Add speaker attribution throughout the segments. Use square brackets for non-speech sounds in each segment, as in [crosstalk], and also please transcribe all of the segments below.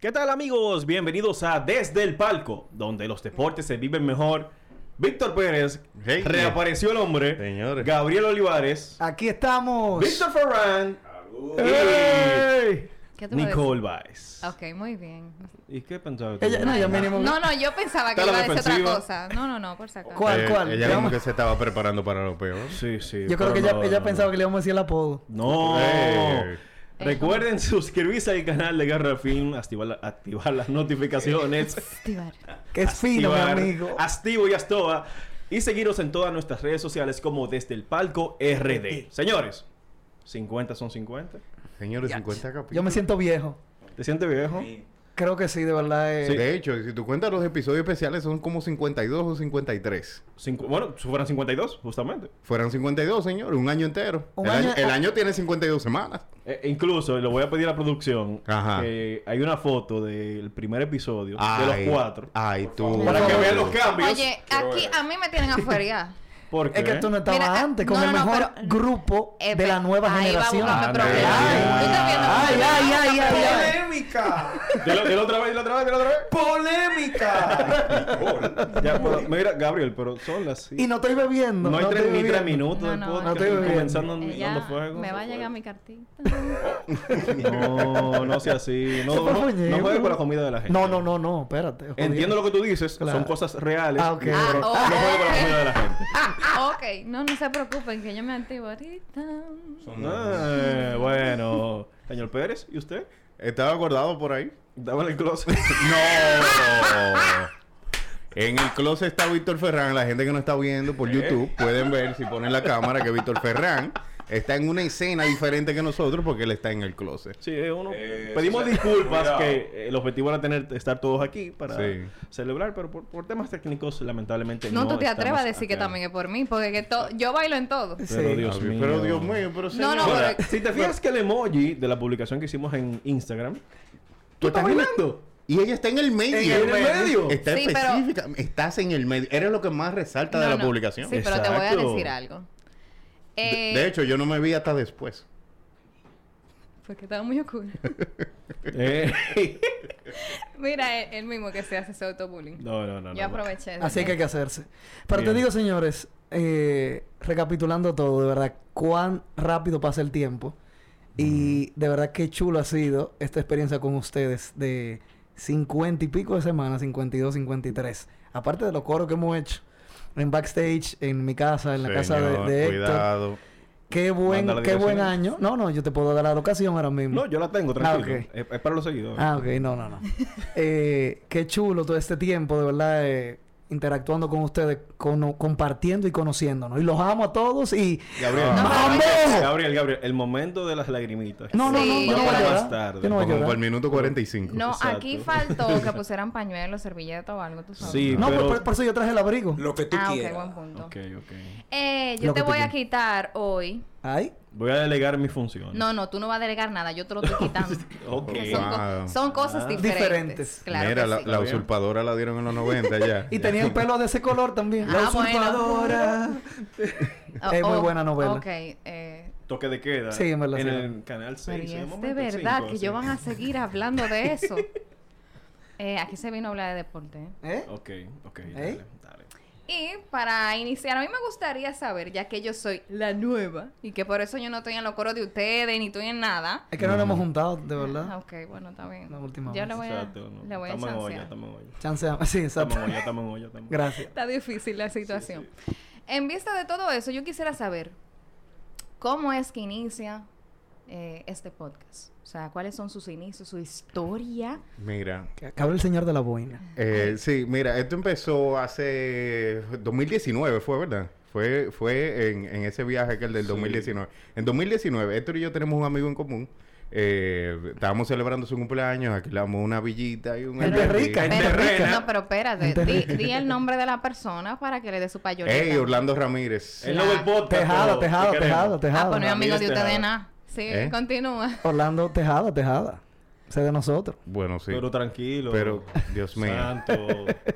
Speaker 1: ¿Qué tal amigos? Bienvenidos a Desde el Palco, donde los deportes se viven mejor. Víctor Pérez,
Speaker 2: Hey.
Speaker 1: reapareció el hombre,
Speaker 2: Señores.
Speaker 1: Gabriel Olivares,
Speaker 3: Aquí estamos.
Speaker 1: Víctor Ferran
Speaker 3: ¡Ey!
Speaker 4: ¿Qué
Speaker 1: y
Speaker 4: tú
Speaker 1: Nicole Baez.
Speaker 4: ves? Ok, muy bien.
Speaker 1: ¿Y qué pensaba
Speaker 3: Ella- no, yo mínimo-
Speaker 4: No, no, yo pensaba que
Speaker 1: Está
Speaker 4: iba
Speaker 1: la
Speaker 4: a decir otra
Speaker 1: defensiva.
Speaker 4: cosa. No, no, no, por si acaso.
Speaker 3: ¿Cuál,
Speaker 2: Eh,
Speaker 3: cuál?
Speaker 2: Ella
Speaker 3: Le
Speaker 2: como
Speaker 3: vamos-
Speaker 2: que se estaba preparando para lo peor.
Speaker 1: Sí, sí.
Speaker 3: Yo creo
Speaker 1: pero
Speaker 3: que ella,
Speaker 1: no,
Speaker 3: ella
Speaker 1: no.
Speaker 3: pensaba que le íbamos a decir el apodo.
Speaker 1: No.
Speaker 2: Ey.
Speaker 1: Recuerden [laughs] suscribirse al canal de Garra Film, activar, la- activar las notificaciones. [laughs]
Speaker 4: Estivar.
Speaker 3: Que es fino, mi
Speaker 1: activar
Speaker 3: amigo.
Speaker 1: Activo y Astoa. Y seguirnos en todas nuestras redes sociales como Desde el Palco RD. Señores, 50 son 50.
Speaker 2: Señores, 50 capítulos.
Speaker 3: Yo me siento viejo.
Speaker 1: ¿Te sientes viejo?
Speaker 3: Creo que sí, de verdad. eh.
Speaker 2: De hecho, si tú cuentas los episodios especiales, son como 52 o 53.
Speaker 1: Cincu- bueno, fueran 52, justamente.
Speaker 2: Fueran 52, señor, un año entero.
Speaker 3: Un
Speaker 2: el,
Speaker 3: año-
Speaker 2: año, el año tiene 52 semanas.
Speaker 1: Eh, incluso, le voy a pedir a la producción
Speaker 2: Ajá.
Speaker 1: que hay una foto del primer episodio, de los cuatro,
Speaker 2: Ay, Ah, tú.
Speaker 1: para que vean los cambios.
Speaker 4: Oye, aquí a mí me tienen afuera.
Speaker 1: ¿Por
Speaker 3: Es que
Speaker 1: qué?
Speaker 3: tú no estabas
Speaker 4: Mira, ah,
Speaker 3: antes con
Speaker 4: no,
Speaker 3: el
Speaker 4: no, no,
Speaker 3: mejor
Speaker 4: pero-
Speaker 3: grupo
Speaker 4: Eh,
Speaker 3: de la nueva
Speaker 4: ahí va a
Speaker 3: generación.
Speaker 4: buscarme
Speaker 1: Ah,
Speaker 4: problemas.
Speaker 1: ay,
Speaker 4: Tú estás viendo
Speaker 3: ay,
Speaker 4: cómo
Speaker 3: ay,
Speaker 4: me
Speaker 3: ay,
Speaker 4: busca
Speaker 3: ay, ay.
Speaker 4: problemas.
Speaker 5: ¡Polémica!
Speaker 1: De la, de la otra vez, de la otra vez, de la otra
Speaker 3: [laughs]
Speaker 1: vez.
Speaker 5: ¡Polémica!
Speaker 1: Ya, pero, mira, Gabriel, pero son las. sí.
Speaker 3: Y no estoy bebiendo.
Speaker 1: [laughs] No hay tres,
Speaker 3: estoy
Speaker 1: ni tres
Speaker 3: bebiendo.
Speaker 1: minutos
Speaker 4: No,
Speaker 1: del
Speaker 4: no,
Speaker 1: podcast.
Speaker 4: no
Speaker 3: estoy bebiendo.
Speaker 1: comenzando en-
Speaker 4: Ella
Speaker 1: dando fuego.
Speaker 4: me va a llegar mi cartita. [laughs]
Speaker 1: No, no sea así. No,
Speaker 3: Se fue
Speaker 1: no, no,
Speaker 3: puñe,
Speaker 1: juegues
Speaker 3: bro.
Speaker 1: con la comida de la gente.
Speaker 3: No, no, no, no, espérate. jodido.
Speaker 1: Entiendo lo que tú dices,
Speaker 3: Claro.
Speaker 1: son cosas reales.
Speaker 3: Ah, ok.
Speaker 1: pero
Speaker 3: Ah,
Speaker 1: no
Speaker 4: ok.
Speaker 1: juegues con la comida de la
Speaker 4: [laughs]
Speaker 1: gente.
Speaker 4: Ah, ok, no, no se preocupen que yo me activo ahorita.
Speaker 1: Ah, bueno, señor Pérez, ¿y usted?
Speaker 2: Estaba acordado por ahí. [laughs]
Speaker 1: Daba en el closet.
Speaker 2: No. En el closet está Víctor Ferrán. La gente que no está viendo
Speaker 1: ¿Eh?
Speaker 2: por YouTube pueden ver si ponen la cámara que Víctor Ferrán está en una escena diferente que nosotros porque él está en el closet.
Speaker 1: Sí, es uno.
Speaker 5: Eh,
Speaker 1: Pedimos
Speaker 5: sí, sí.
Speaker 1: disculpas
Speaker 5: Cuidado.
Speaker 1: que eh, el objetivo era tener estar todos aquí para
Speaker 2: Sí.
Speaker 1: celebrar, pero por, por temas técnicos lamentablemente no.
Speaker 4: No, tú te atrevas a decir que
Speaker 1: estamos
Speaker 4: también es por mí, porque que to- yo bailo en todo.
Speaker 1: acá. Pero
Speaker 3: Sí.
Speaker 1: Dios mío.
Speaker 2: Ah, Pero Dios mío, pero
Speaker 4: No, no,
Speaker 1: Ahora,
Speaker 4: pero-
Speaker 1: si te fijas que el emoji de la publicación que hicimos en Instagram, ¿tú estás bailando?
Speaker 2: Y ella está en el medio.
Speaker 1: En el medio.
Speaker 2: Está
Speaker 4: Sí, pero-
Speaker 2: específica. Estás en el medio. Eres lo que más resalta de
Speaker 4: No,
Speaker 2: la
Speaker 4: no.
Speaker 2: publicación.
Speaker 4: Sí, pero te voy a
Speaker 1: Exacto.
Speaker 4: decir algo.
Speaker 2: De-
Speaker 4: Eh,
Speaker 2: De hecho, yo no me vi hasta después.
Speaker 4: Porque estaba muy oscuro. [laughs]
Speaker 1: Eh, [laughs]
Speaker 4: Mira, él, él mismo que se hace ese autobullying.
Speaker 1: no, no, no.
Speaker 4: yo
Speaker 1: no.
Speaker 4: aproveché. de-
Speaker 3: Así que hay que hacerse. Pero
Speaker 1: Bien.
Speaker 3: te digo, señores, eh, recapitulando todo, de verdad, cuán rápido pasa el tiempo. Y de verdad, qué chulo ha sido esta experiencia con ustedes de 50 y pico de semanas, 52, 53. Aparte de los coros que hemos hecho en backstage, en mi casa, en la casa de,
Speaker 2: Señor,
Speaker 3: de Héctor.
Speaker 2: Cuidado.
Speaker 3: Qué
Speaker 1: Manda
Speaker 3: buen,
Speaker 1: la
Speaker 3: qué buen
Speaker 1: dirección.
Speaker 3: año. No, no, yo te puedo dar la ocasión ahora mismo.
Speaker 1: No, yo la tengo,
Speaker 3: Ah,
Speaker 1: tranquilo.
Speaker 3: ok.
Speaker 1: es, es para los seguidores.
Speaker 3: Ah, ok, no, no, no. Eh, qué chulo todo este tiempo, de verdad, eh, interactuando con ustedes, cono- compartiendo y conociéndonos. Y los amo a todos y...
Speaker 2: Gabriel.
Speaker 4: No,
Speaker 2: Vamos.
Speaker 4: no,
Speaker 1: Gabriel, Gabriel, el momento de las lagrimitas.
Speaker 3: No, no, no,
Speaker 4: Sí.
Speaker 3: yo no voy a
Speaker 1: Para
Speaker 3: llorar.
Speaker 1: más tarde.
Speaker 3: Yo no voy a
Speaker 2: Como por
Speaker 3: llorar.
Speaker 2: el minuto 45.
Speaker 4: No,
Speaker 1: Exacto.
Speaker 4: aquí faltó que pusieran pañuelos, servilletas o algo, tú sabes.
Speaker 1: Sí,
Speaker 3: No,
Speaker 1: pero...
Speaker 3: por, por- por eso yo traje el abrigo.
Speaker 5: Lo que tú
Speaker 4: Ah, ok,
Speaker 5: quieras.
Speaker 4: buen punto.
Speaker 1: Ok, ok.
Speaker 4: Eh, yo
Speaker 3: Lo
Speaker 4: te
Speaker 3: que tú
Speaker 4: voy a
Speaker 3: quieras.
Speaker 4: quitar hoy.
Speaker 3: Ay,
Speaker 1: Voy a delegar mi función. [laughs]
Speaker 4: No, no, tú no vas a delegar nada, yo te lo estoy
Speaker 3: [laughs]
Speaker 4: quitando.
Speaker 1: Ok.
Speaker 4: Que son, co-
Speaker 2: Wow.
Speaker 4: son cosas
Speaker 1: Ah.
Speaker 4: diferentes.
Speaker 3: Diferentes.
Speaker 4: Claro.
Speaker 2: Mira,
Speaker 4: que
Speaker 2: la,
Speaker 4: sí.
Speaker 2: la usurpadora la dieron en los 90 ya. [laughs]
Speaker 3: y tenía el pelo de ese color también.
Speaker 4: Ah,
Speaker 3: la
Speaker 4: bueno.
Speaker 3: usurpadora.
Speaker 4: Oh,
Speaker 3: es muy
Speaker 4: oh,
Speaker 3: buena novela.
Speaker 4: Ok, eh,
Speaker 1: Toque de queda.
Speaker 3: Sí, en verdad,
Speaker 1: En
Speaker 3: sí.
Speaker 1: el canal 6.
Speaker 4: pero y es de verdad que yo van a seguir hablando de eso. [laughs] Eh, aquí se vino a hablar de deporte. ¿eh?
Speaker 3: ¿Eh?
Speaker 1: Ok, ok. Dale,
Speaker 3: ¿Eh?
Speaker 1: dale.
Speaker 4: Y para iniciar, a mí me gustaría saber, ya que yo soy la nueva y que por eso yo no estoy en los coros de ustedes ni estoy en nada.
Speaker 3: Es que no nos hemos juntado, de
Speaker 4: Ah,
Speaker 3: verdad.
Speaker 4: ok, bueno, está bien.
Speaker 3: La última
Speaker 4: Yo
Speaker 3: vez.
Speaker 4: le voy a,
Speaker 1: Exacto. No.
Speaker 4: le voy a
Speaker 1: estamos en olla,
Speaker 4: chancear.
Speaker 1: estamos en olla.
Speaker 3: Chancea. [laughs] Sí,
Speaker 1: Estamos
Speaker 3: exacto.
Speaker 1: en olla, estamos en olla. estamos en olla.
Speaker 3: Gracias.
Speaker 4: Está difícil la situación. En vista de todo eso, yo quisiera saber cómo es que inicia eh, este podcast? O sea, ¿cuáles son sus inicios, su historia?
Speaker 2: Mira,
Speaker 3: Que acabe el señor de la boina.
Speaker 2: Eh, sí, mira, esto empezó hace 2019, fue verdad. Fue, fue en, en ese viaje que el del 2019. En 2019, Héctor y yo tenemos un amigo en común. Eh, estábamos celebrando su cumpleaños, alquilamos una villita y un
Speaker 3: Gente
Speaker 2: Airbnb.
Speaker 3: rica, gente
Speaker 4: Pero, ¿eh?
Speaker 3: terrena.
Speaker 4: no, pero espérate,
Speaker 3: En
Speaker 4: di,
Speaker 3: terrena.
Speaker 4: di el nombre de la persona para que le dé su payoleta.
Speaker 2: Ey, Orlando Ramírez.
Speaker 1: Él no ve el podcast.
Speaker 3: Tejada,
Speaker 1: pero
Speaker 3: tejada,
Speaker 1: te
Speaker 3: tejada,
Speaker 1: queremos.
Speaker 4: Ah,
Speaker 3: tejada.
Speaker 4: pues no es amigo de
Speaker 1: Ramírez
Speaker 4: ustedes
Speaker 1: Tejada.
Speaker 4: nada. Sí,
Speaker 2: ¿Eh?
Speaker 4: continúa.
Speaker 3: Orlando Tejada, Tejada. Sé de nosotros.
Speaker 2: Bueno, sí.
Speaker 1: Pero
Speaker 2: Pero,
Speaker 1: tranquilo.
Speaker 2: Dios mío.
Speaker 1: Santo.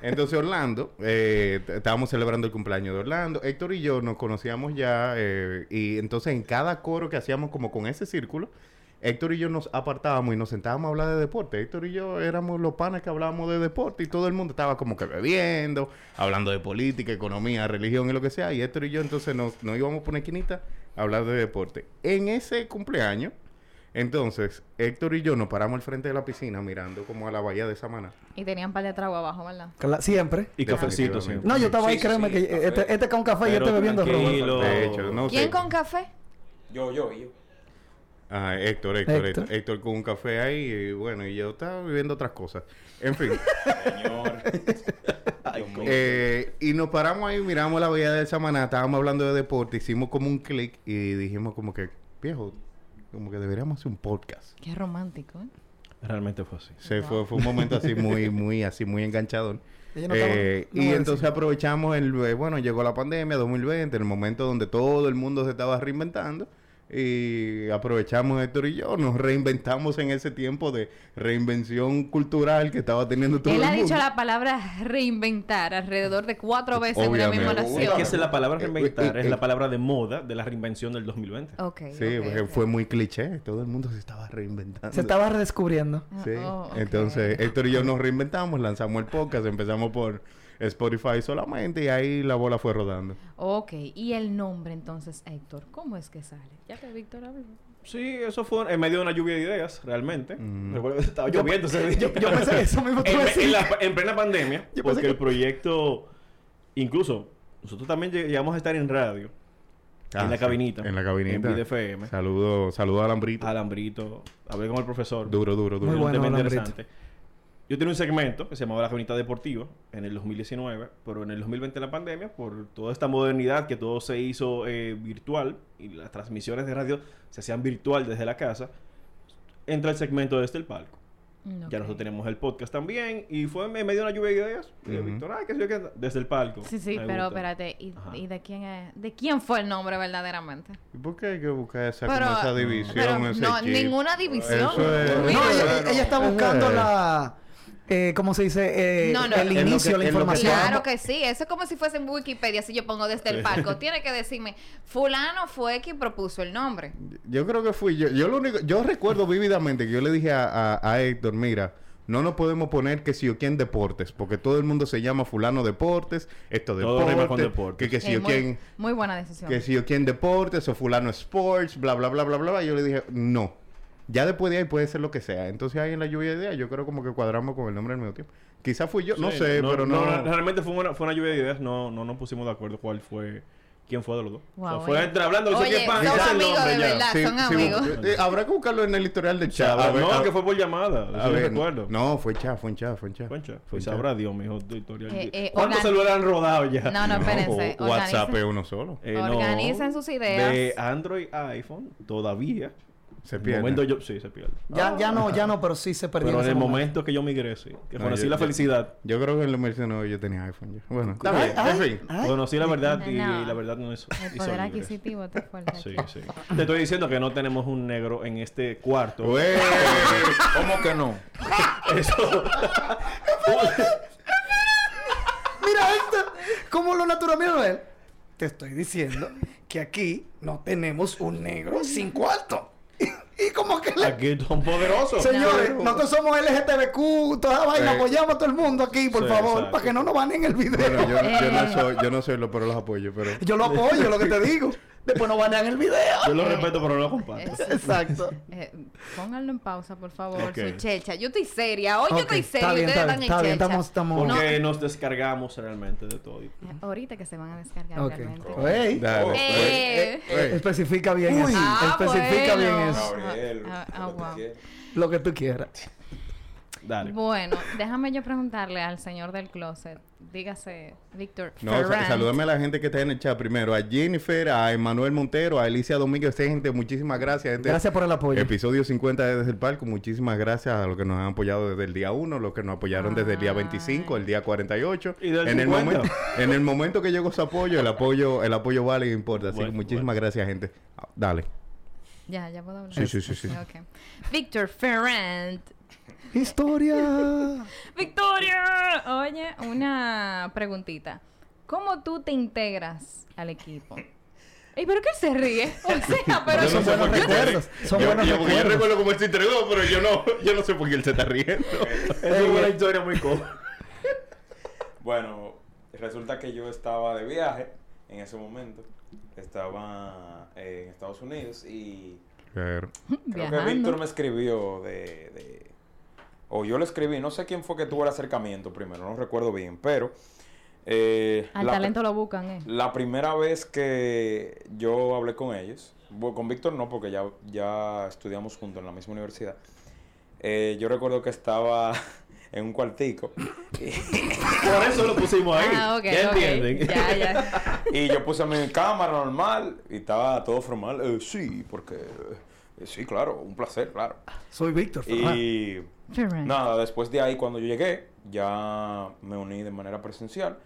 Speaker 2: Entonces Orlando, eh, t- estábamos celebrando el cumpleaños de Orlando, Héctor y yo nos conocíamos ya eh, y entonces en cada coro que hacíamos como con ese círculo, Héctor y yo nos apartábamos y nos sentábamos a hablar de deporte. Héctor y yo éramos los panas que hablábamos de deporte y todo el mundo estaba como que bebiendo, hablando de política, economía, religión y lo que sea. Y Héctor y yo entonces nos, nos íbamos por una esquinita a hablar de deporte. En ese cumpleaños, entonces Héctor y yo nos paramos al frente de la piscina mirando como a la bahía de Samaná.
Speaker 4: Y tenían un par de trago abajo, ¿verdad?
Speaker 3: Cla- Siempre.
Speaker 1: Y cafecito, sí.
Speaker 3: No, yo estaba
Speaker 5: Sí,
Speaker 3: ahí,
Speaker 5: sí,
Speaker 3: créeme
Speaker 5: sí,
Speaker 3: que
Speaker 5: café.
Speaker 3: este, este con café y yo
Speaker 1: Pero
Speaker 3: estoy bebiendo
Speaker 1: tranquilo.
Speaker 3: rojo.
Speaker 1: Lo-
Speaker 2: De hecho, no sé.
Speaker 4: ¿Quién con café?
Speaker 5: Yo, yo, yo.
Speaker 2: Ah, Héctor, Héctor,
Speaker 3: Héctor.
Speaker 2: Héctor, Héctor con un café ahí y bueno, y yo estaba viviendo otras cosas. En fin,
Speaker 5: [laughs] Señor. Dios mío.
Speaker 2: eh, y nos paramos ahí, miramos la bahía del Samaná, estábamos hablando de deporte, hicimos como un clic y dijimos como que, viejo, como que deberíamos hacer un podcast.
Speaker 4: Qué romántico, ¿eh?
Speaker 1: Realmente fue así.
Speaker 2: Se fue, fue un momento así muy, muy, así muy enganchador.
Speaker 3: Ella no
Speaker 2: Eh,
Speaker 3: estaba- no
Speaker 2: y
Speaker 3: voy a
Speaker 2: entonces
Speaker 3: decir.
Speaker 2: aprovechamos el, eh, bueno, llegó la pandemia 2020, el momento donde todo el mundo se estaba reinventando. Y aprovechamos Héctor y yo, nos reinventamos en ese tiempo de reinvención cultural que estaba teniendo todo
Speaker 4: Él
Speaker 2: el
Speaker 4: ha
Speaker 2: mundo.
Speaker 4: dicho la palabra reinventar alrededor de cuatro veces en una
Speaker 2: Obviamente.
Speaker 4: misma
Speaker 2: Obvio.
Speaker 1: Es
Speaker 4: oración.
Speaker 1: que esa es la palabra
Speaker 2: Eh, eh,
Speaker 1: reinventar,
Speaker 2: eh,
Speaker 1: es
Speaker 2: eh.
Speaker 1: la palabra de moda de la reinvención del 2020.
Speaker 4: Ok.
Speaker 2: Sí,
Speaker 4: ok,
Speaker 2: porque
Speaker 4: ok.
Speaker 2: fue muy cliché, todo el mundo se estaba reinventando.
Speaker 3: Se estaba redescubriendo.
Speaker 4: Ah,
Speaker 2: [laughs] Sí.
Speaker 4: oh, ok.
Speaker 2: Entonces, Héctor y yo nos reinventamos, lanzamos el podcast, empezamos por Spotify solamente y ahí la bola fue rodando.
Speaker 4: Ok, y el nombre entonces, Héctor, ¿cómo es que sale? Ya que Víctor habló.
Speaker 1: Sí, eso fue en medio de una lluvia de ideas, realmente.
Speaker 2: Mm.
Speaker 1: Recuerdo que estaba lloviendo. se-
Speaker 3: Yo, yo pensé eso mismo. te
Speaker 1: en,
Speaker 3: iba a
Speaker 1: en
Speaker 3: decir.
Speaker 1: la- en plena pandemia,
Speaker 3: Yo pensé
Speaker 1: porque
Speaker 3: que-
Speaker 1: el proyecto, incluso nosotros también lleg- llegamos a estar en radio,
Speaker 2: Ah,
Speaker 1: en la
Speaker 2: sí,
Speaker 1: cabinita.
Speaker 2: En la cabinita.
Speaker 1: En VidFM.
Speaker 2: Saludo, saludo a Alambrito.
Speaker 1: Alambrito, hablé con el profesor.
Speaker 2: Duro, duro, duro.
Speaker 1: Era
Speaker 3: Muy
Speaker 1: un
Speaker 3: bueno,
Speaker 1: tema
Speaker 3: Alambrito.
Speaker 1: interesante. Yo tenía un segmento que se llamaba La Cabinita Deportiva en el 2019, pero en el 2020 en la pandemia, por toda esta modernidad que todo se hizo eh, virtual y las transmisiones de radio se hacían virtual desde la casa, entra el segmento desde el palco.
Speaker 4: Mm,
Speaker 1: Ya
Speaker 4: ok.
Speaker 1: nosotros tenemos el podcast también y fue en medio de una lluvia de ideas. Y yo,
Speaker 2: Ujú.
Speaker 1: Víctor, ay, qué sé yo qué, desde el palco.
Speaker 4: Sí, sí,
Speaker 1: Me
Speaker 4: pero
Speaker 1: gusta.
Speaker 4: espérate, ¿y,
Speaker 1: Ajá.
Speaker 4: y de quién es? ¿De quién fue el nombre verdaderamente?
Speaker 2: ¿Y por qué hay que buscar esa,
Speaker 4: Pero-
Speaker 2: como esa división?
Speaker 4: pero
Speaker 2: ese
Speaker 4: no,
Speaker 2: chip?
Speaker 4: ninguna división.
Speaker 2: Eso es-
Speaker 3: No,
Speaker 4: Mira.
Speaker 2: Bueno,
Speaker 3: ella,
Speaker 2: bueno.
Speaker 3: ella está buscando
Speaker 2: Eh,
Speaker 3: la. Eh, ¿Cómo se dice? Eh,
Speaker 4: No, no,
Speaker 3: el
Speaker 4: no.
Speaker 3: inicio,
Speaker 2: Es lo que- es
Speaker 3: la
Speaker 2: lo que-
Speaker 3: información.
Speaker 4: Claro que sí, eso es como si fuese en Wikipedia, si yo pongo desde el
Speaker 1: [laughs]
Speaker 4: palco, tiene que decirme, fulano fue quien propuso el nombre.
Speaker 2: Yo creo que fui yo. Yo lo único, yo recuerdo vívidamente que yo le dije a, a- a Héctor, mira, no nos podemos poner que si yo quien deportes, porque todo el mundo se llama fulano deportes, esto
Speaker 1: Todo
Speaker 2: deportes,
Speaker 1: rima con deportes.
Speaker 2: que, que si
Speaker 4: Eh,
Speaker 2: yo
Speaker 4: muy,
Speaker 2: quien,
Speaker 4: muy buena decisión.
Speaker 2: que si yo quien deportes o fulano sports, bla bla bla bla bla. bla. Y yo le dije, no. Ya después de ahí puede ser lo que sea. Entonces ahí en la lluvia de ideas yo creo como que cuadramos con el nombre al mismo tiempo. Quizás fui yo, no
Speaker 1: Sí,
Speaker 2: sé, pero no.
Speaker 1: realmente fue una, fue una lluvia de ideas, no, no nos pusimos de acuerdo cuál fue, quién fue de los dos. O sea,
Speaker 4: Wow,
Speaker 1: fue
Speaker 4: oye.
Speaker 1: entre hablando, dice,
Speaker 4: Oye,
Speaker 1: "¿Qué pan?"
Speaker 4: son
Speaker 1: Dice el
Speaker 4: amigos
Speaker 1: nombre
Speaker 4: de
Speaker 1: ya.
Speaker 4: verdad. son amigos.
Speaker 2: bu- eh, habrá que buscarlo en el historial del chat.
Speaker 1: Sabrá-
Speaker 2: A ver,
Speaker 1: no,
Speaker 2: a-
Speaker 1: que fue por llamada.
Speaker 2: a
Speaker 1: eso
Speaker 2: ver,
Speaker 1: no recuerdo.
Speaker 2: ah, No, fue en chat, fue en chat, fue en chat.
Speaker 1: Concha,
Speaker 2: Fue
Speaker 1: pues
Speaker 2: en chat.
Speaker 1: sabrá Dios, mijo. tu historial.
Speaker 4: Eh, eh,
Speaker 1: ¿Cuántos
Speaker 4: organ-
Speaker 1: celulares han rodado ya?
Speaker 4: No, no, espérense.
Speaker 2: o- WhatsApp
Speaker 4: organicen-
Speaker 2: es uno solo.
Speaker 1: Eh, no.
Speaker 4: organicen sus ideas.
Speaker 1: De Android a iPhone, todavía.
Speaker 2: Se
Speaker 1: En el
Speaker 2: pierde.
Speaker 1: momento yo- sí, se pierde.
Speaker 3: Ya, ya no, ya no, pero sí se perdió.
Speaker 1: Pero en
Speaker 3: ese
Speaker 1: el momento que yo migré, sí. Que
Speaker 2: No,
Speaker 1: conocí
Speaker 2: yo-
Speaker 1: la
Speaker 2: yo-
Speaker 1: felicidad.
Speaker 2: Yo creo que en el 2019 yo tenía iPhone. ya. Bueno, está
Speaker 3: Ay,
Speaker 2: bien,
Speaker 3: ay,
Speaker 2: en fin.
Speaker 3: ay.
Speaker 1: Conocí la verdad y,
Speaker 4: eh, No.
Speaker 1: la verdad no es.
Speaker 4: El
Speaker 1: y
Speaker 4: poder
Speaker 1: soy libre.
Speaker 4: adquisitivo te fuerza.
Speaker 1: Sí, sí. Te estoy diciendo que no tenemos un negro en este cuarto.
Speaker 2: Güey.
Speaker 5: ¿Cómo que no?
Speaker 2: [laughs]
Speaker 1: Eso.
Speaker 3: Mira esto. ¿Cómo lo natural? Mira, él. Te estoy diciendo que aquí no tenemos un negro sin cuarto. [laughs] y como que la-
Speaker 1: Aquí son poderosos.
Speaker 3: Señores,
Speaker 1: Pero-
Speaker 3: nosotros somos LGTBQ, toda la vaina,
Speaker 2: Eh.
Speaker 3: apoyamos a todo el mundo aquí, por
Speaker 1: Sí,
Speaker 3: favor,
Speaker 1: exacto.
Speaker 3: para que no nos banen el video. [laughs]
Speaker 2: Bueno, yo, yo
Speaker 4: Eh.
Speaker 3: Oh,
Speaker 2: no soy, yo no soy lo, pero los apoyo. Pero
Speaker 1: [laughs]
Speaker 3: yo... lo apoyo, lo que te digo. Después no banean el video.
Speaker 1: Yo lo respeto, pero no lo comparto.
Speaker 4: Eso sí.
Speaker 3: Exacto.
Speaker 4: Eh, pónganlo en pausa, por favor.
Speaker 1: Ok.
Speaker 4: Soy chelcha. Yo estoy seria. Hoy
Speaker 3: Ok,
Speaker 4: yo estoy
Speaker 3: está
Speaker 4: seria.
Speaker 3: bien,
Speaker 4: Ustedes
Speaker 3: está bien,
Speaker 4: están pues, en
Speaker 3: está bien,
Speaker 4: chelcha.
Speaker 3: estamos- estamos-
Speaker 1: Porque nos descargamos realmente de todo.
Speaker 4: Eh, Ahorita que se van a descargar
Speaker 3: Ok.
Speaker 4: realmente.
Speaker 3: Ey,
Speaker 2: Dale. pues.
Speaker 4: Eh.
Speaker 2: Ey.
Speaker 3: Especifica bien eso.
Speaker 4: Ah,
Speaker 3: Especifica
Speaker 4: bueno.
Speaker 3: bien eso.
Speaker 5: Gabriel.
Speaker 4: Ah, ah,
Speaker 5: lo que
Speaker 4: wow.
Speaker 5: quieras.
Speaker 3: Lo que tú quieras.
Speaker 1: Dale.
Speaker 4: Bueno, déjame yo preguntarle al señor del closet. Dígase, Víctor.
Speaker 2: No,
Speaker 4: Ferrand.
Speaker 2: sa- salúdame a la gente que está en el chat primero. A Jennifer, a Emanuel Montero, a Alicia Domínguez. Esta gente, muchísimas gracias. Gente.
Speaker 3: Gracias por el apoyo.
Speaker 2: Episodio 50 de desde el palco. Muchísimas gracias a los que nos han apoyado desde el día 1, los que nos apoyaron desde el
Speaker 3: Ah.
Speaker 2: día 25, el día 48.
Speaker 1: Y del
Speaker 2: en el
Speaker 1: 50.
Speaker 2: momento en el momento que llegó su apoyo, el apoyo el apoyo vale y importa. Así
Speaker 1: Bueno,
Speaker 2: que muchísimas gracias, gente. Ah, Dale.
Speaker 4: Ya, ya puedo hablar.
Speaker 2: Sí, sí, sí, sí.
Speaker 4: Ok. Víctor Ferrand.
Speaker 3: Historia.
Speaker 4: Victoria. Oye, una preguntita. ¿Cómo tú te integras al equipo? Ey, pero que él se ríe. O sea, pero
Speaker 2: Yo
Speaker 3: son
Speaker 2: no sé
Speaker 3: buenos
Speaker 2: por qué se
Speaker 3: recuerdos,
Speaker 2: ríe.
Speaker 3: son
Speaker 2: Yo-
Speaker 3: buenos
Speaker 2: yo- porque Yo
Speaker 3: recuerdos.
Speaker 2: recuerdo cómo él se entregó, pero yo no, yo no sé por qué él se está
Speaker 3: [laughs]
Speaker 2: riendo.
Speaker 1: Esa es una historia muy cómoda.
Speaker 5: Bueno, resulta que yo estaba de viaje en ese momento. Estaba eh, en Estados Unidos y
Speaker 2: Claro.
Speaker 5: creo
Speaker 4: viajando.
Speaker 5: que Víctor me escribió de, de- O yo le escribí, no sé quién fue que tuvo el acercamiento primero, no recuerdo bien, pero... eh,
Speaker 4: Al
Speaker 5: la-
Speaker 4: talento lo buscan, ¿eh?
Speaker 5: La primera vez que yo hablé con ellos, bueno, con Víctor no, porque ya, ya estudiamos juntos en la misma universidad. Eh, yo recuerdo que estaba [laughs] en un cuartico
Speaker 1: [laughs] Por eso lo pusimos ahí.
Speaker 4: Ah, ok,
Speaker 1: ya
Speaker 4: ok.
Speaker 1: entienden.
Speaker 4: Ya,
Speaker 5: [laughs]
Speaker 4: ya.
Speaker 5: y yo puse mi cámara normal y estaba todo formal. Eh, sí, porque... eh, sí, claro, un placer, claro.
Speaker 3: Soy Víctor. Ferrán.
Speaker 5: [laughs] Y...
Speaker 4: Ferrand.
Speaker 5: Nada, después de ahí cuando yo llegué, ya me uní de manera presencial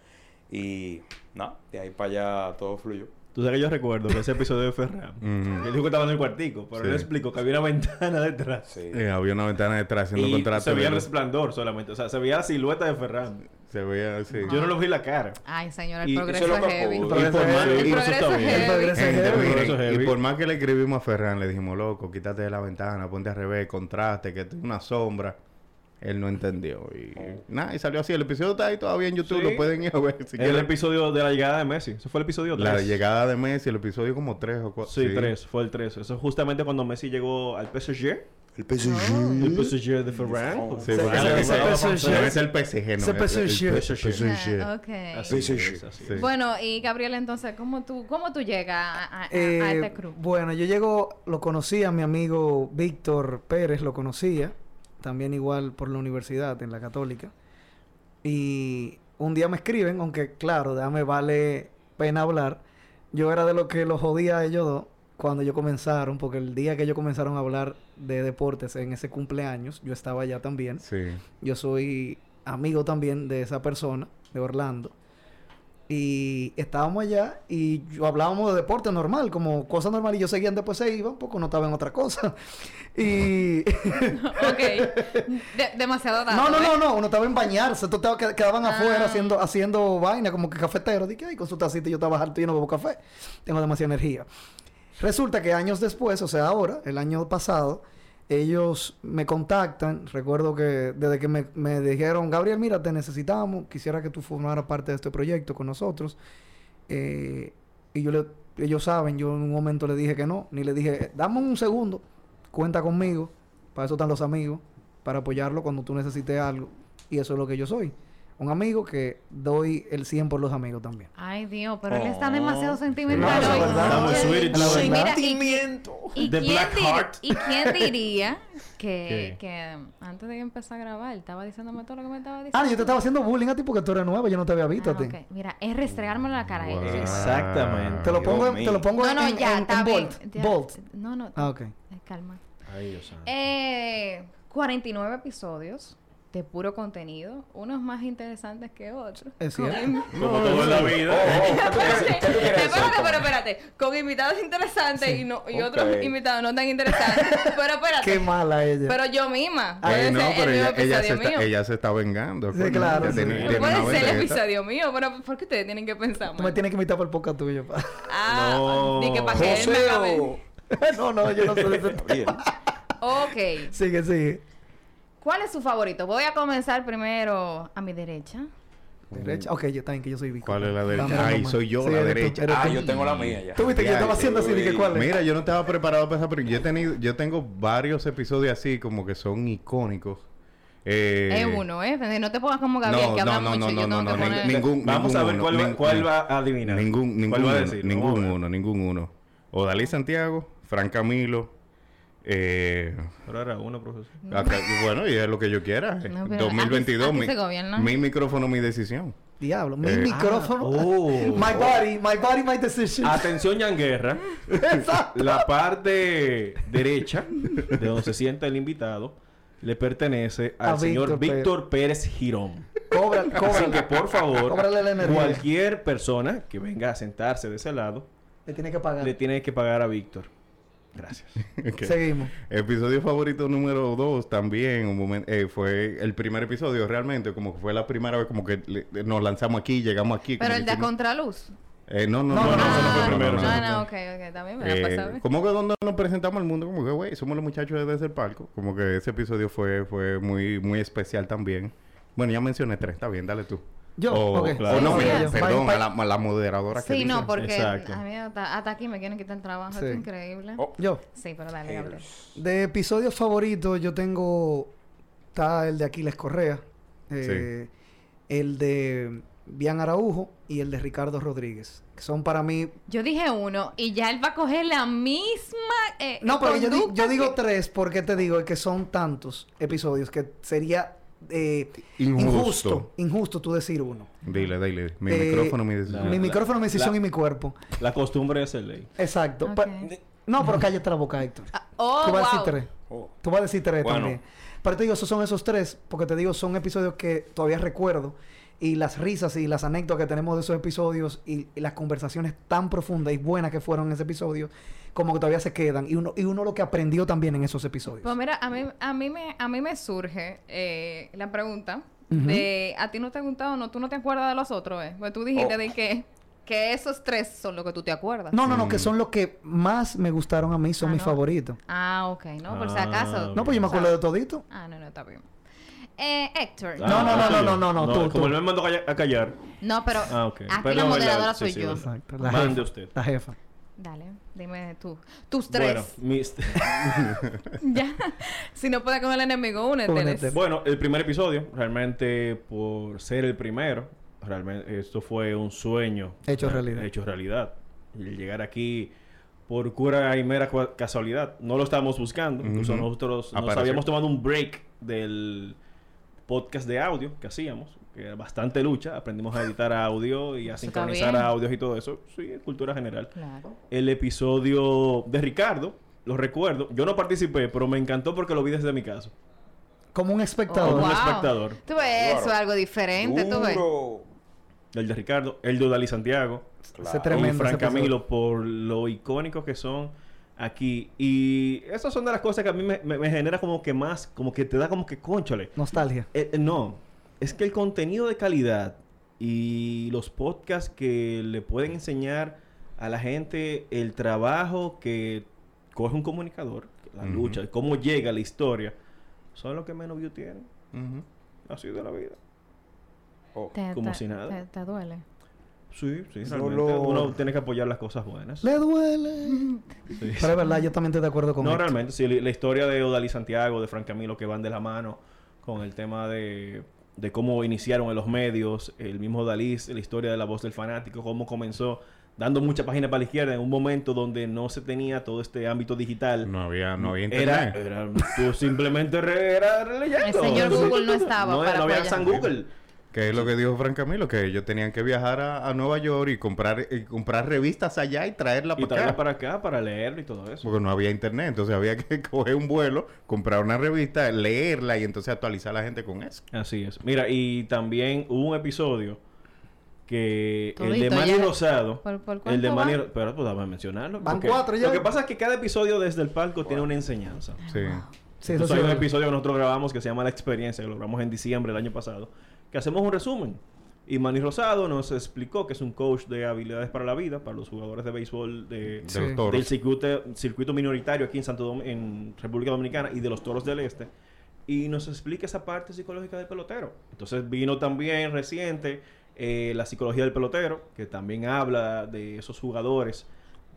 Speaker 5: y nada, de ahí para allá todo fluyó.
Speaker 1: Tú sabes que yo recuerdo que ese episodio de Ferran.
Speaker 2: Ujú.
Speaker 1: Él dijo que estaba en el cuartico, pero
Speaker 2: Mm. Sí.
Speaker 1: no explico que había una [laughs] ventana detrás.
Speaker 5: Sí.
Speaker 2: Eh, había una ventana detrás haciendo
Speaker 1: Y
Speaker 2: contrato.
Speaker 1: se veía el
Speaker 2: de-
Speaker 1: resplandor solamente. O sea, se veía la silueta de Ferran.
Speaker 2: se veía, sí.
Speaker 1: Yo no lo vi la cara.
Speaker 4: Ay, señora, el
Speaker 1: Y
Speaker 4: progreso
Speaker 5: eso
Speaker 4: es
Speaker 5: es lo que
Speaker 4: heavy.
Speaker 5: ocurre.
Speaker 2: Y por más-
Speaker 4: El
Speaker 2: y-
Speaker 1: eso está
Speaker 4: progreso es
Speaker 1: bien.
Speaker 3: El progreso
Speaker 4: heavy.
Speaker 3: es
Speaker 2: Gente,
Speaker 3: heavy.
Speaker 2: miren,
Speaker 1: Eso es heavy.
Speaker 2: y por más que le escribimos a Ferran, le dijimos, loco, quítate de la ventana, ponte al revés, contraste, que esto es una sombra. Él no entendió. Y nada, y salió así. El episodio está ahí todavía en YouTube,
Speaker 1: Sí.
Speaker 2: lo pueden ir a ver. Si
Speaker 1: el
Speaker 2: quieren.
Speaker 1: episodio de la llegada de Messi. Eso fue el episodio 3.
Speaker 2: La llegada de Messi, el episodio como 3 o 4.
Speaker 1: Sí, 3. Fue el 3. Eso es justamente cuando Messi llegó al PSG.
Speaker 5: El
Speaker 1: El PSG de Ferran.
Speaker 5: Oh,
Speaker 2: Sí,
Speaker 5: Sí,
Speaker 2: porque
Speaker 3: ese-
Speaker 2: le-
Speaker 3: ese
Speaker 2: no,
Speaker 3: PSG.
Speaker 2: no, es el PSG, no.
Speaker 3: Ese
Speaker 2: es el-
Speaker 3: PSG.
Speaker 2: el
Speaker 4: Ah,
Speaker 2: PSG.
Speaker 4: ok.
Speaker 1: Así
Speaker 5: Sí,
Speaker 1: es,
Speaker 5: sí, sí.
Speaker 1: así
Speaker 2: Sí.
Speaker 1: es.
Speaker 4: Bueno, y Gabriel, entonces, ¿cómo tú, cómo tú llegas a, a- [laughs] a- a
Speaker 3: Eh,
Speaker 4: este club?
Speaker 3: bueno, yo llego, lo conocía, mi amigo Víctor Pérez lo conocía, también igual por la universidad, en la católica. Y un día me escriben, aunque claro, ya me vale pena hablar, yo era de lo que los jodía a ellos dos cuando ellos comenzaron, porque el día que ellos comenzaron a hablar de deportes en ese cumpleaños, yo estaba allá también.
Speaker 2: Sí.
Speaker 3: Yo soy amigo también de esa persona, de Orlando. Y estábamos allá y yo- hablábamos de deporte normal, como cosas normal. Y yo seguía después se iban porque no estaba en otra cosa. [laughs] Y.
Speaker 4: ok. De- demasiado dato.
Speaker 3: [laughs] no, no,
Speaker 4: ¿eh?
Speaker 3: no, no. Uno estaba en bañarse. Todos estaban- quedaban afuera
Speaker 4: Ah.
Speaker 3: haciendo, haciendo vaina, como que cafetero. Dije, ay, con su tacita yo estaba harto y yo no bebo café. Tengo demasiada energía. Resulta que años después, o sea, ahora, el año pasado, ellos me contactan. Recuerdo que desde que me, me dijeron, Gabriel, mira, te necesitamos. Quisiera que tú formaras parte de este proyecto con nosotros. Eh, y yo le- ellos saben, yo en un momento le dije que no. Ni le dije, dame un segundo, cuenta conmigo. Para eso están los amigos, para apoyarlo cuando tú necesites algo. Y eso es lo que yo soy. Un amigo que doy el 100 por los amigos también.
Speaker 4: Ay, Dios, pero él está
Speaker 5: Oh.
Speaker 4: demasiado
Speaker 3: No,
Speaker 4: sentimental
Speaker 3: la
Speaker 4: hoy.
Speaker 3: verdad.
Speaker 1: Estamos
Speaker 4: Sí,
Speaker 1: sweet,
Speaker 3: la
Speaker 4: sí,
Speaker 3: verdad.
Speaker 4: mira, y, y
Speaker 1: The
Speaker 4: quién
Speaker 1: Black
Speaker 4: dir-
Speaker 1: Heart.
Speaker 4: ¿Y
Speaker 3: [laughs]
Speaker 4: quién diría que,
Speaker 1: ¿Qué?
Speaker 4: que antes de que empecé a grabar, estaba diciéndome todo lo que me estaba diciendo?
Speaker 3: Ah, yo te estaba haciendo bullying a ti porque tú eres nuevo, yo no te había visto a ti.
Speaker 4: Ah, ok. Mira, es restregármelo en la cara.
Speaker 2: Wow.
Speaker 4: eh.
Speaker 1: Exactamente.
Speaker 3: Te lo
Speaker 5: Dios
Speaker 3: pongo, en,
Speaker 5: mío.
Speaker 3: te lo pongo
Speaker 4: No, no,
Speaker 3: en,
Speaker 4: ya,
Speaker 3: en-
Speaker 4: está
Speaker 3: en
Speaker 4: bien.
Speaker 3: Bolt.
Speaker 4: Ya,
Speaker 3: Bolt.
Speaker 4: No, no.
Speaker 3: Ah, ok.
Speaker 4: eh, Calma.
Speaker 1: Ay, Dios santo.
Speaker 4: Eh, 49 episodios de puro contenido, unos más interesantes que otros.
Speaker 3: Es
Speaker 4: Con
Speaker 3: cierto.
Speaker 1: [laughs]
Speaker 4: invi-
Speaker 1: Como todo en la vida.
Speaker 4: Espérate, pero espérate, con invitados interesantes y, no, y otros
Speaker 5: Ok.
Speaker 4: invitados no
Speaker 3: [laughs]
Speaker 4: tan interesantes. pero espérate,
Speaker 3: Qué mala ella.
Speaker 4: pero yo misma.
Speaker 2: Ay,
Speaker 4: Puede
Speaker 2: Ah, Pues no,
Speaker 4: ser
Speaker 2: pero
Speaker 4: Ah,
Speaker 2: ella, ella
Speaker 4: el mismo
Speaker 2: se
Speaker 4: episodio mío.
Speaker 2: está, ella se está vengando.
Speaker 3: Sí,
Speaker 2: coño,
Speaker 3: claro,
Speaker 2: ya
Speaker 3: sí.
Speaker 2: tiene-
Speaker 3: Pero
Speaker 2: tiene
Speaker 4: Puede
Speaker 2: una
Speaker 4: ser el
Speaker 2: vendetta.
Speaker 4: episodio mío, pero ¿por qué ustedes tienen que pensar?
Speaker 3: tú me
Speaker 4: mal?
Speaker 3: tienes que invitar para el podcast tuyo. pa. [laughs]
Speaker 4: Ah,
Speaker 1: No.
Speaker 4: di que para que él me
Speaker 5: José
Speaker 4: acabe.
Speaker 5: o
Speaker 3: no, no, yo no sé. de ese-
Speaker 5: Gabriel.
Speaker 4: Ok.
Speaker 3: sigue, sigue.
Speaker 4: ¿Cuál es su favorito? Voy a comenzar primero a mi derecha.
Speaker 3: Derecha. Ok, yo también, que yo soy bico.
Speaker 2: ¿Cuál es la derecha?
Speaker 3: Dame la
Speaker 2: Ay,
Speaker 3: mamá.
Speaker 2: soy yo,
Speaker 3: Sí,
Speaker 2: la
Speaker 3: eres tú,
Speaker 2: derecha.
Speaker 3: eres
Speaker 5: Ah,
Speaker 3: tú.
Speaker 5: yo tengo la mía ya.
Speaker 3: Tú viste que yo
Speaker 2: Ya,
Speaker 3: estaba haciendo así, dije,
Speaker 5: uy.
Speaker 3: ¿cuál es?
Speaker 2: Mira, yo no estaba preparado para esa pero Yo, he tenido, yo tengo varios episodios así como que son icónicos. Eh,
Speaker 4: Es uno, ¿eh? Entonces, No te pongas como
Speaker 2: No,
Speaker 4: Gabriel, que habla
Speaker 2: no, no,
Speaker 4: mucho.
Speaker 2: no,
Speaker 4: y
Speaker 2: no,
Speaker 4: yo
Speaker 2: no,
Speaker 4: tengo
Speaker 2: no,
Speaker 4: que
Speaker 2: ning-
Speaker 4: poner-
Speaker 5: Oh,
Speaker 2: ningún-
Speaker 1: Vamos a ver
Speaker 2: uno,
Speaker 1: cuál, va,
Speaker 2: ning-
Speaker 1: cuál va a adivinar.
Speaker 2: Ningún, ningún
Speaker 1: ¿Cuál va a
Speaker 2: uno,
Speaker 1: decir?
Speaker 2: ningún
Speaker 1: Vamos a ver.
Speaker 2: uno, ningún uno. Odalí Santiago, Fran Camilo, eh,
Speaker 1: Pero era uno, profesor.
Speaker 2: acá- bueno, y es lo que yo quiera. eh.
Speaker 4: Mm. No, pero
Speaker 2: 2022,
Speaker 4: aquí-
Speaker 2: mi,
Speaker 4: aquí se gobierna.
Speaker 2: mi micrófono, mi decisión.
Speaker 3: Diablo, mi
Speaker 2: Eh,
Speaker 3: micrófono. [laughs] my body, my body, my decision.
Speaker 1: Oh.
Speaker 2: Ah,
Speaker 1: Atención, Jan Guerra.
Speaker 3: [laughs] Exacto.
Speaker 1: La parte derecha, de donde se sienta el invitado, le pertenece al
Speaker 3: A
Speaker 1: señor
Speaker 3: Víctor Pérez.
Speaker 1: Víctor Pérez Girón.
Speaker 3: Cobra,
Speaker 1: Así
Speaker 3: cobra.
Speaker 1: que, por favor,
Speaker 3: Cóbrale la energía.
Speaker 1: cualquier persona que venga a sentarse de ese lado,
Speaker 3: Le tiene que pagar.
Speaker 1: le tiene que pagar a Víctor. Gracias.
Speaker 2: [laughs] Ok.
Speaker 3: Seguimos.
Speaker 2: Episodio favorito número 2 también un momen- eh, fue el primer episodio realmente, como que fue la primera vez como que le- nos lanzamos aquí, llegamos aquí.
Speaker 4: Pero
Speaker 2: como
Speaker 4: el
Speaker 2: que
Speaker 4: de a
Speaker 2: hicimos-
Speaker 4: contraluz.
Speaker 2: Eh, no, no,
Speaker 3: No,
Speaker 2: no, no,
Speaker 3: no,
Speaker 2: eso no fue
Speaker 4: Ah,
Speaker 2: primero.
Speaker 4: No,
Speaker 2: no.
Speaker 4: no, ok, ok. También me
Speaker 2: Eh,
Speaker 4: la pasaba.
Speaker 2: como que cuando nos presentamos al mundo, como que, güey, somos los muchachos desde el palco. Como que ese episodio fue, fue muy, muy especial también. Bueno, ya mencioné tres, está bien, dale tú.
Speaker 3: Yo,
Speaker 2: o,
Speaker 3: ok.
Speaker 2: o
Speaker 4: Sí,
Speaker 2: Oh, no,
Speaker 4: sí,
Speaker 2: mira,
Speaker 4: yo.
Speaker 2: perdón,
Speaker 3: Pa-
Speaker 2: a la, a la moderadora que
Speaker 4: Sí,
Speaker 2: dice.
Speaker 4: no, porque
Speaker 1: Exacto.
Speaker 4: a mí hasta, hasta aquí me quieren quitar el trabajo. Esto es
Speaker 3: Sí.
Speaker 4: increíble.
Speaker 5: Oh,
Speaker 3: Yo.
Speaker 4: Sí, pero dale,
Speaker 2: Eh,
Speaker 4: Gabriel.
Speaker 3: De episodios favoritos, yo tengo. Está el de Aquiles Correa, eh, el de Bian Araujo y el de Ricardo Rodríguez. Que son para mí.
Speaker 4: Yo dije uno y ya él va a coger la misma. eh,
Speaker 3: No, pero yo, di-
Speaker 4: conducta
Speaker 3: yo digo
Speaker 4: que-
Speaker 3: tres porque te digo que son tantos episodios que sería eh,
Speaker 2: Injusto.
Speaker 3: injusto. Injusto tú decir uno.
Speaker 2: Dile, dile. Mi
Speaker 3: Eh,
Speaker 2: micrófono, mi decisión.
Speaker 3: Mi
Speaker 1: la-
Speaker 3: micrófono, mi decisión
Speaker 1: la-
Speaker 3: y mi cuerpo.
Speaker 1: La costumbre es el ley.
Speaker 3: Exacto.
Speaker 4: Ok.
Speaker 3: Pero- no, pero cállate la boca, Héctor.
Speaker 4: Ah, oh,
Speaker 3: tú vas a
Speaker 4: wow.
Speaker 3: decir tres.
Speaker 5: oh.
Speaker 3: Tú vas a decir tres
Speaker 5: Bueno.
Speaker 3: también. Pero te digo, esos son esos tres, porque te digo, son episodios que todavía recuerdo. Y las risas y las anécdotas que tenemos de esos episodios y, y las conversaciones tan profundas y buenas que fueron en ese episodio, como que todavía se quedan. Y uno, y uno lo que aprendió también en esos episodios.
Speaker 4: Pues mira, a mí, a mí, me, a mí me surge eh, la pregunta
Speaker 3: Ujú.
Speaker 4: de: ¿a ti no te ha gustado no? ¿Tú no te acuerdas de los otros? Eh? Pues tú dijiste
Speaker 5: Oh.
Speaker 4: de que, que esos tres son los que tú te acuerdas.
Speaker 3: No, no, no,
Speaker 1: Mm.
Speaker 3: que son los que más me gustaron a mí, son
Speaker 4: Ah,
Speaker 3: mis
Speaker 4: no.
Speaker 3: favoritos.
Speaker 4: Ah, ok, no, por si
Speaker 1: Ah,
Speaker 4: acaso.
Speaker 3: No, pues yo me acuerdo de todito.
Speaker 4: Ah, no, no, está bien. Eh, Héctor.
Speaker 3: Ah. No, no, no, no, no, no, no, tú,
Speaker 1: Como
Speaker 3: tú.
Speaker 1: él me mandó a calla- a callar.
Speaker 4: No, pero
Speaker 1: Ah, ok.
Speaker 4: aquí la
Speaker 1: Perdón,
Speaker 4: moderadora
Speaker 1: verdad,
Speaker 4: soy
Speaker 1: sí, sí,
Speaker 4: yo.
Speaker 1: verdad.
Speaker 3: Exacto. La
Speaker 1: Mande
Speaker 3: jefa,
Speaker 1: usted.
Speaker 3: La jefa.
Speaker 4: Dale, dime tú. Tus tres.
Speaker 1: Bueno, mis-
Speaker 4: ya. si no puedes con el enemigo, únete.
Speaker 1: [laughs]
Speaker 3: Únete.
Speaker 1: Bueno, el primer episodio, realmente por ser el primero, realmente esto fue un sueño.
Speaker 3: Hecho
Speaker 1: eh,
Speaker 3: realidad.
Speaker 1: Hecho realidad. El llegar aquí por cura y mera cua- casualidad. No lo estábamos buscando. Incluso
Speaker 2: Ujú.
Speaker 1: nosotros nos
Speaker 2: Apareció.
Speaker 1: habíamos tomado un break del podcast de audio que hacíamos. Que era bastante lucha. Aprendimos a editar audio y a
Speaker 4: Eso está
Speaker 1: sincronizar
Speaker 4: bien.
Speaker 1: audios y todo eso. Sí, cultura general
Speaker 4: Claro.
Speaker 1: el episodio de Ricardo. Lo recuerdo. Yo no participé, pero me encantó porque lo vi desde mi casa.
Speaker 3: Como un espectador.
Speaker 1: Oh, wow.
Speaker 4: un
Speaker 1: espectador.
Speaker 4: Tú ves, eso es algo diferente, tú ves.
Speaker 5: Duro.
Speaker 1: El de Ricardo, el de Odalí Santiago,
Speaker 3: Se
Speaker 5: Claro.
Speaker 3: tremendo.
Speaker 1: y
Speaker 3: ese
Speaker 1: Fran
Speaker 3: episodio.
Speaker 1: Camilo por lo icónicos que son aquí. Y esas son de las cosas que a mí me, me- me genera como que más, como que te da como que conchale.
Speaker 3: Nostalgia.
Speaker 1: Eh, eh, no, es que el contenido de calidad y los podcasts que le pueden enseñar a la gente el trabajo que coge un comunicador, la
Speaker 2: Ujú.
Speaker 1: lucha, cómo llega la historia, son los que menos view tienen.
Speaker 2: Ujú.
Speaker 1: Así de la vida.
Speaker 5: Oh.
Speaker 4: Te-
Speaker 1: Como
Speaker 4: te-
Speaker 1: si nada.
Speaker 4: Te, te duele.
Speaker 1: Sí, sí,
Speaker 5: Dolor.
Speaker 1: realmente. Uno tiene que apoyar las cosas buenas.
Speaker 3: Le
Speaker 4: [laughs]
Speaker 3: duele.
Speaker 1: Sí.
Speaker 3: Pero es verdad, yo también estoy de acuerdo con
Speaker 1: No,
Speaker 3: Héctor.
Speaker 1: realmente. Sí, la la historia de Odalí Santiago, de Fran Camilo, que van de la mano con el tema de, de cómo iniciaron en los medios, el mismo Odalí, la historia de la voz del fanático, cómo comenzó dando mucha página para la izquierda en un momento donde no se tenía todo este ámbito digital.
Speaker 2: No había, no había
Speaker 1: Era,
Speaker 2: internet.
Speaker 1: era- tú simplemente re- era leyendo.
Speaker 4: El señor Google no estaba
Speaker 1: No,
Speaker 4: para
Speaker 1: no había
Speaker 4: apoyar.
Speaker 1: San Google.
Speaker 2: Que es lo que dijo Fran Camilo, que ellos tenían que viajar a, a Nueva York y comprar, y comprar revistas allá y traerla
Speaker 1: Y
Speaker 2: para
Speaker 1: traerla
Speaker 2: acá.
Speaker 1: para acá para leerlo y todo eso.
Speaker 2: Porque no había internet, entonces había que [laughs] coger un vuelo, comprar una revista, leerla y entonces actualizar a la gente con eso.
Speaker 1: Así es. Mira, y también hubo un episodio que el de
Speaker 4: Todito,
Speaker 1: Manny
Speaker 4: ya.
Speaker 1: Rosado.
Speaker 4: ¿Por- por
Speaker 1: el de
Speaker 4: cuánto
Speaker 1: Manny
Speaker 4: va?
Speaker 1: Ro- Pero pues dame mencionarlo.
Speaker 3: Van
Speaker 1: porque
Speaker 3: cuatro ya.
Speaker 1: Lo que pasa es que cada episodio desde el palco tiene una enseñanza.
Speaker 2: Sí.
Speaker 1: Entonces,
Speaker 3: Sí, eso sí
Speaker 1: hay
Speaker 3: es
Speaker 1: un
Speaker 3: verdad.
Speaker 1: episodio que nosotros grabamos que se llama La Experiencia, que lo grabamos en diciembre del año pasado, que hacemos un resumen. Y Manny Rosado nos explicó que es un coach de habilidades para la vida, para los jugadores de béisbol de,
Speaker 2: De
Speaker 3: Sí.
Speaker 2: los
Speaker 1: del
Speaker 2: toros.
Speaker 1: circuito, circuito minoritario aquí en, Santo Dom- en República Dominicana y de los Toros del Este, y nos explica esa parte psicológica del pelotero. Entonces vino también reciente eh, la psicología del pelotero, que también habla de esos jugadores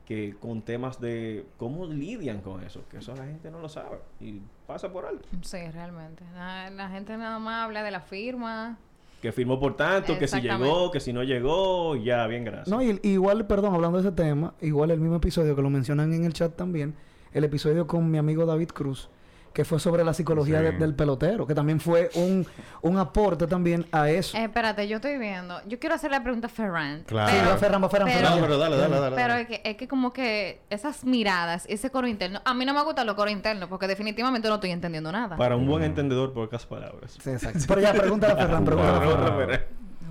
Speaker 1: que con temas de cómo lidian con eso, que eso la gente no lo sabe y pasa por alto.
Speaker 4: Sí, realmente. La, la gente nada más habla de la firma.
Speaker 1: Que firmó por tanto, que si
Speaker 4: Exactamente.
Speaker 1: llegó, que si no llegó, ya, bien, gracias.
Speaker 3: No, y, y igual, perdón, hablando de ese tema, igual el mismo episodio que lo mencionan en el chat también, el episodio con mi amigo David Cruz, que fue sobre la psicología
Speaker 2: Sí.
Speaker 3: de- del pelotero, que también fue un, un aporte también a eso.
Speaker 4: Eh, espérate, yo estoy viendo. Yo quiero hacer la pregunta a Ferran.
Speaker 2: Claro.
Speaker 3: Sí,
Speaker 4: Pero,
Speaker 3: va, Ferran, va, Ferran,
Speaker 4: pero-
Speaker 3: Ferran,
Speaker 2: No,
Speaker 3: ya.
Speaker 2: pero dale, dale, dale.
Speaker 4: pero
Speaker 2: dale.
Speaker 4: es, que, es que como que esas miradas, ese coro interno. A mí no me gustan los coros internos porque definitivamente no estoy entendiendo nada.
Speaker 1: Para un buen entendedor, pocas palabras.
Speaker 3: Sí, exacto. Pero ya, pregúntale
Speaker 2: [laughs]
Speaker 3: a Ferran, pregúntale a
Speaker 2: Wow.
Speaker 3: Ferran.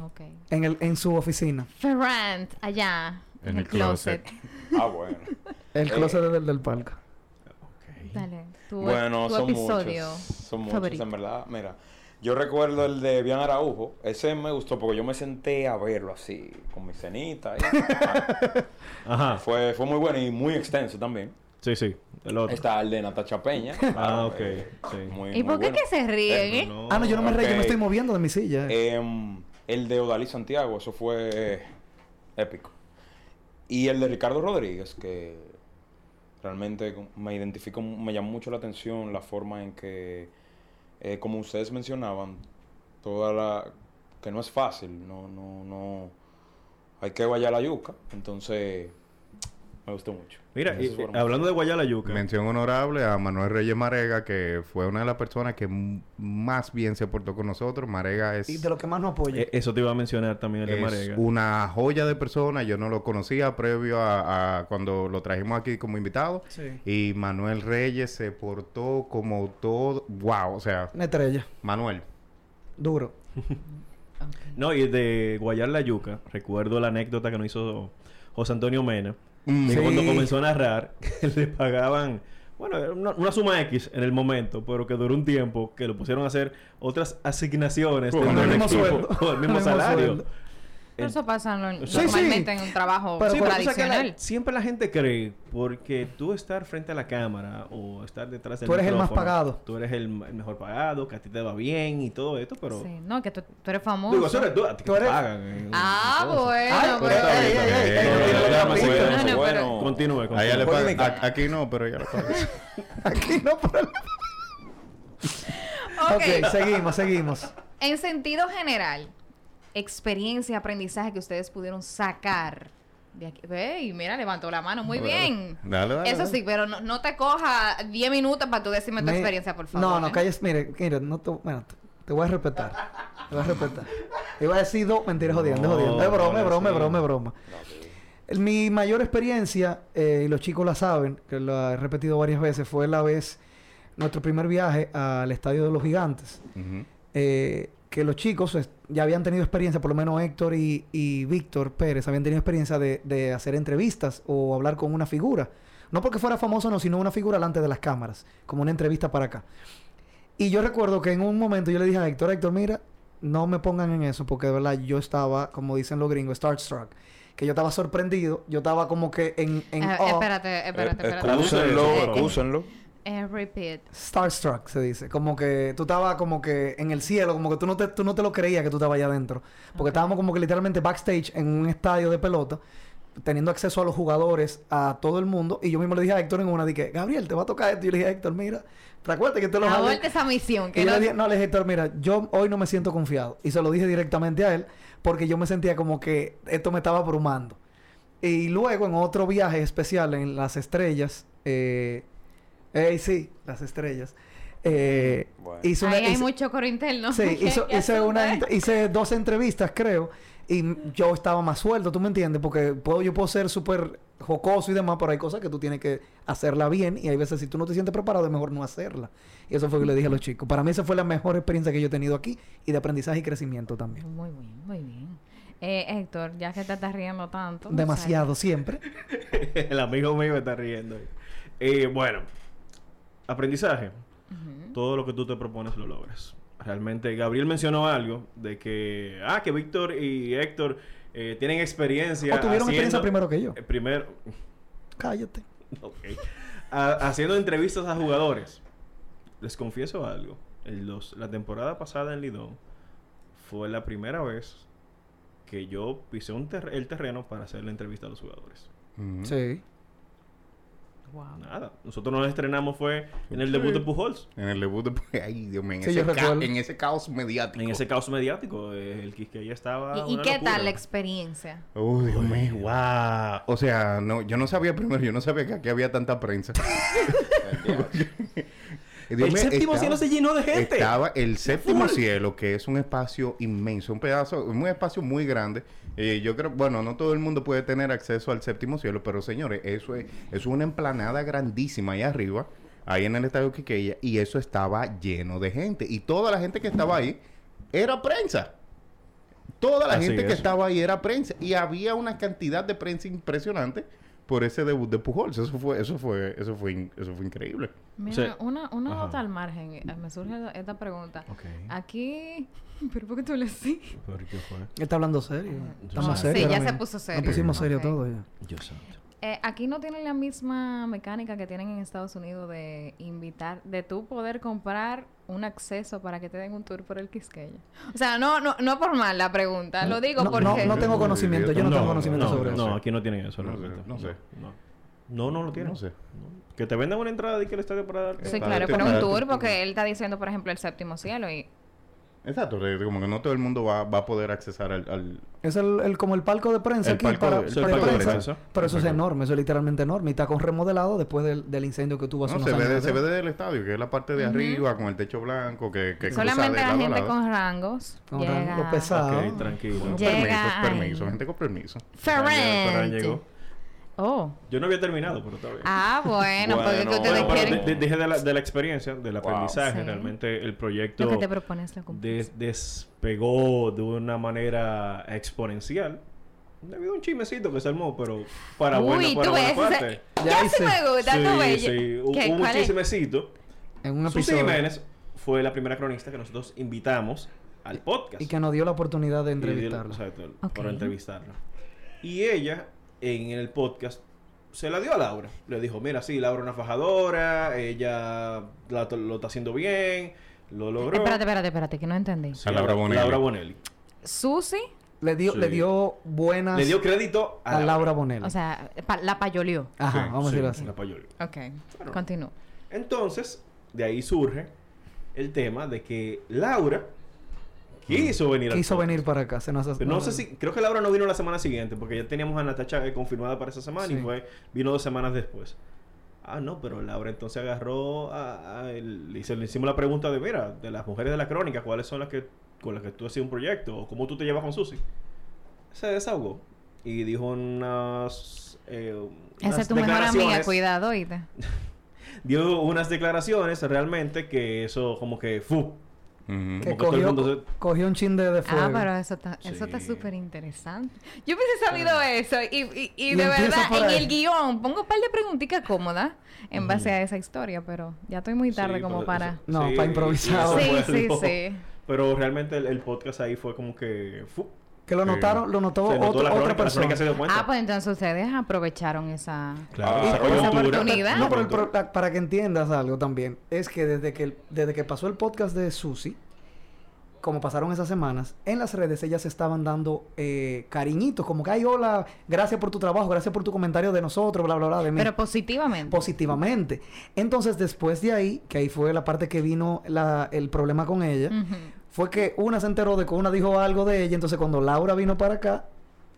Speaker 4: Ok.
Speaker 3: En, el, en su oficina,
Speaker 4: Ferran, allá. En, el closet.
Speaker 5: Ah, bueno.
Speaker 3: el
Speaker 5: Eh.
Speaker 3: closet del, del palco.
Speaker 4: Dale. Tu,
Speaker 5: Bueno,
Speaker 4: tu
Speaker 5: son
Speaker 4: episodio.
Speaker 5: muchos. Son muchos,
Speaker 4: favorito.
Speaker 5: en verdad. Mira, yo recuerdo el de Bian Araujo. Ese me gustó porque yo me senté a verlo así, con mi cenita. y-
Speaker 1: [laughs] Ajá.
Speaker 5: fue, fue muy bueno y muy extenso también.
Speaker 1: Sí, sí. El otro.
Speaker 5: Está el de Natacha Peña.
Speaker 1: Ah, ok.
Speaker 5: eh,
Speaker 1: Sí.
Speaker 5: muy-
Speaker 4: ¿Y
Speaker 5: muy
Speaker 4: por qué
Speaker 5: bueno.
Speaker 4: que se ríen,
Speaker 2: Pues
Speaker 4: eh?
Speaker 1: No,
Speaker 3: Ah, no, yo no me reí, yo me
Speaker 5: ok.
Speaker 3: estoy moviendo de mi silla. eh.
Speaker 5: Em, el de Odalí Santiago, eso fue eh, épico. Y el de Ricardo Rodríguez, que realmente me identifico, me llamó mucho la atención la forma en que, eh, como ustedes mencionaban, toda la. que no es fácil, no, no, no. Hay que vallar la yuca, entonces me gustó mucho.
Speaker 1: Mira,
Speaker 5: De
Speaker 1: y- eh,
Speaker 5: esas formas.
Speaker 1: hablando de Guayalayuca.
Speaker 2: Mención honorable a Manuel Reyes Marega, que fue una de las personas que m- más bien se portó con nosotros. Marega es,
Speaker 3: y de lo que más nos apoya.
Speaker 1: Eh, Eso te iba a mencionar también el de
Speaker 2: es
Speaker 1: Marega.
Speaker 2: una joya de persona. Yo no lo conocía previo a, a cuando lo trajimos aquí como invitado.
Speaker 3: sí.
Speaker 2: Y Manuel Reyes se portó como todo. ¡Wow! O sea,
Speaker 3: Una estrella,
Speaker 2: Manuel.
Speaker 3: duro.
Speaker 1: No, y de Guayalayuca, recuerdo la anécdota que nos hizo José Antonio Mena.
Speaker 2: Mm,
Speaker 1: que
Speaker 3: Sí.
Speaker 1: cuando comenzó a narrar, [laughs] le pagaban, bueno, era una, una suma X en el momento, pero que duró un tiempo, que lo pusieron a hacer otras asignaciones
Speaker 2: Con el
Speaker 1: dentro del
Speaker 3: mismo
Speaker 1: equipo,
Speaker 3: sueldo.
Speaker 1: [laughs] con el mismo
Speaker 3: Con el mismo
Speaker 1: salario.
Speaker 3: sueldo.
Speaker 4: Pero eso pasa no-
Speaker 1: Sí,
Speaker 4: normalmente en un trabajo
Speaker 3: Pero
Speaker 1: Sí, pero tú sabes que la-
Speaker 4: tradicional.
Speaker 1: siempre la gente cree, porque tú estar frente a la cámara o estar detrás del
Speaker 3: Tú eres el más
Speaker 1: micrófono,
Speaker 3: pagado.
Speaker 1: Tú eres el, el mejor pagado, que a ti te va bien y todo esto, pero...
Speaker 4: Sí, no, que tú, tú eres famoso.
Speaker 1: Digo, eso eres tú, a ti
Speaker 3: Tú
Speaker 1: te
Speaker 3: eres-
Speaker 1: pagan. eh,
Speaker 4: Ah,
Speaker 1: cosas.
Speaker 4: bueno,
Speaker 3: Ay,
Speaker 4: pero-
Speaker 3: pero- ey, ey, ey, ey,
Speaker 2: Eh,
Speaker 3: ey, ey,
Speaker 2: programa,
Speaker 3: ey,
Speaker 2: sí,
Speaker 3: ey,
Speaker 4: bueno,
Speaker 3: ey,
Speaker 4: no,
Speaker 5: bueno.
Speaker 1: Continúe,
Speaker 2: A ella le
Speaker 1: continúe.
Speaker 2: pagan- a- aquí no, pero ella le
Speaker 3: [laughs]
Speaker 2: paga.
Speaker 3: [laughs] Aquí no, pero...
Speaker 4: Ok.
Speaker 3: ok, seguimos, seguimos.
Speaker 4: En sentido general, experiencia, aprendizaje que ustedes pudieron sacar de aquí. Ey, mira, levantó la mano. Muy bien.
Speaker 2: Dale, dale,
Speaker 4: Eso
Speaker 2: dale.
Speaker 4: sí, pero no, no te coja 10 minutos para tú decirme tu
Speaker 3: Me-
Speaker 4: experiencia, por favor.
Speaker 3: No,
Speaker 4: ¿eh?
Speaker 3: no, calles, mire, mire, no te, mira, te, te voy a respetar. Te voy a respetar. Iba a decir dos mentiras jodiendo,
Speaker 1: No,
Speaker 3: jodiendo. Es broma,
Speaker 1: no
Speaker 3: es broma, es
Speaker 1: sí.
Speaker 3: broma, es broma. El- Mi mayor experiencia, eh, y los chicos la saben, que la he repetido varias veces, fue la vez, nuestro primer viaje al Estadio de los Gigantes.
Speaker 2: Ujú.
Speaker 3: eh, que los chicos es- ya habían tenido experiencia, por lo menos Héctor y, y Víctor Pérez, habían tenido experiencia de, de hacer entrevistas o hablar con una figura. No porque fuera famoso, no, sino una figura delante de las cámaras, como una entrevista para acá. Y yo recuerdo que en un momento yo le dije a Héctor, Héctor, mira, no me pongan en eso, porque de verdad yo estaba, como dicen los gringos, starstruck, que yo estaba sorprendido, yo estaba como que en... en
Speaker 4: Eh,
Speaker 3: awe.
Speaker 4: espérate, espérate, espérate.
Speaker 5: Eh,
Speaker 1: Eh, eh,
Speaker 5: Excúsenlo, excúsenlo.
Speaker 4: Eh, repeat.
Speaker 3: Starstruck se dice, como que tú estabas como que en el cielo, como que tú no te, tú no te lo creías que tú estabas allá adentro, porque estábamos como que literalmente backstage en un estadio de pelota, teniendo acceso a los jugadores, a todo el mundo, y yo mismo le dije a Héctor en una, dije, Gabriel, te va a tocar esto, y yo le dije, Héctor, mira, recuerda que te lo jalé".
Speaker 4: Aborta esa misión.
Speaker 3: Y
Speaker 4: Que
Speaker 3: yo
Speaker 4: no...
Speaker 3: le dije, no, le dije, Héctor, mira, yo hoy no me siento confiado. Y se lo dije directamente a él, porque yo me sentía como que esto me estaba abrumando. Y luego en otro viaje especial en Las Estrellas, eh, ey, sí, Las Estrellas, eh,
Speaker 5: Bueno.
Speaker 3: hice una-
Speaker 4: Ahí hay
Speaker 3: hice-
Speaker 4: mucho coro [laughs] interno.
Speaker 3: Sí,
Speaker 4: ¿Qué-
Speaker 3: hizo-
Speaker 4: qué
Speaker 3: hice,
Speaker 4: asunto
Speaker 3: una,
Speaker 4: es?
Speaker 3: ent- hice dos entrevistas, creo, y m- yo estaba más suelto, ¿tú me entiendes? Porque puedo, yo puedo ser súper jocoso y demás, pero hay cosas que tú tienes que hacerla bien y hay veces si tú no te sientes preparado es mejor no hacerla. Y eso fue lo que le dije a los chicos. Para mí esa fue la mejor experiencia que yo he tenido aquí y de aprendizaje y crecimiento también.
Speaker 4: Muy bien, muy bien. Eh, Héctor, ya que te estás riendo tanto. no sé.
Speaker 3: Demasiado siempre.
Speaker 1: [laughs] el amigo mío está riendo. ahí. Eh, bueno, aprendizaje. Todo lo que tú te propones lo logras. Realmente, Gabriel mencionó algo de que, ah, que Víctor y Héctor eh, tienen experiencia.
Speaker 3: O tuvieron experiencia
Speaker 1: haciendo-
Speaker 3: primero que yo.
Speaker 1: eh, primero,
Speaker 3: Cállate.
Speaker 1: ok. Ha- haciendo entrevistas a jugadores. Les confieso algo. el dos- la temporada pasada en Lidón fue la primera vez que yo pisé un ter- el terreno para hacer la entrevista a los jugadores.
Speaker 2: Ujú.
Speaker 3: Sí.
Speaker 4: Wow.
Speaker 1: Nada, nosotros nos estrenamos fue en el debut de Pujols.
Speaker 2: En el debut de... [laughs] Ay, Dios mío. En,
Speaker 3: Sí,
Speaker 2: ese,
Speaker 3: yo
Speaker 2: ca-
Speaker 3: recuerdo.
Speaker 2: en ese caos mediático.
Speaker 1: En ese caos mediático, eh, el Quisqueya estaba.
Speaker 4: ¿Y, y
Speaker 1: Ah, una
Speaker 4: qué
Speaker 1: locura.
Speaker 4: tal la experiencia?
Speaker 2: Oh, Dios mío, wow. O sea, no, yo no sabía primero, yo no sabía que aquí había
Speaker 1: [laughs]
Speaker 2: tanta prensa.
Speaker 1: El séptimo cielo se llenó de gente.
Speaker 2: Estaba el séptimo
Speaker 1: Full.
Speaker 2: cielo, que es un espacio inmenso, un pedazo, un espacio muy grande. Eh, yo creo, bueno, no todo el mundo puede tener acceso al séptimo cielo, pero señores, eso es, es una emplanada grandísima ahí arriba, ahí en el estadio Quiqueya, y eso estaba lleno de gente. Y toda la gente que estaba ahí era prensa. Toda la
Speaker 1: Así
Speaker 2: gente que
Speaker 1: es.
Speaker 2: estaba ahí era prensa. Y había una cantidad de prensa impresionante por ese debut de Pujols. Eso fue, eso fue, eso fue, in- eso fue increíble.
Speaker 4: Mira,
Speaker 1: sea,
Speaker 4: una, una
Speaker 1: ajá.
Speaker 4: nota al margen. eh, Me surge la- esta pregunta.
Speaker 1: Ok.
Speaker 4: Ah. Aquí... [laughs] ¿Pero por qué tú le sí?
Speaker 1: ¿Pero qué fue?
Speaker 3: Él está hablando serio. Estamos
Speaker 4: Ah, sí,
Speaker 3: serios ahora
Speaker 4: ya se
Speaker 3: mismo.
Speaker 4: puso serio.
Speaker 3: Nos pusimos serio
Speaker 4: Ok.
Speaker 3: todo ya.
Speaker 1: Dios santo.
Speaker 4: Eh, aquí no tienen la misma mecánica que tienen en Estados Unidos de invitar, de tú poder comprar un acceso para que te den un tour por el Quisqueya. O sea, no, no, no por mal la pregunta, lo digo
Speaker 3: no,
Speaker 4: porque...
Speaker 3: no, no tengo
Speaker 2: Uy,
Speaker 3: conocimiento, yo no,
Speaker 2: no,
Speaker 3: tengo conocimiento
Speaker 1: no,
Speaker 3: sobre
Speaker 1: no,
Speaker 3: eso.
Speaker 1: aquí no tienen eso.
Speaker 2: No sé,
Speaker 1: realmente.
Speaker 2: no sé.
Speaker 1: No, no, no lo tienen.
Speaker 2: No sé.
Speaker 1: No. Que te vendan una entrada y que el estadio para dar.
Speaker 4: Sí,
Speaker 2: Para
Speaker 4: claro,
Speaker 2: este-
Speaker 4: pero
Speaker 2: para
Speaker 4: un
Speaker 2: este
Speaker 4: tour
Speaker 2: tipo.
Speaker 4: porque él está diciendo, por ejemplo, el séptimo cielo y...
Speaker 2: Exacto, re- como que no todo el mundo va, va a poder accesar al... al-
Speaker 3: Es el, el- como el palco de prensa
Speaker 2: El
Speaker 3: aquí
Speaker 2: palco
Speaker 3: para,
Speaker 2: de- el
Speaker 3: para
Speaker 1: palco de
Speaker 3: prensa.
Speaker 1: prensa.
Speaker 3: Pero eso es
Speaker 2: Exacto.
Speaker 3: enorme, eso es literalmente enorme. Y está con remodelado después del, del incendio que tuvo hace
Speaker 2: no,
Speaker 3: Pues unos
Speaker 2: se ve,
Speaker 3: años.
Speaker 2: de- se ve
Speaker 3: atrás.
Speaker 2: del estadio, que es la parte de arriba, con el techo blanco, que... que cruza de
Speaker 4: Solamente la
Speaker 2: lado a
Speaker 4: gente
Speaker 2: lado.
Speaker 4: con rangos
Speaker 3: Con
Speaker 4: llega...
Speaker 3: rango pesado.
Speaker 1: Ok,
Speaker 4: Ah.
Speaker 1: tranquilo.
Speaker 2: Bueno,
Speaker 4: Llega
Speaker 2: permisos,
Speaker 4: ahí.
Speaker 2: permisos, gente con permiso.
Speaker 4: Ferrand.
Speaker 1: Ferran llegó.
Speaker 4: Oh.
Speaker 1: Yo no había terminado, pero está bien. [laughs]
Speaker 4: Ah, bueno, porque
Speaker 5: Bueno,
Speaker 4: ustedes
Speaker 1: Bueno,
Speaker 5: bueno,
Speaker 4: quieren...
Speaker 1: pero de- de- dije de la, de la experiencia, del
Speaker 5: Wow.
Speaker 1: aprendizaje.
Speaker 4: Sí.
Speaker 1: Realmente el proyecto
Speaker 4: Lo que te propones lo cumples.
Speaker 1: des- despegó de una manera exponencial. Debido a un chismecito que se armó, pero para
Speaker 4: Uy,
Speaker 1: buena, para
Speaker 4: tú
Speaker 1: buena
Speaker 4: ves,
Speaker 1: parte.
Speaker 4: ese-
Speaker 3: Ya
Speaker 4: ya sí
Speaker 3: hice.
Speaker 4: me gusta, tú
Speaker 1: Sí,
Speaker 4: ves.
Speaker 1: sí, hu-
Speaker 4: ¿Qué?
Speaker 1: hubo un
Speaker 4: ¿Cuál es?
Speaker 1: chismecito.
Speaker 3: En un
Speaker 1: Susi
Speaker 3: episodio.
Speaker 1: Jiménez fue la primera cronista que nosotros invitamos al podcast.
Speaker 3: Y que nos dio la oportunidad de
Speaker 1: Y dio-
Speaker 3: entrevistarla.
Speaker 1: exacto, el-
Speaker 4: Ok.
Speaker 1: para entrevistarla. Y ella, en el podcast, se la dio a Laura. Le dijo, mira, sí, Laura es una fajadora, ella la- lo está haciendo bien, lo logró.
Speaker 4: Espérate, espérate, espérate, que no entendí.
Speaker 1: Sí,
Speaker 2: A Laura Bonelli.
Speaker 1: Laura Bonelli.
Speaker 4: Susi,
Speaker 3: le, dio,
Speaker 1: Sí.
Speaker 3: le dio buenas
Speaker 1: Le dio crédito a,
Speaker 3: Ah, a Laura Bonelli.
Speaker 4: o sea, pa- la payolió.
Speaker 3: Ajá,
Speaker 2: sí,
Speaker 3: vamos a
Speaker 1: Sí,
Speaker 3: decirlo así.
Speaker 1: la Payoli.
Speaker 4: Ok,
Speaker 1: Claro.
Speaker 4: continúo.
Speaker 1: Entonces, de ahí surge el tema de que Laura quiso venir al
Speaker 3: Quiso
Speaker 1: podcast.
Speaker 3: venir para acá. Se nos
Speaker 1: Pero no sé si, creo que Laura no vino la semana siguiente, porque ya teníamos a Natacha eh, confirmada para esa semana y
Speaker 3: Sí.
Speaker 1: fue, vino dos semanas después. Ah, no, pero Laura entonces agarró a, a el- le hice- le hicimos la pregunta de Vera, de las mujeres de la crónica, cuáles son las que con las que tú has sido un proyecto, o cómo tú te llevas con Susi. Se desahogó y dijo unas, eh,
Speaker 4: Esa
Speaker 1: unas
Speaker 4: es tu mejor amiga,
Speaker 1: declaraciones-
Speaker 4: cuidado, oíste.
Speaker 1: Dio unas declaraciones realmente que eso como que fu.
Speaker 2: Ujú.
Speaker 3: Que
Speaker 1: Como que todo el
Speaker 3: cogió,
Speaker 1: mundo
Speaker 3: cogió un chin de, de fuego.
Speaker 4: Ah, pero eso está eso está
Speaker 1: Sí.
Speaker 4: súper interesante. Yo hubiese sabido eso y, y, y
Speaker 3: Y
Speaker 4: de
Speaker 3: empieza
Speaker 4: verdad,
Speaker 3: por
Speaker 4: en
Speaker 3: ahí.
Speaker 4: el guión pongo un par de preguntitas cómodas en base a esa historia, pero ya estoy muy tarde
Speaker 1: Sí,
Speaker 4: como
Speaker 1: pero
Speaker 4: para...
Speaker 1: eso-
Speaker 3: No, para improvisar.
Speaker 1: eso [laughs] fue
Speaker 4: Sí, sí,
Speaker 1: lo-
Speaker 4: sí.
Speaker 1: Pero realmente el, el podcast ahí fue como que... fu,
Speaker 3: que lo
Speaker 2: Sí.
Speaker 3: notaron, lo notó
Speaker 1: se notó
Speaker 3: Oh, otro-
Speaker 1: la
Speaker 3: otra
Speaker 1: crónica, la crónica
Speaker 3: persona.
Speaker 1: se dio cuenta.
Speaker 4: Ah, pues entonces ustedes aprovecharon esa...
Speaker 1: Claro,
Speaker 5: Ah,
Speaker 1: esa
Speaker 5: esa
Speaker 1: coyuntura.
Speaker 4: oportunidad.
Speaker 3: No, pero el pro- la- para que entiendas algo también, es que desde que, el- desde que pasó el podcast de Susi, como pasaron esas semanas, en las redes ellas estaban dando eh, cariñitos, como que, ay, hola, gracias por tu trabajo, gracias por tu comentario de nosotros, bla, bla, bla, de mí.
Speaker 4: Pero pues, positivamente.
Speaker 3: positivamente. Entonces, después de ahí, que ahí fue la parte que vino la- el problema con ella,
Speaker 4: Ujú.
Speaker 3: fue que una se enteró de que una dijo algo de ella, entonces cuando Laura vino para acá,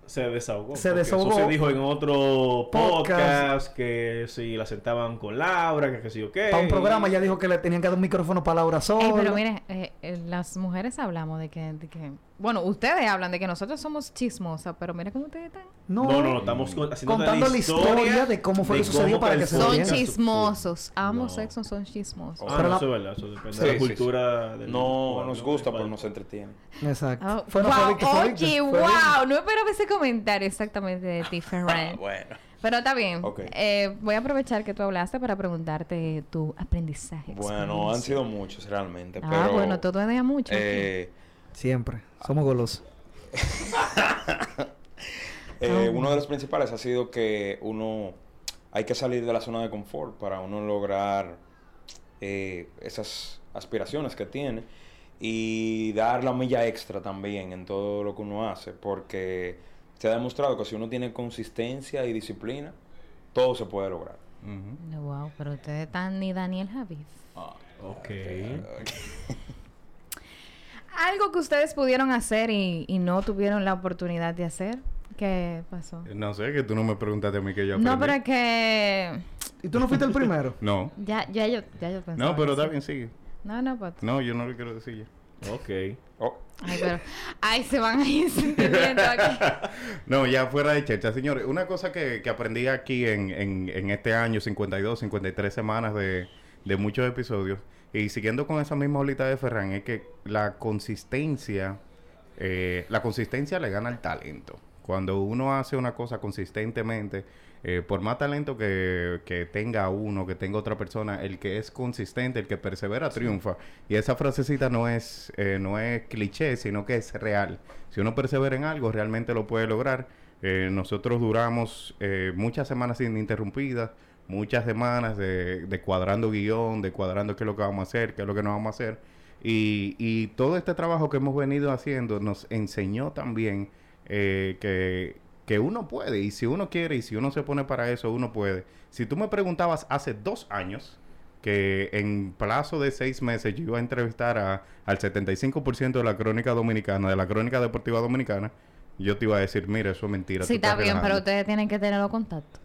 Speaker 1: Se desahogó.
Speaker 3: Se
Speaker 1: porque
Speaker 3: desahogó.
Speaker 1: Eso se dijo en otro podcast,
Speaker 3: Podcast.
Speaker 1: que si la sentaban con Laura, que, que sí o qué.
Speaker 3: para un programa, ella dijo que le tenían que dar un micrófono para Laura sola.
Speaker 4: Ey, pero miren, eh, eh, las mujeres hablamos de que, de que- Bueno, ustedes hablan de que nosotros somos chismosas, pero mira cómo ustedes están.
Speaker 3: no,
Speaker 1: No, no, no, estamos con- haciendo
Speaker 3: Contando la historia de cómo fue que sucedió para que
Speaker 1: fue
Speaker 3: se Son
Speaker 4: Son
Speaker 1: el
Speaker 3: bien.
Speaker 1: podcast.
Speaker 4: chismosos. Ambos
Speaker 1: No.
Speaker 4: sexos son chismosos.
Speaker 1: Ah,
Speaker 3: Pero
Speaker 1: no,
Speaker 3: la-
Speaker 1: eso es verdad, eso depende
Speaker 5: Sí,
Speaker 1: de
Speaker 5: sí,
Speaker 1: la
Speaker 5: sí.
Speaker 1: cultura. del-
Speaker 5: No
Speaker 1: bueno,
Speaker 5: nos gusta,
Speaker 1: del-
Speaker 5: pero nos entretiene.
Speaker 3: Exacto.
Speaker 4: Oh,
Speaker 3: Fue- no
Speaker 4: wow,
Speaker 3: fue Vicky, fue Vicky,
Speaker 4: oye,
Speaker 3: fue Vicky.
Speaker 4: wow. No esperaba ese comentario exactamente de ti, Ferran.
Speaker 5: Bueno.
Speaker 4: Pero está bien.
Speaker 5: Ok.
Speaker 4: Eh, voy a aprovechar que tú hablaste para preguntarte tu aprendizaje.
Speaker 5: Bueno, han
Speaker 4: experiencia.
Speaker 5: sido muchos realmente,
Speaker 4: Ah,
Speaker 5: pero...
Speaker 4: bueno, todo es de a mucho.
Speaker 5: eh,
Speaker 3: Siempre. Somos golosos.
Speaker 5: Eh,
Speaker 4: Ah.
Speaker 5: uno de los principales ha sido que uno hay que salir de la zona de confort para uno lograr eh, esas aspiraciones que tiene y dar la milla extra también en todo lo que uno hace, porque se ha demostrado que si uno tiene consistencia y disciplina, todo se puede lograr.
Speaker 2: Ujú.
Speaker 4: Wow, pero ustedes están ni Daniel Javis.
Speaker 1: Ok.
Speaker 4: Algo que ustedes pudieron hacer y, y no tuvieron la oportunidad de hacer. ¿Qué pasó?
Speaker 2: No sé, que tú no me preguntaste a mí que yo aprendí.
Speaker 4: No, pero es que.
Speaker 3: ¿Y tú no fuiste el primero?
Speaker 2: No,
Speaker 4: Ya, ya, yo, ya yo pensaba.
Speaker 2: no, pero
Speaker 4: que
Speaker 2: está
Speaker 4: sí.
Speaker 2: bien, sigue.
Speaker 4: No, no, pues.
Speaker 2: No, yo no lo quiero decir ya.
Speaker 1: Ok.
Speaker 5: Oh,
Speaker 4: Ay, pero. Ay, se van a ir [laughs] sentimientos aquí.
Speaker 2: No, ya fuera de checha, señores. Una cosa que, que aprendí aquí en, en- en este año, 52, 53 semanas de, de muchos episodios, y siguiendo con esa misma olita de Ferran, es que la consistencia, eh, la consistencia le gana al talento. Cuando uno hace una cosa consistentemente, eh, por más talento que, que tenga uno, que tenga otra persona, el que es consistente, el que persevera, triunfa. Y esa frasecita no es, eh, no es cliché, sino que es real. Si uno persevera en algo, realmente lo puede lograr. Eh, nosotros duramos eh, muchas semanas ininterrumpidas, muchas semanas de, de cuadrando guión, de cuadrando qué es lo que vamos a hacer, qué es lo que no vamos a hacer. Y, y todo este trabajo que hemos venido haciendo nos enseñó también eh, que, que uno puede, y si uno quiere, y si uno se pone para eso, uno puede. Si tú me preguntabas hace dos años que en plazo de seis meses yo iba a entrevistar a- al 75% de la crónica dominicana, de la crónica deportiva dominicana, yo te iba a decir, mira, eso es mentira. tú
Speaker 4: Sí,
Speaker 2: estás
Speaker 4: está bien, pero
Speaker 2: relajando".
Speaker 4: ustedes tienen que tener los contactos.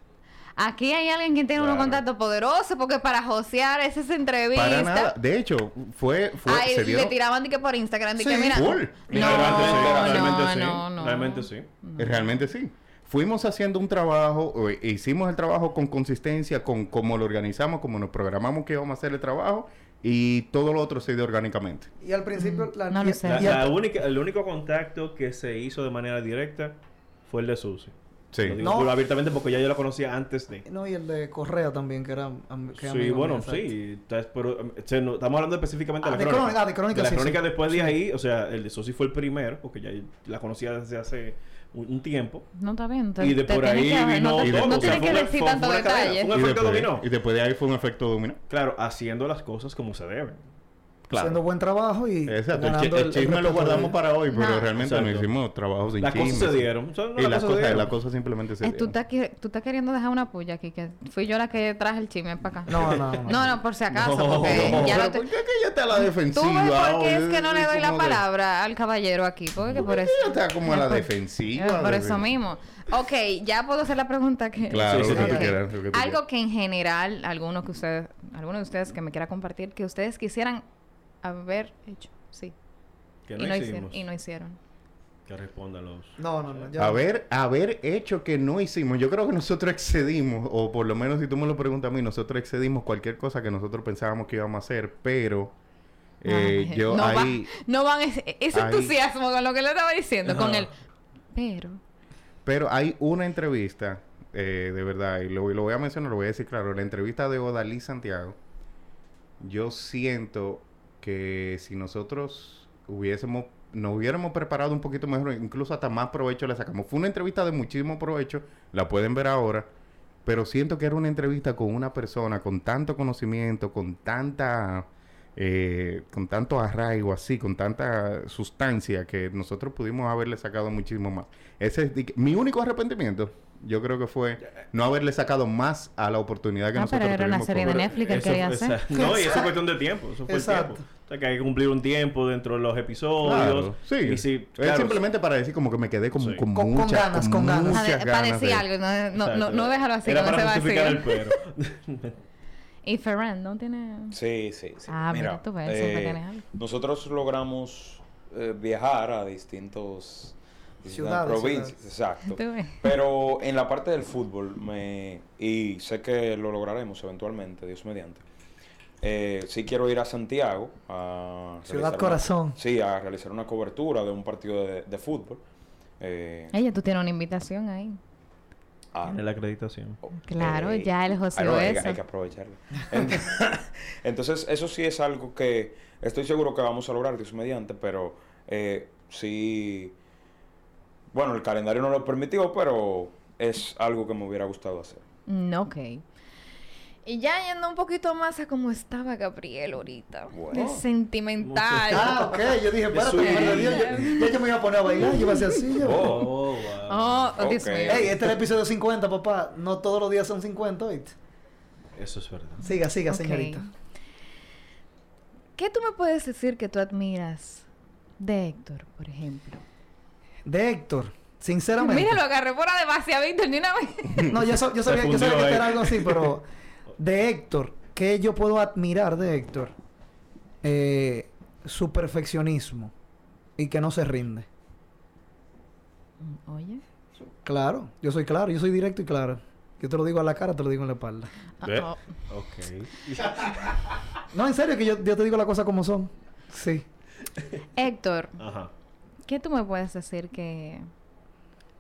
Speaker 4: Aquí hay alguien que tiene unos
Speaker 5: Claro.
Speaker 4: contactos poderosos porque para josear esas entrevistas.
Speaker 2: Para nada. De hecho, fue... fue
Speaker 4: Ay,
Speaker 2: se
Speaker 4: le
Speaker 2: dieron-
Speaker 4: tiraban de que por Instagram, de que
Speaker 2: Sí,
Speaker 4: mira.
Speaker 2: full.
Speaker 4: No,
Speaker 1: Realmente sí, realmente
Speaker 4: no,
Speaker 1: sí,
Speaker 4: no, no.
Speaker 1: Realmente sí.
Speaker 2: Eh, Realmente sí. Fuimos haciendo un trabajo, eh, hicimos el trabajo con consistencia, con cómo lo organizamos, cómo nos programamos que íbamos a hacer el trabajo y todo lo otro se dio orgánicamente.
Speaker 3: Y al principio... la-
Speaker 4: No lo
Speaker 3: y-
Speaker 4: sé.
Speaker 3: y
Speaker 1: La-
Speaker 3: al-
Speaker 1: la única- el único contacto que se hizo de manera directa fue el de Susi.
Speaker 2: Sí.
Speaker 1: Lo digo
Speaker 3: No.
Speaker 1: puro abiertamente porque ya yo la conocía antes de.
Speaker 3: No, y el de Correa también, que era... am- que
Speaker 1: Sí,
Speaker 3: amigo
Speaker 1: bueno,
Speaker 3: mío, exacto.
Speaker 1: sí. Entonces, pero, um, o sea, no- estamos hablando específicamente
Speaker 3: Ah,
Speaker 1: de la
Speaker 3: de
Speaker 1: crónica.
Speaker 3: crónica, ah, de crónica,
Speaker 1: la
Speaker 3: sí,
Speaker 1: crónica
Speaker 3: sí.
Speaker 1: después de ahí, o sea, el de Susi fue el primero, porque ya la conocía desde hace un, un tiempo.
Speaker 4: No está bien. te-
Speaker 1: y de
Speaker 4: te
Speaker 1: por
Speaker 4: tienes
Speaker 1: ahí
Speaker 4: que-
Speaker 1: vino
Speaker 4: No, te-
Speaker 1: todo.
Speaker 4: no
Speaker 1: o sea,
Speaker 4: tienes
Speaker 1: fue
Speaker 4: que
Speaker 1: una-
Speaker 4: decir
Speaker 1: fue-
Speaker 4: tanto
Speaker 1: fue una cadena,
Speaker 4: detalle.
Speaker 1: fue un
Speaker 2: Y
Speaker 1: efecto
Speaker 2: después,
Speaker 1: dominó.
Speaker 2: y después de ahí fue un efecto dominó.
Speaker 1: Claro, haciendo las cosas como se deben.
Speaker 2: Claro.
Speaker 3: Haciendo buen trabajo y...
Speaker 2: Exacto, el, chi-
Speaker 3: ganando
Speaker 2: el
Speaker 3: el- el
Speaker 2: chisme lo
Speaker 3: respeto
Speaker 2: guardamos
Speaker 3: de-
Speaker 2: para hoy, pero
Speaker 4: No.
Speaker 2: realmente no
Speaker 1: Exacto.
Speaker 2: hicimos trabajo sin
Speaker 1: Las cosas
Speaker 2: chisme,
Speaker 1: se
Speaker 2: sí.
Speaker 1: dieron. O sea, no,
Speaker 2: y
Speaker 1: las
Speaker 2: las
Speaker 1: cosas se
Speaker 2: cosas,
Speaker 1: dieron.
Speaker 2: las cosas simplemente se
Speaker 4: Eh, tú
Speaker 2: dieron.
Speaker 4: estás que- tú estás queriendo dejar una puya aquí, que fui yo la que traje el chisme para acá.
Speaker 3: No, no, no.
Speaker 4: [laughs] No, no, por si acaso, porque
Speaker 2: No,
Speaker 4: ya lo
Speaker 2: pero
Speaker 4: te-
Speaker 2: ¿por qué que ella está a la
Speaker 4: Tú
Speaker 2: defensiva?
Speaker 4: ves por qué es
Speaker 2: hoy?
Speaker 4: que no le doy la
Speaker 2: Como que-
Speaker 4: palabra al caballero aquí, porque por eso...
Speaker 2: Ella está como a la
Speaker 4: Por-
Speaker 2: defensiva.
Speaker 4: Eh, Por
Speaker 2: de-
Speaker 4: eso mismo. Ok, ya puedo hacer la pregunta que...
Speaker 2: Claro,
Speaker 1: Sí, sí,
Speaker 2: lo que tú
Speaker 4: Ok.
Speaker 2: quieras, lo que tú
Speaker 4: Algo que en general, alguno que ustedes, alguno de ustedes que me quiera compartir, que ustedes quisieran haber hecho, sí.
Speaker 1: Que
Speaker 4: y,
Speaker 1: no,
Speaker 4: no hicieron,
Speaker 1: hicimos.
Speaker 4: y no hicieron.
Speaker 1: Que respondan los.
Speaker 3: No, no, no. ya.
Speaker 2: Haber, haber hecho que no hicimos. Yo creo que nosotros excedimos, o por lo menos si tú me lo preguntas a mí, nosotros excedimos cualquier cosa que nosotros pensábamos que íbamos a hacer, pero eh,
Speaker 4: Ay,
Speaker 2: yo
Speaker 4: Ah, no va-
Speaker 2: ahí.
Speaker 4: no van ese, ese
Speaker 2: ahí-
Speaker 4: entusiasmo con lo que le estaba diciendo, con el... Pero...
Speaker 2: Pero hay una entrevista, eh, de verdad, y lo, y lo voy a mencionar, lo voy a decir claro, la entrevista de Odalí Santiago, yo siento que si nosotros hubiésemos, nos hubiéramos preparado un poquito mejor, incluso hasta más provecho le sacamos. Fue una entrevista de muchísimo provecho, la pueden ver ahora, pero siento que era una entrevista con una persona con tanto conocimiento, con tanta... eh, con tanto arraigo así, con tanta sustancia que nosotros pudimos haberle sacado muchísimo más. Ese es di- mi único arrepentimiento. Yo creo que fue no haberle sacado más a la oportunidad que
Speaker 4: eh. Ah,
Speaker 2: nosotros
Speaker 4: pero era una
Speaker 2: tuvimos
Speaker 4: serie
Speaker 2: con-
Speaker 4: de Netflix que ¿eh? él
Speaker 1: Eso-
Speaker 4: quería
Speaker 1: esa-
Speaker 4: hacer.
Speaker 1: No, y eso es cuestión de tiempo. Eso fue
Speaker 3: Exacto.
Speaker 1: el tiempo. O sea, que hay que cumplir un tiempo dentro de los episodios.
Speaker 2: Claro, sí.
Speaker 1: Y si,
Speaker 2: es
Speaker 1: claro,
Speaker 2: simplemente para decir como que me quedé con,
Speaker 1: Sí.
Speaker 2: con,
Speaker 3: Con- con
Speaker 2: muchas-
Speaker 3: ganas, con ganas.
Speaker 4: A
Speaker 2: muchas
Speaker 4: ver, para
Speaker 2: ganas
Speaker 4: decir
Speaker 2: de-
Speaker 4: algo, no, no,
Speaker 1: exacto.
Speaker 4: no, no déjalo así
Speaker 1: Era
Speaker 4: con ese
Speaker 1: para justificar
Speaker 4: vacío.
Speaker 1: el pero.
Speaker 4: Y Ferran, ¿no tiene...?
Speaker 5: sí, sí, sí. eh,
Speaker 4: Ah, mira, tú ves, siempre tienes algo.
Speaker 5: Nosotros logramos eh, viajar a distintos distintas
Speaker 3: Ciudades,
Speaker 5: provincias, exacto.
Speaker 4: Tú ves.
Speaker 5: Pero en la parte del fútbol, me, y sé que lo lograremos eventualmente, Dios mediante. Eh, sí quiero ir a Santiago a
Speaker 3: Ciudad
Speaker 5: realizar una-
Speaker 3: Corazón.
Speaker 5: sí, a realizar una cobertura de un partido de, de fútbol. Eh,
Speaker 4: Ella, tú tienes una invitación ahí.
Speaker 5: ah,
Speaker 1: Tiene la
Speaker 5: [laughs]
Speaker 1: acreditación.
Speaker 4: Claro,
Speaker 5: eh,
Speaker 4: ya él joseó
Speaker 5: ah, no, hay, que-
Speaker 4: eso.
Speaker 5: hay que aprovecharlo. Ent- [laughs] Entonces, eso sí es algo que estoy seguro que vamos a lograr, Dios mediante, pero eh, sí. Bueno, el calendario no lo permitió, pero es algo que me hubiera gustado hacer.
Speaker 4: Mm, ok. Y ya yendo un poquito más a cómo estaba Gabriel ahorita.
Speaker 5: Bueno.
Speaker 4: De sentimental.
Speaker 3: Ah, ok. Yo dije, espérate,
Speaker 1: soy
Speaker 3: madre de Dios,
Speaker 4: gay.
Speaker 3: yo, yo- yo me iba a poner a bailar. Yo iba a hacer así. Yo.
Speaker 1: Oh, wow.
Speaker 4: Oh, oh, Dios
Speaker 5: Ok.
Speaker 4: mío.
Speaker 3: Ey, este es el episodio 50, papá. No todos los días son 50, ¿oíste?
Speaker 1: Eso es verdad.
Speaker 3: Siga, siga,
Speaker 4: Ok.
Speaker 3: señorita.
Speaker 4: ¿Qué tú me puedes decir que tú admiras de Héctor, por ejemplo?
Speaker 3: De Héctor, sinceramente.
Speaker 4: Mira, lo agarré fuera demasiado, Víctor, ni una vez.
Speaker 3: [laughs] No, yo, sab- yo
Speaker 1: Se
Speaker 3: sabía, yo
Speaker 1: fundió
Speaker 3: sabía que
Speaker 1: ahí.
Speaker 3: era algo así,
Speaker 1: [laughs]
Speaker 3: pero de Héctor, ¿qué yo puedo admirar de Héctor? Eh, su perfeccionismo y que no se rinde.
Speaker 4: Mm, Oye.
Speaker 3: Claro, yo soy claro, yo soy directo y claro. Yo te lo digo a la cara, te lo digo en la espalda.
Speaker 4: Ah,
Speaker 2: ¿Eh?
Speaker 4: oh.
Speaker 1: Ok.
Speaker 4: Ah.
Speaker 3: No, en serio, que yo, yo te digo las cosas como son. Sí.
Speaker 4: Héctor,
Speaker 1: Ajá.
Speaker 4: ¿qué tú me puedes decir que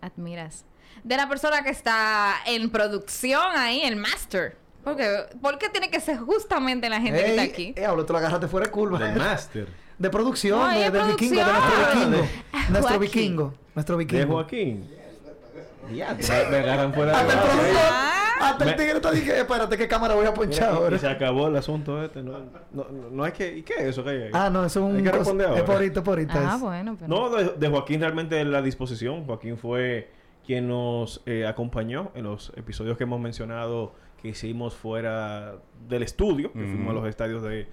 Speaker 4: admiras? De la persona que está en producción ahí, el master. Porque, ¿Por qué tiene que ser justamente la gente que
Speaker 3: Ey,
Speaker 4: está aquí?
Speaker 3: eh, hablo, tú lo agarraste fuera de curva. Eh,
Speaker 1: Del Master.
Speaker 3: De producción,
Speaker 4: No,
Speaker 3: de-
Speaker 4: ahí es
Speaker 3: del vikingo, de nuestro
Speaker 4: producción.
Speaker 3: vikingo. Nuestro vikingo. Nuestro
Speaker 4: Joaquín.
Speaker 1: Ah, De
Speaker 3: vikingo.
Speaker 1: Joaquín. Me, me agarran fuera ¿eh?
Speaker 3: Hasta el
Speaker 1: base.
Speaker 3: productor,
Speaker 4: Ah.
Speaker 3: hasta el
Speaker 1: Me-
Speaker 3: tigre está dije, espérate, ¿qué cámara voy a ponchar
Speaker 1: Mira, y-
Speaker 3: ahora?
Speaker 1: y se acabó el asunto este. No, no, no, no hay que. ¿Y qué es eso que hay ahí?
Speaker 3: Ah, no, eso es un.
Speaker 1: Hay que
Speaker 3: cos-
Speaker 1: responder
Speaker 3: Es
Speaker 1: ahora.
Speaker 3: por ahorita, es por ahorita.
Speaker 4: Ah,
Speaker 3: es.
Speaker 4: bueno, pero.
Speaker 1: No, de, de Joaquín realmente la disposición. Joaquín fue quien nos eh, acompañó en los episodios que hemos mencionado que hicimos fuera del estudio, que
Speaker 2: Ujú.
Speaker 1: fuimos a los estadios de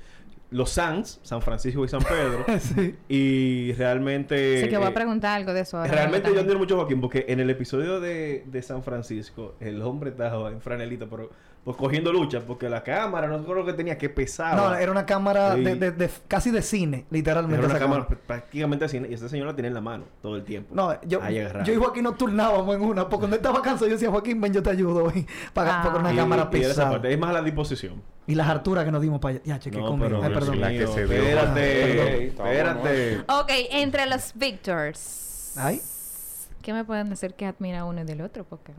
Speaker 1: los Sans, San Francisco y San
Speaker 4: [laughs]
Speaker 1: Pedro.
Speaker 3: [laughs] Sí.
Speaker 1: y realmente...
Speaker 4: Sé que voy
Speaker 1: eh,
Speaker 4: a preguntar algo de eso ahora.
Speaker 1: Realmente yo
Speaker 4: también.
Speaker 1: admiro mucho a Joaquín porque en el episodio de, de San Francisco el hombre estaba en franelita pero pues, cogiendo lucha porque la cámara no sé lo que tenía que pesar.
Speaker 3: No, era una cámara
Speaker 1: Ah, Sí.
Speaker 3: de, de- de- casi de cine, literalmente. esa
Speaker 1: cámara pr- prácticamente así y esta señora la tenía en la mano todo el tiempo.
Speaker 3: No, yo,
Speaker 1: Ahí agarrada.
Speaker 3: yo y Joaquín nos turnábamos en una, porque cuando estaba cansado yo decía, Joaquín, ven, yo te ayudo hoy, [laughs] para,
Speaker 4: Ah.
Speaker 3: para con una
Speaker 1: Y-
Speaker 3: cámara
Speaker 1: y era esa
Speaker 3: pesada.
Speaker 1: parte. Es más la disposición.
Speaker 3: Y las harturas que nos dimos para allá. Ya, chequé
Speaker 1: No,
Speaker 3: conmigo.
Speaker 1: pero
Speaker 3: Ay,
Speaker 1: Dios
Speaker 3: perdón.
Speaker 2: la
Speaker 1: mío,
Speaker 2: que se dio.
Speaker 1: Espérate,
Speaker 5: Ey, está bueno
Speaker 1: espérate.
Speaker 5: eso.
Speaker 4: Ok, entre los Victors.
Speaker 3: Ay.
Speaker 4: ¿Qué me pueden decir que admira uno y del otro? Porque...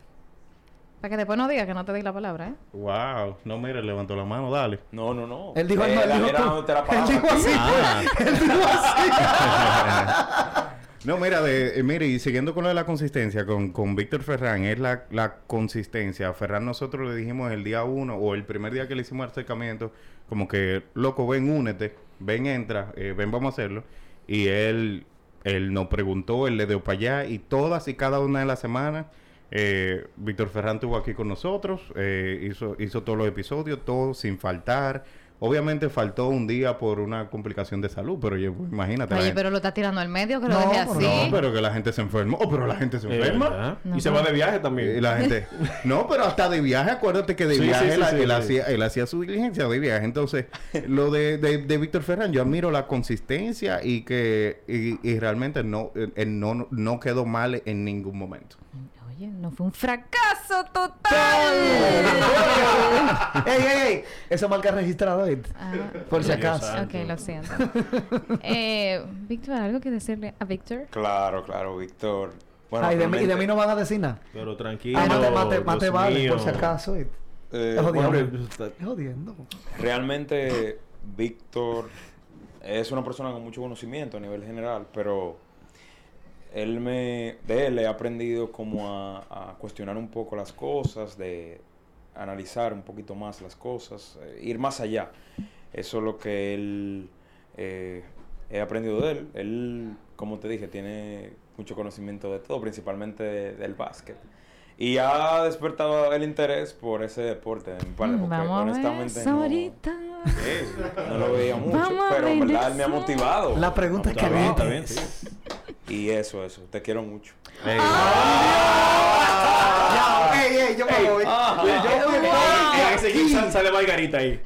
Speaker 4: Para que después no diga que no te doy la palabra, ¿eh?
Speaker 2: Wow. No, mire, levantó la mano, dale.
Speaker 5: No, no, no.
Speaker 3: Él dijo,
Speaker 5: Eh,
Speaker 3: no, él
Speaker 5: la-
Speaker 3: dijo,
Speaker 5: era
Speaker 3: tú.
Speaker 5: donde te
Speaker 3: [laughs]
Speaker 5: la
Speaker 3: él
Speaker 5: parabas
Speaker 3: dijo
Speaker 5: aquí.
Speaker 3: así,
Speaker 2: Ah.
Speaker 3: pues. [laughs] él dijo así.
Speaker 2: [laughs] No, mira, de, eh, mire, y siguiendo con lo de la consistencia, con, con Víctor Ferrán, es la, la consistencia. A Ferrán nosotros le dijimos el día uno o el primer día que le hicimos el acercamiento, como que, loco, ven, únete, ven, entra, eh, ven, vamos a hacerlo. Y él, él nos preguntó, él le dio para allá y todas y cada una de las semanas, eh, Víctor Ferrán estuvo aquí con nosotros, eh, hizo, hizo todos los episodios, todo sin faltar. Obviamente faltó un día por una complicación de salud, pero yo, imagínate. la
Speaker 4: Oye,
Speaker 2: gente-
Speaker 4: pero lo está tirando al medio, que
Speaker 3: No,
Speaker 4: lo dejé
Speaker 3: pero
Speaker 4: así.
Speaker 2: no, pero que la gente se enferma. Oh, pero la gente se
Speaker 1: Eh,
Speaker 2: enferma.
Speaker 1: ¿verdad?
Speaker 4: No,
Speaker 1: y se
Speaker 4: pero-
Speaker 1: va de viaje también.
Speaker 2: Y
Speaker 1: [laughs]
Speaker 2: la gente. No, pero hasta de viaje, acuérdate que de
Speaker 1: Sí,
Speaker 2: viaje
Speaker 1: sí, sí,
Speaker 2: él,
Speaker 1: sí,
Speaker 2: él
Speaker 1: sí.
Speaker 2: Hacía, él hacía su diligencia de
Speaker 1: [laughs]
Speaker 2: viaje. Entonces, lo de, de, de Víctor Ferran, yo admiro la consistencia y que y, y realmente no, él no, no quedó mal en ningún momento.
Speaker 4: Oye, no fue un fracaso total.
Speaker 3: ey, ey, ey. Eso marca registrado, ¿oíste?
Speaker 4: Ah,
Speaker 3: Por si
Speaker 1: Dios
Speaker 3: acaso.
Speaker 1: santo.
Speaker 4: ok, lo siento. Eh, Víctor, ¿algo que decirle a Víctor?
Speaker 5: Claro, claro, Víctor.
Speaker 3: Ay, de mí- y de
Speaker 5: realmente,
Speaker 3: mí no van a decir nada.
Speaker 1: Pero tranquilo.
Speaker 3: Ah, mate, mate, mate,
Speaker 1: Dios
Speaker 3: vale, por
Speaker 1: mío.
Speaker 3: si acaso, ¿oíste?
Speaker 5: eh,
Speaker 3: Es jodido.
Speaker 1: Hombre, pues, está-
Speaker 3: Es jodiendo.
Speaker 5: Realmente, Víctor es una persona con mucho conocimiento a nivel general, pero él me, de él he aprendido como a, a cuestionar un poco las cosas, de analizar un poquito más las cosas, eh, ir más allá. Eso es lo que él eh, he aprendido de él. Él, como te dije, tiene mucho conocimiento de todo, principalmente de- del básquet. Y ha despertado el interés por ese deporte de mi parte,
Speaker 4: Mm, Vamos
Speaker 5: porque
Speaker 4: a ver
Speaker 5: honestamente
Speaker 4: eso
Speaker 5: no-
Speaker 4: ahorita.
Speaker 5: eh, no lo veía mucho,
Speaker 4: Vamos a
Speaker 5: pero en
Speaker 4: ver
Speaker 5: verdad él me ha
Speaker 4: eso.
Speaker 5: motivado.
Speaker 3: La pregunta es
Speaker 1: está
Speaker 3: que
Speaker 1: bien, está
Speaker 3: viene.
Speaker 1: bien, sí.
Speaker 5: Y eso, eso. Te quiero mucho.
Speaker 3: Ya, ey, ey, Ah. yo me voy. Yo me voy.
Speaker 1: Ese Gibson sale Margarita ahí.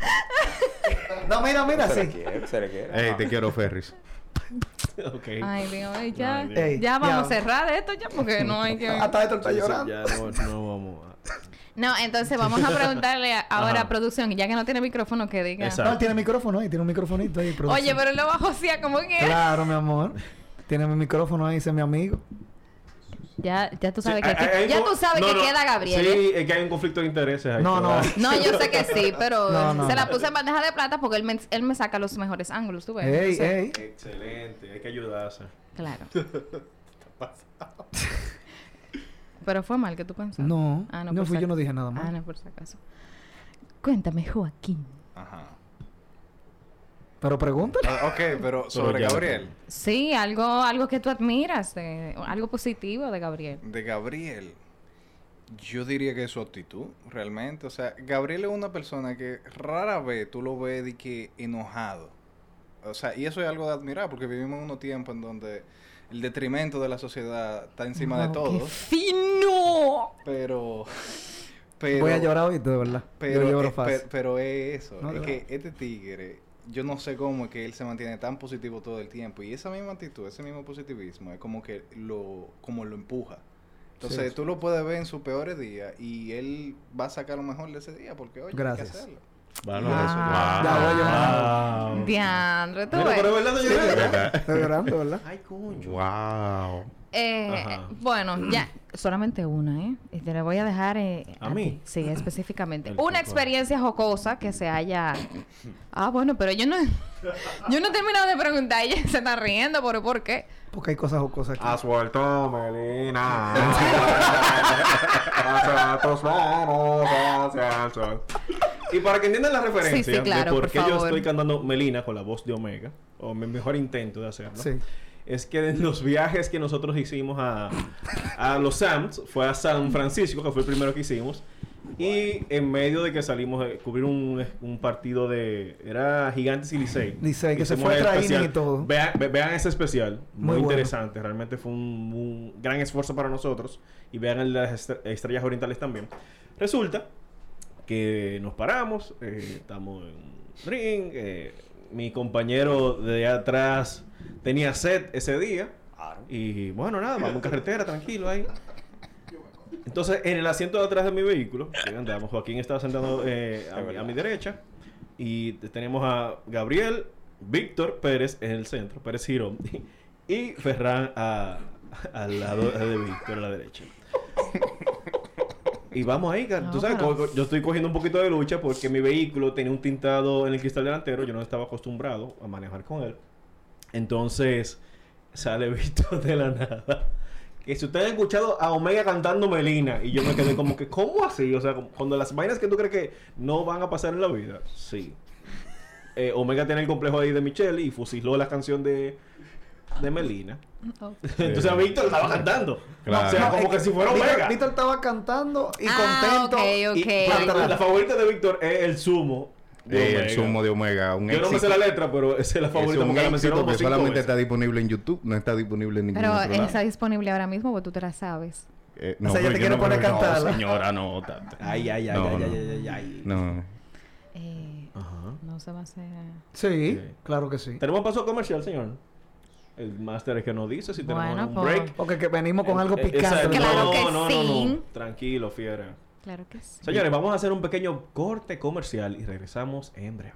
Speaker 3: No, mira, mira,
Speaker 5: Se le
Speaker 3: sí.
Speaker 5: quiere, se le quiere.
Speaker 2: Ey,
Speaker 5: Ah.
Speaker 2: te quiero, Ferris.
Speaker 1: [laughs] Ok.
Speaker 4: Ay, Dios, ay, ya.
Speaker 1: Ay, Dios.
Speaker 3: Ey,
Speaker 4: ya
Speaker 3: ya.
Speaker 4: vamos a cerrar esto ya porque no hay que...
Speaker 3: Hasta esto está
Speaker 1: Sí, sí,
Speaker 3: llorando.
Speaker 1: ya no, no vamos a...
Speaker 4: No, entonces vamos a preguntarle a- ahora
Speaker 1: Ajá.
Speaker 4: a producción, ya que no tiene micrófono, que diga.
Speaker 1: Exacto.
Speaker 3: No, él tiene micrófono ahí, tiene un microfonito ahí. producción.
Speaker 4: Oye, pero él lo bajó así como que.
Speaker 3: Claro, mi amor. Tiene mi micrófono ahí, ese es mi amigo.
Speaker 4: Ya, ya tú sabes
Speaker 1: Sí,
Speaker 4: que aquí-
Speaker 1: hay- hay
Speaker 4: ya
Speaker 1: como-
Speaker 4: tú sabes
Speaker 1: no,
Speaker 4: que
Speaker 1: no,
Speaker 4: queda Gabriel. ¿eh?
Speaker 1: Sí, es que hay un conflicto de intereses ahí.
Speaker 3: No, no.
Speaker 1: ¿verdad?
Speaker 4: No, yo sé que sí, pero
Speaker 3: No, no,
Speaker 4: se la
Speaker 3: no.
Speaker 4: puse en bandeja de plata porque él me, él me saca los mejores ángulos, tú ves.
Speaker 3: Ey,
Speaker 4: Entonces,
Speaker 3: ey.
Speaker 1: Excelente, hay que ayudarse. [laughs]
Speaker 4: Claro. [laughs] pero fue mal que tú pensaste.
Speaker 3: No,
Speaker 4: Ah, no,
Speaker 3: no
Speaker 4: por
Speaker 3: fui
Speaker 4: si
Speaker 3: yo, no
Speaker 4: acaso.
Speaker 3: dije nada más.
Speaker 4: Ah, no, por si acaso. Cuéntame, Joaquín.
Speaker 6: Ajá.
Speaker 3: Pero pregúntale.
Speaker 6: Ah, Ok, pero sobre
Speaker 1: ya lo
Speaker 6: Gabriel.
Speaker 4: Sí, algo, algo que tú admiras, de- algo positivo de Gabriel.
Speaker 6: De Gabriel, yo diría que es su actitud, realmente. O sea, Gabriel es una persona que rara vez tú lo ves de que enojado. O sea, y eso es algo de admirar, porque vivimos en unos tiempos en donde el detrimento de la sociedad está encima de
Speaker 4: Wow, ¡Qué
Speaker 6: todos.
Speaker 4: fino!
Speaker 6: Pero,
Speaker 3: [laughs]
Speaker 6: pero.
Speaker 3: Voy a llorar ahorita, de verdad.
Speaker 6: Pero,
Speaker 3: Yo lloro
Speaker 6: eh,
Speaker 3: fácil.
Speaker 6: per- pero es eso.
Speaker 3: No,
Speaker 6: es
Speaker 3: de
Speaker 6: que este tigre, yo no sé cómo es que él se mantiene tan positivo todo el tiempo. Y esa misma actitud, ese mismo positivismo, es como que lo, como lo empuja. Entonces
Speaker 3: Sí.
Speaker 6: tú lo puedes ver en sus peores días y él va a sacar lo mejor de ese día porque, oye,
Speaker 3: Gracias.
Speaker 6: hay que hacerlo.
Speaker 1: Bueno,
Speaker 4: Ah.
Speaker 3: Ya voy llorando.
Speaker 1: wow.
Speaker 4: Diandre, tú
Speaker 1: Mira,
Speaker 4: ves.
Speaker 1: pero ¿verdad, señora?
Speaker 3: Estoy llorando, ¿verdad?
Speaker 1: Ay, coño.
Speaker 2: Wow.
Speaker 4: Eh,
Speaker 1: Ajá.
Speaker 4: bueno, ya, solamente una, ¿eh? Y te la voy a dejar. eh,
Speaker 1: ¿A
Speaker 4: ti.
Speaker 1: mí?
Speaker 4: Sí, específicamente.
Speaker 1: El
Speaker 4: Una
Speaker 1: coco.
Speaker 4: experiencia jocosa que se haya. Ah, bueno, pero yo no. [laughs] Yo no he terminado de preguntar. Ella se está riendo, pero ¿por qué?
Speaker 3: Porque hay cosas o cosas aquí.
Speaker 2: Asuelto, [laughs] Melina. Hacia tus manos, hacia el sol.
Speaker 1: Y para que entiendan la referencia
Speaker 4: Sí, sí, claro,
Speaker 1: de
Speaker 4: por
Speaker 1: por qué yo
Speaker 4: favor.
Speaker 1: estoy cantando Melina con la voz de Omega, o mi mejor intento de hacerlo,
Speaker 3: Sí.
Speaker 1: es que en los viajes que nosotros hicimos a, a los Sams, fue a San Francisco, que fue el primero que hicimos, y en medio de que salimos a cubrir un, un partido de... Era Gigantes y Licey.
Speaker 3: Licey, que se
Speaker 1: Hicimos
Speaker 3: fue
Speaker 1: el
Speaker 3: a Training
Speaker 1: especial.
Speaker 3: y todo.
Speaker 1: Vean, ve- vean ese especial,
Speaker 3: Muy
Speaker 1: muy,
Speaker 3: bueno.
Speaker 1: interesante, realmente fue un, un gran esfuerzo para nosotros, y vean el de las estre- estrellas orientales también. Resulta que nos paramos, eh, estamos en un ring, eh, mi compañero de atrás tenía sed ese día y bueno, nada, vamos en carretera, tranquilo ahí. Entonces, en el asiento de atrás de mi vehículo, que andamos, Joaquín estaba sentado eh, a, mi- a mi derecha y te- tenemos a Gabriel, Víctor Pérez en el centro, Pérez Girón [laughs] y Ferran a- al lado de Víctor a la derecha. Y vamos ahí, Gar- tú
Speaker 4: No,
Speaker 1: sabes,
Speaker 4: pero-
Speaker 1: co- co- yo estoy cogiendo un poquito de lucha porque mi vehículo tenía un tintado en el cristal delantero, yo no estaba acostumbrado a manejar con él. Entonces, sale [laughs] Víctor de la nada. Que si ustedes han escuchado a Omega cantando Melina, y yo me quedé como que, ¿cómo así? O sea, como- cuando las vainas que tú crees que no van a pasar en la vida, sí. Eh, Omega tiene el complejo ahí de Michelle y fusiló la canción de, de Melina. Entonces a Víctor la estaba cantando.
Speaker 2: Claro.
Speaker 1: O sea,
Speaker 2: No,
Speaker 1: como que si fuera
Speaker 3: Víctor-
Speaker 1: Omega.
Speaker 3: Víctor estaba cantando y
Speaker 4: Ah,
Speaker 3: contento.
Speaker 4: ok, ok.
Speaker 1: Y la, la favorita de Víctor es el sumo. de
Speaker 2: Eh, el
Speaker 1: Omega.
Speaker 2: sumo de Omega. Un
Speaker 1: Yo no me sé
Speaker 2: éxito.
Speaker 1: la letra, pero esa es la
Speaker 2: Es
Speaker 1: favorita
Speaker 2: un
Speaker 1: porque la
Speaker 2: éxito
Speaker 1: mencionó como
Speaker 2: que
Speaker 1: cinco
Speaker 2: solamente
Speaker 1: veces.
Speaker 2: está disponible en YouTube, no está disponible en ningún
Speaker 4: Pero
Speaker 2: otro lado.
Speaker 4: está disponible ahora mismo, porque tú te la sabes.
Speaker 2: Eh,
Speaker 3: O sea,
Speaker 2: pero
Speaker 3: ya te
Speaker 2: yo
Speaker 3: quiere poner
Speaker 2: creo-
Speaker 3: a cantarla.
Speaker 2: No, señora, no. tata.
Speaker 1: Ay, ay, ay,
Speaker 2: No,
Speaker 1: ay,
Speaker 2: no.
Speaker 1: ay, ay, ay.
Speaker 2: No.
Speaker 4: Eh, no se va a hacer.
Speaker 3: Sí,
Speaker 1: Sí.
Speaker 3: claro que sí.
Speaker 1: Tenemos paso comercial, señor. El máster es que nos dice si
Speaker 4: Bueno,
Speaker 1: tenemos un
Speaker 4: por-
Speaker 1: break.
Speaker 3: Porque que venimos con algo
Speaker 1: Eh, eh,
Speaker 3: picante.
Speaker 1: exacto.
Speaker 4: Claro
Speaker 1: no,
Speaker 4: que
Speaker 1: no, no,
Speaker 4: sí.
Speaker 1: no. Tranquilo, fiera.
Speaker 4: Claro que sí.
Speaker 1: Señores, vamos a hacer un pequeño corte comercial y regresamos en breve.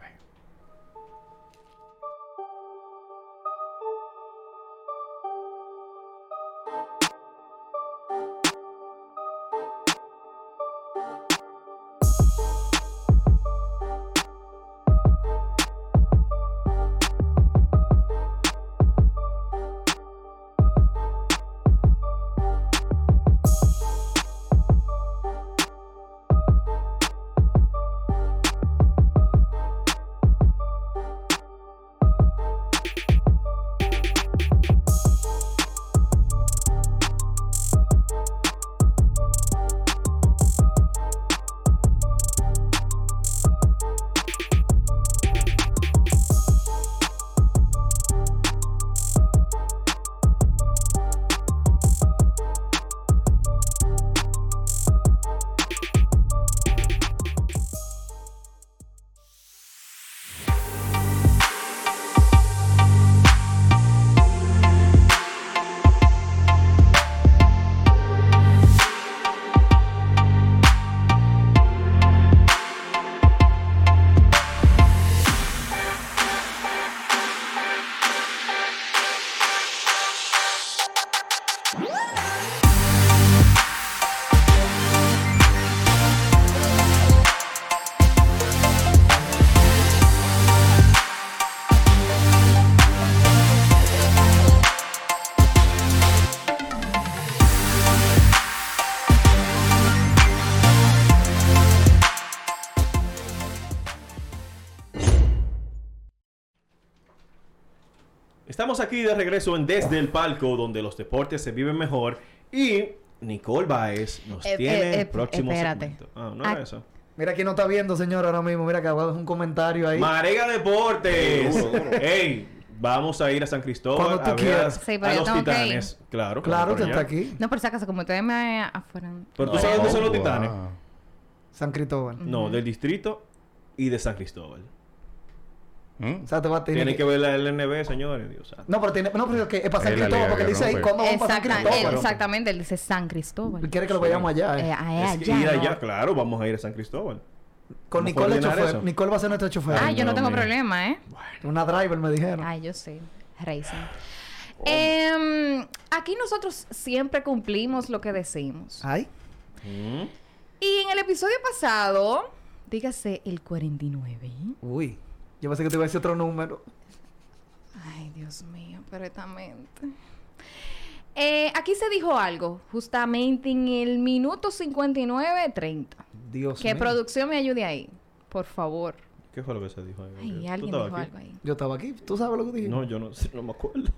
Speaker 1: Estamos aquí de regreso en Desde el Palco, donde los deportes se viven mejor. Y Nicole Baez nos
Speaker 4: Eh,
Speaker 1: tiene
Speaker 4: eh, eh,
Speaker 1: el próximo
Speaker 4: espérate.
Speaker 1: segmento. Ah, no
Speaker 4: Ah.
Speaker 1: es eso.
Speaker 3: Mira quién no está viendo, señor, ahora mismo. Mira que abajo es un comentario ahí.
Speaker 1: Marega Deportes.
Speaker 5: Duro, duro.
Speaker 1: ¡Ey! Vamos a ir a San Cristóbal
Speaker 3: Cuando tú
Speaker 1: a ver a,
Speaker 3: quieras.
Speaker 4: Sí, pero
Speaker 1: a
Speaker 4: yo
Speaker 1: los
Speaker 4: tengo que
Speaker 1: titanes. Claro,
Speaker 3: claro,
Speaker 1: vamos
Speaker 3: que
Speaker 1: para
Speaker 3: está
Speaker 1: allá.
Speaker 3: aquí.
Speaker 4: No, por si acaso, como ustedes me afuera.
Speaker 1: Pero tú
Speaker 5: No,
Speaker 1: sabes dónde son los
Speaker 2: wow.
Speaker 1: titanes.
Speaker 3: San Cristóbal.
Speaker 1: No, del distrito y de San Cristóbal.
Speaker 2: ¿Mm?
Speaker 3: O sea, te va a tener
Speaker 1: Tienen que
Speaker 3: que-
Speaker 1: ver la LNB, señores. Dios santo.
Speaker 3: No, pero tiene... No, pero es que es para San
Speaker 2: Es la
Speaker 3: Cristóbal,
Speaker 2: liga
Speaker 3: porque
Speaker 2: que
Speaker 3: dice ahí
Speaker 2: rompe.
Speaker 3: cuándo vamos para San
Speaker 4: Exacta-
Speaker 3: Cristóbal.
Speaker 4: exactamente, él dice San Cristóbal.
Speaker 3: Él quiere que lo vayamos allá, eh.
Speaker 4: Eh, ah, eh,
Speaker 1: Es que
Speaker 4: allá,
Speaker 1: ir
Speaker 4: ¿no?
Speaker 1: allá, claro, vamos a ir a San Cristóbal.
Speaker 3: Con
Speaker 1: ¿Cómo
Speaker 3: Nicole el
Speaker 1: coordinar
Speaker 3: chofer.
Speaker 1: eso?
Speaker 3: Nicole va a ser nuestra chofer.
Speaker 4: Ay, Ah, yo no
Speaker 1: Dios
Speaker 4: tengo
Speaker 1: mío.
Speaker 4: problema, ¿eh?
Speaker 3: Una driver, me dijeron.
Speaker 4: Ay, yo sé. Racing. Em, aquí nosotros siempre cumplimos lo que
Speaker 1: Ah.
Speaker 4: decimos.
Speaker 3: Ay.
Speaker 1: Mm.
Speaker 4: Y en el episodio pasado, dígase el 49.
Speaker 3: Uy. Yo pensé que te iba a decir otro número.
Speaker 4: Ay, Dios mío, pero esta mente. Eh, aquí se dijo algo, justamente en el minuto 59.30.
Speaker 3: Dios
Speaker 4: Que
Speaker 3: mío.
Speaker 4: producción me ayude ahí, por favor.
Speaker 1: ¿Qué fue lo que se dijo ahí?
Speaker 4: Ay,
Speaker 1: ¿Tú
Speaker 4: alguien
Speaker 1: estabas
Speaker 4: dijo
Speaker 1: aquí?
Speaker 4: algo ahí.
Speaker 3: Yo estaba aquí. ¿Tú sabes lo que dije?
Speaker 1: No, yo no, sé, no me acuerdo.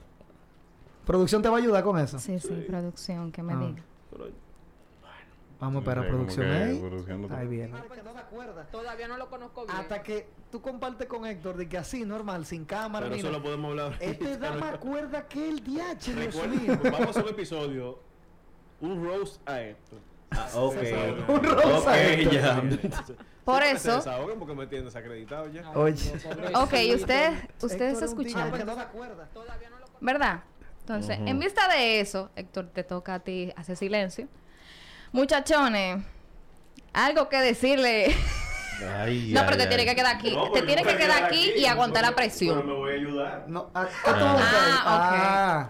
Speaker 3: ¿Producción te va a ayudar con eso?
Speaker 4: Sí, sí, producción, que me
Speaker 3: Ah.
Speaker 4: diga.
Speaker 1: Pero-
Speaker 3: Vamos a esperar
Speaker 2: Sí, como
Speaker 3: producción
Speaker 2: que
Speaker 3: ahí.
Speaker 2: producción lo-
Speaker 3: Ahí viene. No se acuerda.
Speaker 7: Todavía no lo conozco bien.
Speaker 3: Hasta que tú compartes con Héctor de que así, normal, sin cámara,
Speaker 1: Pero
Speaker 3: ni
Speaker 1: eso
Speaker 3: nada.
Speaker 1: lo podemos hablar.
Speaker 3: [laughs] Este da más cuerda que el DH, Dios mío.
Speaker 1: Recuerda, [laughs] vamos a un episodio. Un roast a esto. Ah, ok.
Speaker 3: Un roast a
Speaker 1: Ok,
Speaker 3: esto.
Speaker 1: ya.
Speaker 3: [laughs]
Speaker 4: Por
Speaker 1: Siempre Se
Speaker 4: eso-
Speaker 1: desahogan porque me tienen desacreditado ya.
Speaker 3: Oye.
Speaker 1: [laughs]
Speaker 4: Ok, ustedes, ustedes escucharon,
Speaker 3: Ah, no se acuerda.
Speaker 4: ¿verdad? Entonces, en vista de eso, Héctor, te toca a ti hacer silencio. Muchachones, algo que decirle. [laughs]
Speaker 2: Ay,
Speaker 4: no,
Speaker 2: ay,
Speaker 4: pero te
Speaker 2: ay.
Speaker 4: tiene que quedar aquí.
Speaker 1: No,
Speaker 4: te
Speaker 1: porque
Speaker 4: tienes
Speaker 1: no
Speaker 4: que
Speaker 1: me
Speaker 4: quedar
Speaker 1: queda
Speaker 4: aquí y
Speaker 1: no
Speaker 4: aguantar la
Speaker 1: puedo- Pero
Speaker 4: presión.
Speaker 1: me voy a ayudar.
Speaker 3: No, ah, ¿qué tú buscas ahí?
Speaker 4: Ah,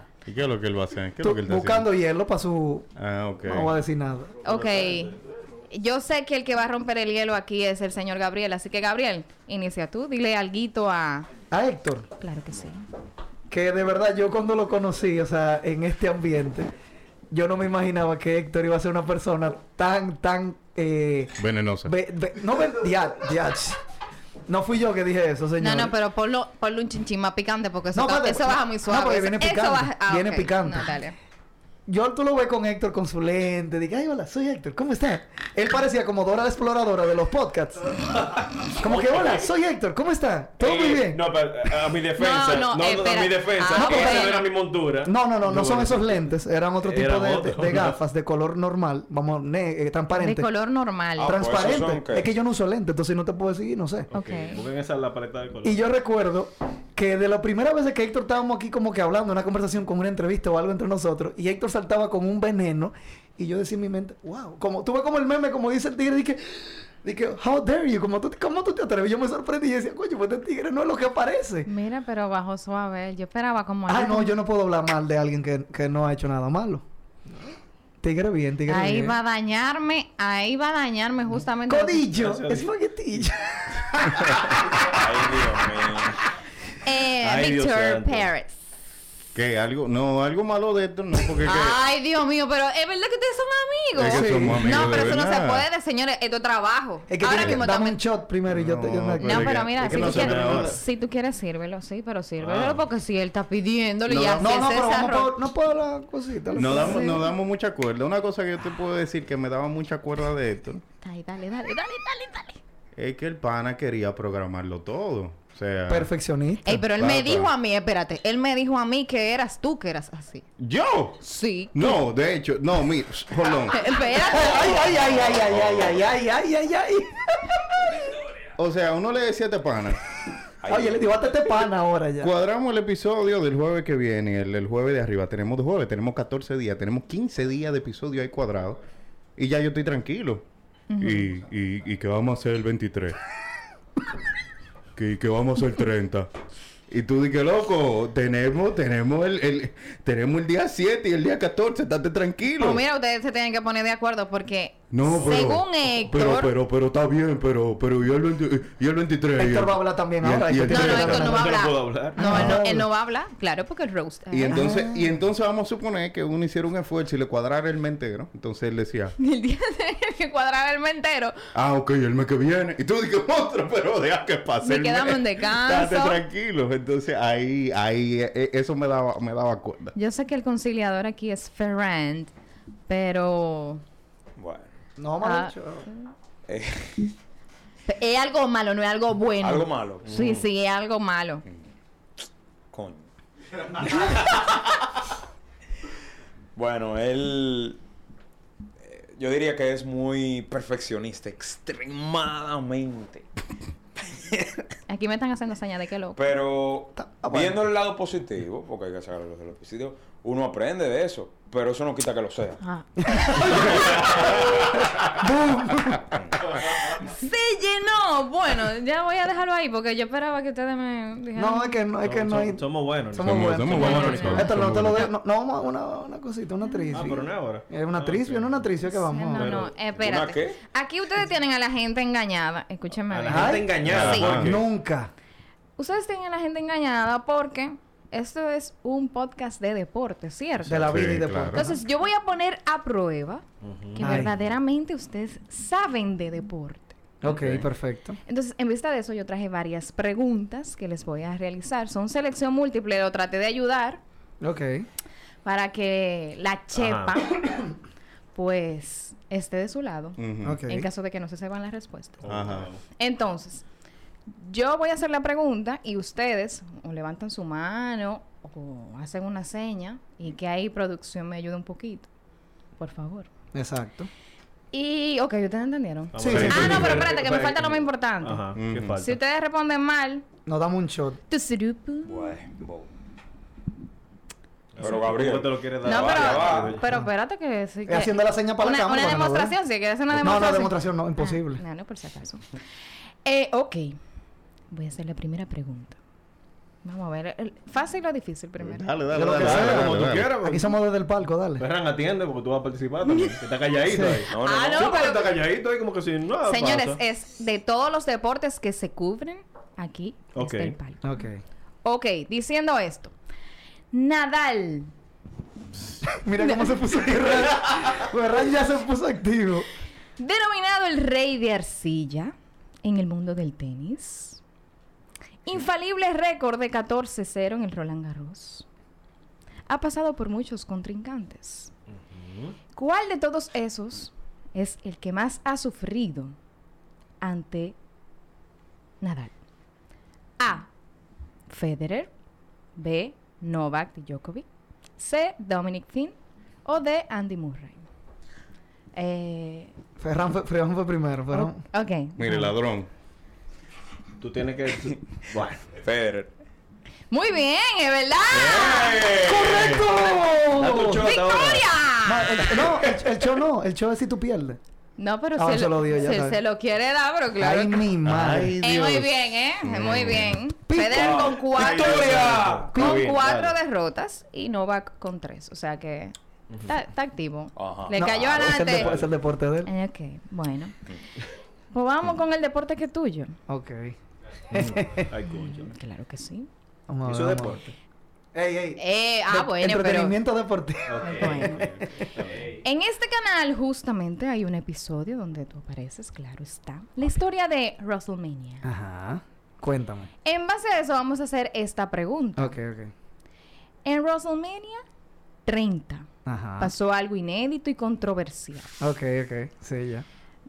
Speaker 3: Ah,
Speaker 2: ¿Y qué es lo que él va a hacer? ¿Qué es
Speaker 3: tú
Speaker 2: lo que él está
Speaker 3: buscando hielo para su...
Speaker 2: haciendo? Ah, ok.
Speaker 3: No voy a decir nada.
Speaker 4: Ok. Yo sé que el que va a romper el hielo aquí es el señor Gabriel. Así que, Gabriel, inicia tú. Dile alguito a...
Speaker 3: A Héctor,
Speaker 4: Claro que sí.
Speaker 3: que de verdad yo cuando lo conocí, o sea, en este ambiente, yo no me imaginaba que Héctor iba a ser una persona tan, tan... Eh,
Speaker 2: Venenosa.
Speaker 3: ve- ve- no, ve- ya, ya. No fui yo que dije eso,
Speaker 4: No,
Speaker 3: señor.
Speaker 4: no, pero ponlo, ponlo un chinchín más picante porque eso,
Speaker 3: No,
Speaker 4: está-
Speaker 3: espérate,
Speaker 4: eso baja muy
Speaker 3: no,
Speaker 4: suave.
Speaker 3: porque
Speaker 4: Eso-
Speaker 3: viene
Speaker 4: eso
Speaker 3: picante,
Speaker 4: baja- ah,
Speaker 3: viene
Speaker 4: ok.
Speaker 3: picante.
Speaker 4: No, dale.
Speaker 3: Yo tú lo ves con Héctor con su lente. Diga, ay, hola, soy Héctor, ¿cómo estás? Él parecía como Dora la exploradora de los podcasts. Como que, hola, soy Héctor, ¿cómo está? Todo muy
Speaker 1: Eh,
Speaker 3: bien. No,
Speaker 1: No, pero eh, a mi defensa.
Speaker 4: No, no,
Speaker 1: No, no,
Speaker 4: eh,
Speaker 1: a mi
Speaker 4: espera.
Speaker 1: defensa.
Speaker 4: Ah,
Speaker 1: esa
Speaker 4: bueno.
Speaker 1: era mi montura.
Speaker 3: no, no, no, son esos lentes. Eran otro tipo
Speaker 1: Eran
Speaker 3: de,
Speaker 1: otro.
Speaker 3: de- de gafas de color normal. Vamos, ne- eh,
Speaker 4: De
Speaker 3: transparente.
Speaker 4: color normal.
Speaker 5: Ah, pues esos
Speaker 3: transparente.
Speaker 5: son, ¿qué?
Speaker 3: Es que yo no uso lentes, entonces no te puedo decir, no sé.
Speaker 4: Ok.
Speaker 1: Busquen esa la paleta de color.
Speaker 3: Y yo recuerdo que de las primeras veces que Héctor estábamos aquí como que hablando, una conversación con una entrevista o algo entre nosotros, y Héctor saltaba con un veneno, y yo decía en mi mente, wow, como tuve como el meme, como dice el tigre, dije, dije, how dare you, como tú, cómo tú te atreves, yo me sorprendí y decía, coño, pues este tigre no es lo que parece.
Speaker 4: Mira, pero bajo suave. Yo esperaba como...
Speaker 3: Ah,
Speaker 4: algo
Speaker 3: no,
Speaker 4: como-
Speaker 3: yo no puedo hablar mal de alguien que, que no ha hecho nada malo. Tigre bien, tigre
Speaker 4: Ahí
Speaker 3: bien.
Speaker 4: va a dañarme. Ahí va a dañarme justamente...
Speaker 3: Codillo,
Speaker 1: Gracias a Dios.
Speaker 4: [laughs]
Speaker 3: espaguetillo.
Speaker 1: [laughs]
Speaker 5: Ay, Dios mío.
Speaker 4: Eh,
Speaker 1: Ay, Dios
Speaker 4: Victor
Speaker 1: santo.
Speaker 4: Pérez.
Speaker 2: ¿Qué? ¿Algo? No, algo malo de esto, no, porque... que-
Speaker 3: Ah,
Speaker 4: Ay, Dios mío, pero es verdad que ustedes son amigos.
Speaker 2: Es que
Speaker 3: Sí.
Speaker 2: somos amigos
Speaker 4: no, pero
Speaker 2: de
Speaker 4: eso no se
Speaker 2: verdad.
Speaker 4: puede, señores. Esto es trabajo.
Speaker 3: Es que
Speaker 4: Ahora
Speaker 3: tiene que-
Speaker 4: mismo
Speaker 3: dame
Speaker 4: también.
Speaker 3: un shot primero y yo te... yo
Speaker 2: No,
Speaker 3: me-
Speaker 2: pero
Speaker 4: No,
Speaker 2: es
Speaker 4: pero
Speaker 2: que-
Speaker 4: mira,
Speaker 2: es que
Speaker 4: si,
Speaker 2: no
Speaker 4: tú
Speaker 2: se puede ahora.
Speaker 4: quieres, si tú quieres, sírvelo, sí, pero sírvelo
Speaker 2: Ah.
Speaker 4: porque si él está pidiéndolo
Speaker 2: No,
Speaker 4: y
Speaker 2: no,
Speaker 4: así
Speaker 3: No, no,
Speaker 4: es
Speaker 3: pero
Speaker 4: ese
Speaker 3: vamos
Speaker 4: arroz.
Speaker 3: por, no puedo hablar cositas.
Speaker 2: Nos damos, nos damos mucha cuerda. Una cosa que yo te puedo decir que me daba mucha cuerda de esto
Speaker 4: Ay, dale, dale, dale, dale, dale.
Speaker 2: es que el pana quería programarlo todo. O sea,
Speaker 3: Perfeccionista.
Speaker 4: Ey, pero él
Speaker 2: Papá.
Speaker 4: me dijo a mí, espérate, él me dijo a mí que eras tú que eras así.
Speaker 2: yo.
Speaker 4: Sí.
Speaker 2: No, de hecho, no, mira, hold on.
Speaker 4: Eh, [laughs] Espérate.
Speaker 3: Ay, ay, ay, ay, ay, ay, ay, ay, ay, ay, ay.
Speaker 2: O sea, uno le decía a este pana,
Speaker 3: Oye, le digo, hasta este pana ahora
Speaker 2: [laughs]
Speaker 3: ya.
Speaker 2: cuadramos el episodio del jueves que viene, el, el jueves de arriba. Tenemos dos jueves, tenemos 14 días, tenemos 15 días de episodio ahí cuadrado. Y ya yo estoy tranquilo. y, y, y que vamos a hacer el 23. que, que vamos a hacer 30. Y tú di que loco, tenemos, tenemos el, el- tenemos el día 7 y el día 14, estate tranquilo.
Speaker 4: Oh, Pues mira, ustedes se tienen que poner de acuerdo porque
Speaker 2: No, pero,
Speaker 4: Según Héctor-
Speaker 2: Pero, pero, pero está bien, pero, pero, y el, 20 y el 23. y el-
Speaker 3: Héctor va a hablar también
Speaker 2: y el-
Speaker 3: ahora.
Speaker 2: y el-
Speaker 4: No, no,
Speaker 2: Pero
Speaker 4: Héctor no va a
Speaker 1: yo no
Speaker 4: hablar.
Speaker 1: puedo hablar.
Speaker 4: No, él no,
Speaker 3: Ah.
Speaker 4: él no va a hablar. Claro, porque el roast.
Speaker 2: Y
Speaker 4: ah.
Speaker 2: entonces, y entonces vamos a suponer que uno hiciera un esfuerzo y le cuadrara el mentero. Entonces él decía,
Speaker 4: [laughs] El día de que cuadraba el mentero.
Speaker 2: ah, ok, el mes que viene. Y tú dices, otro, pero deja que pase.
Speaker 4: Me
Speaker 2: el
Speaker 4: quedamos
Speaker 2: mes.
Speaker 4: en descanso.
Speaker 2: Estate tranquilo. Entonces ahí, ahí, eh, eso me daba, me daba cuenta.
Speaker 4: Yo sé que el conciliador aquí es Ferrand, pero
Speaker 5: Bueno.
Speaker 3: No, mano.
Speaker 4: Ah.
Speaker 5: eh,
Speaker 4: es algo malo, no es algo bueno.
Speaker 5: algo malo. Mm,
Speaker 2: Mm.
Speaker 4: Sí, sí, es algo malo.
Speaker 5: Coño. [laughs] bueno, él. eh, Yo diría que es muy perfeccionista, extremadamente.
Speaker 4: Aquí me están haciendo señas de que loco.
Speaker 5: Pero
Speaker 3: ah, bueno.
Speaker 5: viendo el lado positivo, porque hay que sacar los de los positivos, uno aprende de eso, pero eso no quita que lo sea.
Speaker 2: [laughs]
Speaker 4: Ah. Se llenó. Bueno, ya voy a dejarlo ahí porque yo esperaba que ustedes me dijeran.
Speaker 3: No, es que no, es que no
Speaker 1: Som-
Speaker 3: hay.
Speaker 1: Somos buenos.
Speaker 3: Somos
Speaker 1: Somos-
Speaker 3: buenos.
Speaker 2: somos
Speaker 4: buenos, somos
Speaker 3: Héctor, no te lo
Speaker 2: buenos.
Speaker 3: dejo. No, no, vamos a una, una cosita, una tricia.
Speaker 1: Ah, pero no ahora.
Speaker 3: Es una
Speaker 1: Ah,
Speaker 3: tricia,
Speaker 1: ok.
Speaker 3: no una tricia que vamos.
Speaker 4: no, no,
Speaker 1: Pero,
Speaker 4: espérate.
Speaker 5: ¿una qué?
Speaker 4: Aquí ustedes tienen a la gente engañada. Escúchenme.
Speaker 1: A Ah, la
Speaker 4: bien.
Speaker 1: gente
Speaker 3: Ay.
Speaker 1: engañada.
Speaker 4: Sí.
Speaker 1: ¿por qué?
Speaker 3: Nunca.
Speaker 4: Ustedes tienen a la gente engañada porque esto es un podcast de deporte, ¿cierto?
Speaker 3: De la vida
Speaker 2: Sí,
Speaker 3: y
Speaker 2: claro.
Speaker 3: deporte.
Speaker 4: Entonces, yo voy a poner a prueba que
Speaker 3: Ay.
Speaker 4: verdaderamente ustedes saben de deporte.
Speaker 3: ok, perfecto.
Speaker 4: Entonces, en vista de eso, yo traje varias preguntas que les voy a realizar. Son selección múltiple, lo traté de ayudar
Speaker 3: Ok.
Speaker 4: para que la chepa, pues, esté de su lado.
Speaker 2: Ujú.
Speaker 3: Ok.
Speaker 4: En caso de que no se sepan las respuestas.
Speaker 2: Ajá.
Speaker 4: Entonces, yo voy a hacer la pregunta y ustedes o levantan su mano o hacen una seña y que ahí producción me ayude un poquito. Por favor.
Speaker 3: Exacto.
Speaker 4: Y, ok, ustedes entendieron.
Speaker 1: Vamos
Speaker 3: Sí,
Speaker 1: a
Speaker 3: sí,
Speaker 1: ver.
Speaker 3: sí.
Speaker 4: Ah, no, pero
Speaker 1: Espera,
Speaker 4: espérate, que me
Speaker 1: espera,
Speaker 4: falta lo más importante.
Speaker 1: Ajá, ¿qué
Speaker 2: Ujú.
Speaker 4: Si
Speaker 1: falta?
Speaker 4: ustedes responden mal,
Speaker 3: Nos damos un shot.
Speaker 4: tusurupu.
Speaker 5: Bueno.
Speaker 1: ¿Cómo
Speaker 5: Pero Gabriel.
Speaker 1: te lo quieres dar?
Speaker 4: No,
Speaker 5: va, ya va.
Speaker 4: pero, pero espérate que sí que-
Speaker 3: haciendo la seña para la
Speaker 4: una,
Speaker 3: cámara
Speaker 4: Una
Speaker 3: para no
Speaker 4: demostración, si quieres hacer una
Speaker 3: No,
Speaker 4: demostración.
Speaker 3: no, demostración no, imposible.
Speaker 4: Ah, no, no, por si acaso. Eh, ok. Voy a hacer la primera pregunta. Vamos a ver. el- fácil o difícil primero.
Speaker 1: Dale,
Speaker 3: Yo
Speaker 1: dale,
Speaker 3: lo
Speaker 1: dale,
Speaker 3: que
Speaker 1: dale,
Speaker 3: sea.
Speaker 1: como tú
Speaker 2: Dale,
Speaker 1: quieras.
Speaker 3: Aquí somos desde el palco, dale.
Speaker 1: Ferran, atiende porque tú vas a participar también. Que está calladito
Speaker 3: Sí.
Speaker 1: ahí.
Speaker 5: [laughs] No, no,
Speaker 4: Ah, no,
Speaker 5: no.
Speaker 1: Sí, porque
Speaker 4: pero-
Speaker 1: está calladito ahí como que sin nada
Speaker 4: Señores, eh,
Speaker 1: pasa.
Speaker 4: es de todos los deportes que se cubren aquí
Speaker 1: Ok.
Speaker 4: está el palco.
Speaker 3: Ok.
Speaker 4: Ok, diciendo esto. Nadal.
Speaker 3: Mira cómo se puso Guerrero. Guerrero ya se puso activo.
Speaker 4: Denominado el rey de arcilla en el mundo del tenis. Infalible récord de 14-0 en el Roland Garros. Ha pasado por muchos contrincantes. ¿Cuál de todos esos es el que más ha sufrido ante Nadal? A. Federer. B. Novak Djokovic. C. Dominic Thiem. O D. Andy Murray. Eh,
Speaker 3: Ferran fue, Ferran fue primero, pero.
Speaker 4: Ok.
Speaker 2: Mire, ladrón.
Speaker 1: Tú tienes que... Bueno.
Speaker 5: Federer.
Speaker 4: Muy bien, es verdad.
Speaker 1: ¡Eh! Da tu
Speaker 3: ¡Correcto!
Speaker 1: shot ahora.
Speaker 3: No, eh,
Speaker 4: ¡Victoria!
Speaker 3: el, no, el, el show no. El show es si tú pierdes.
Speaker 4: No, pero
Speaker 3: Ahora Ah,
Speaker 4: se,
Speaker 3: se
Speaker 4: lo,
Speaker 3: lo dio, ya
Speaker 4: se-
Speaker 3: sabes.
Speaker 4: se lo quiere dar, pero claro.
Speaker 3: Ay,
Speaker 4: que-
Speaker 3: mi madre.
Speaker 4: Eh, muy bien, ¿eh? Eh, Muy bien. Federer con cuatro,
Speaker 1: ¡Victoria!
Speaker 4: con
Speaker 1: Muy bien,
Speaker 4: cuatro
Speaker 1: dale.
Speaker 4: derrotas y Novak con tres. O sea que está, está activo.
Speaker 5: Ajá.
Speaker 4: Le
Speaker 3: No,
Speaker 4: cayó
Speaker 3: es el, depo- es
Speaker 4: adelante.
Speaker 3: el deporte de él.
Speaker 4: Eh, Ok,
Speaker 1: [laughs]
Speaker 4: bueno. Pues vamos con el deporte que es tuyo.
Speaker 3: Ok.
Speaker 1: Ay, coño.
Speaker 4: Claro que sí.
Speaker 3: Vamos a ver,
Speaker 1: Eso es
Speaker 3: vamos a ver.
Speaker 1: deporte.
Speaker 3: Ey, ey.
Speaker 4: Eh, ah,
Speaker 3: De-
Speaker 4: bueno, pero...
Speaker 3: Entretenimiento deportivo.
Speaker 4: Bueno. En este canal justamente hay un episodio donde tú apareces, claro está, la historia de WrestleMania.
Speaker 3: Ah. Ajá. Cuéntame.
Speaker 4: En base a eso vamos a hacer esta pregunta.
Speaker 3: Ok, ok.
Speaker 4: En WrestleMania 30
Speaker 3: Ajá.
Speaker 4: pasó algo inédito y controversial.
Speaker 3: Ok, ok. Sí, ya.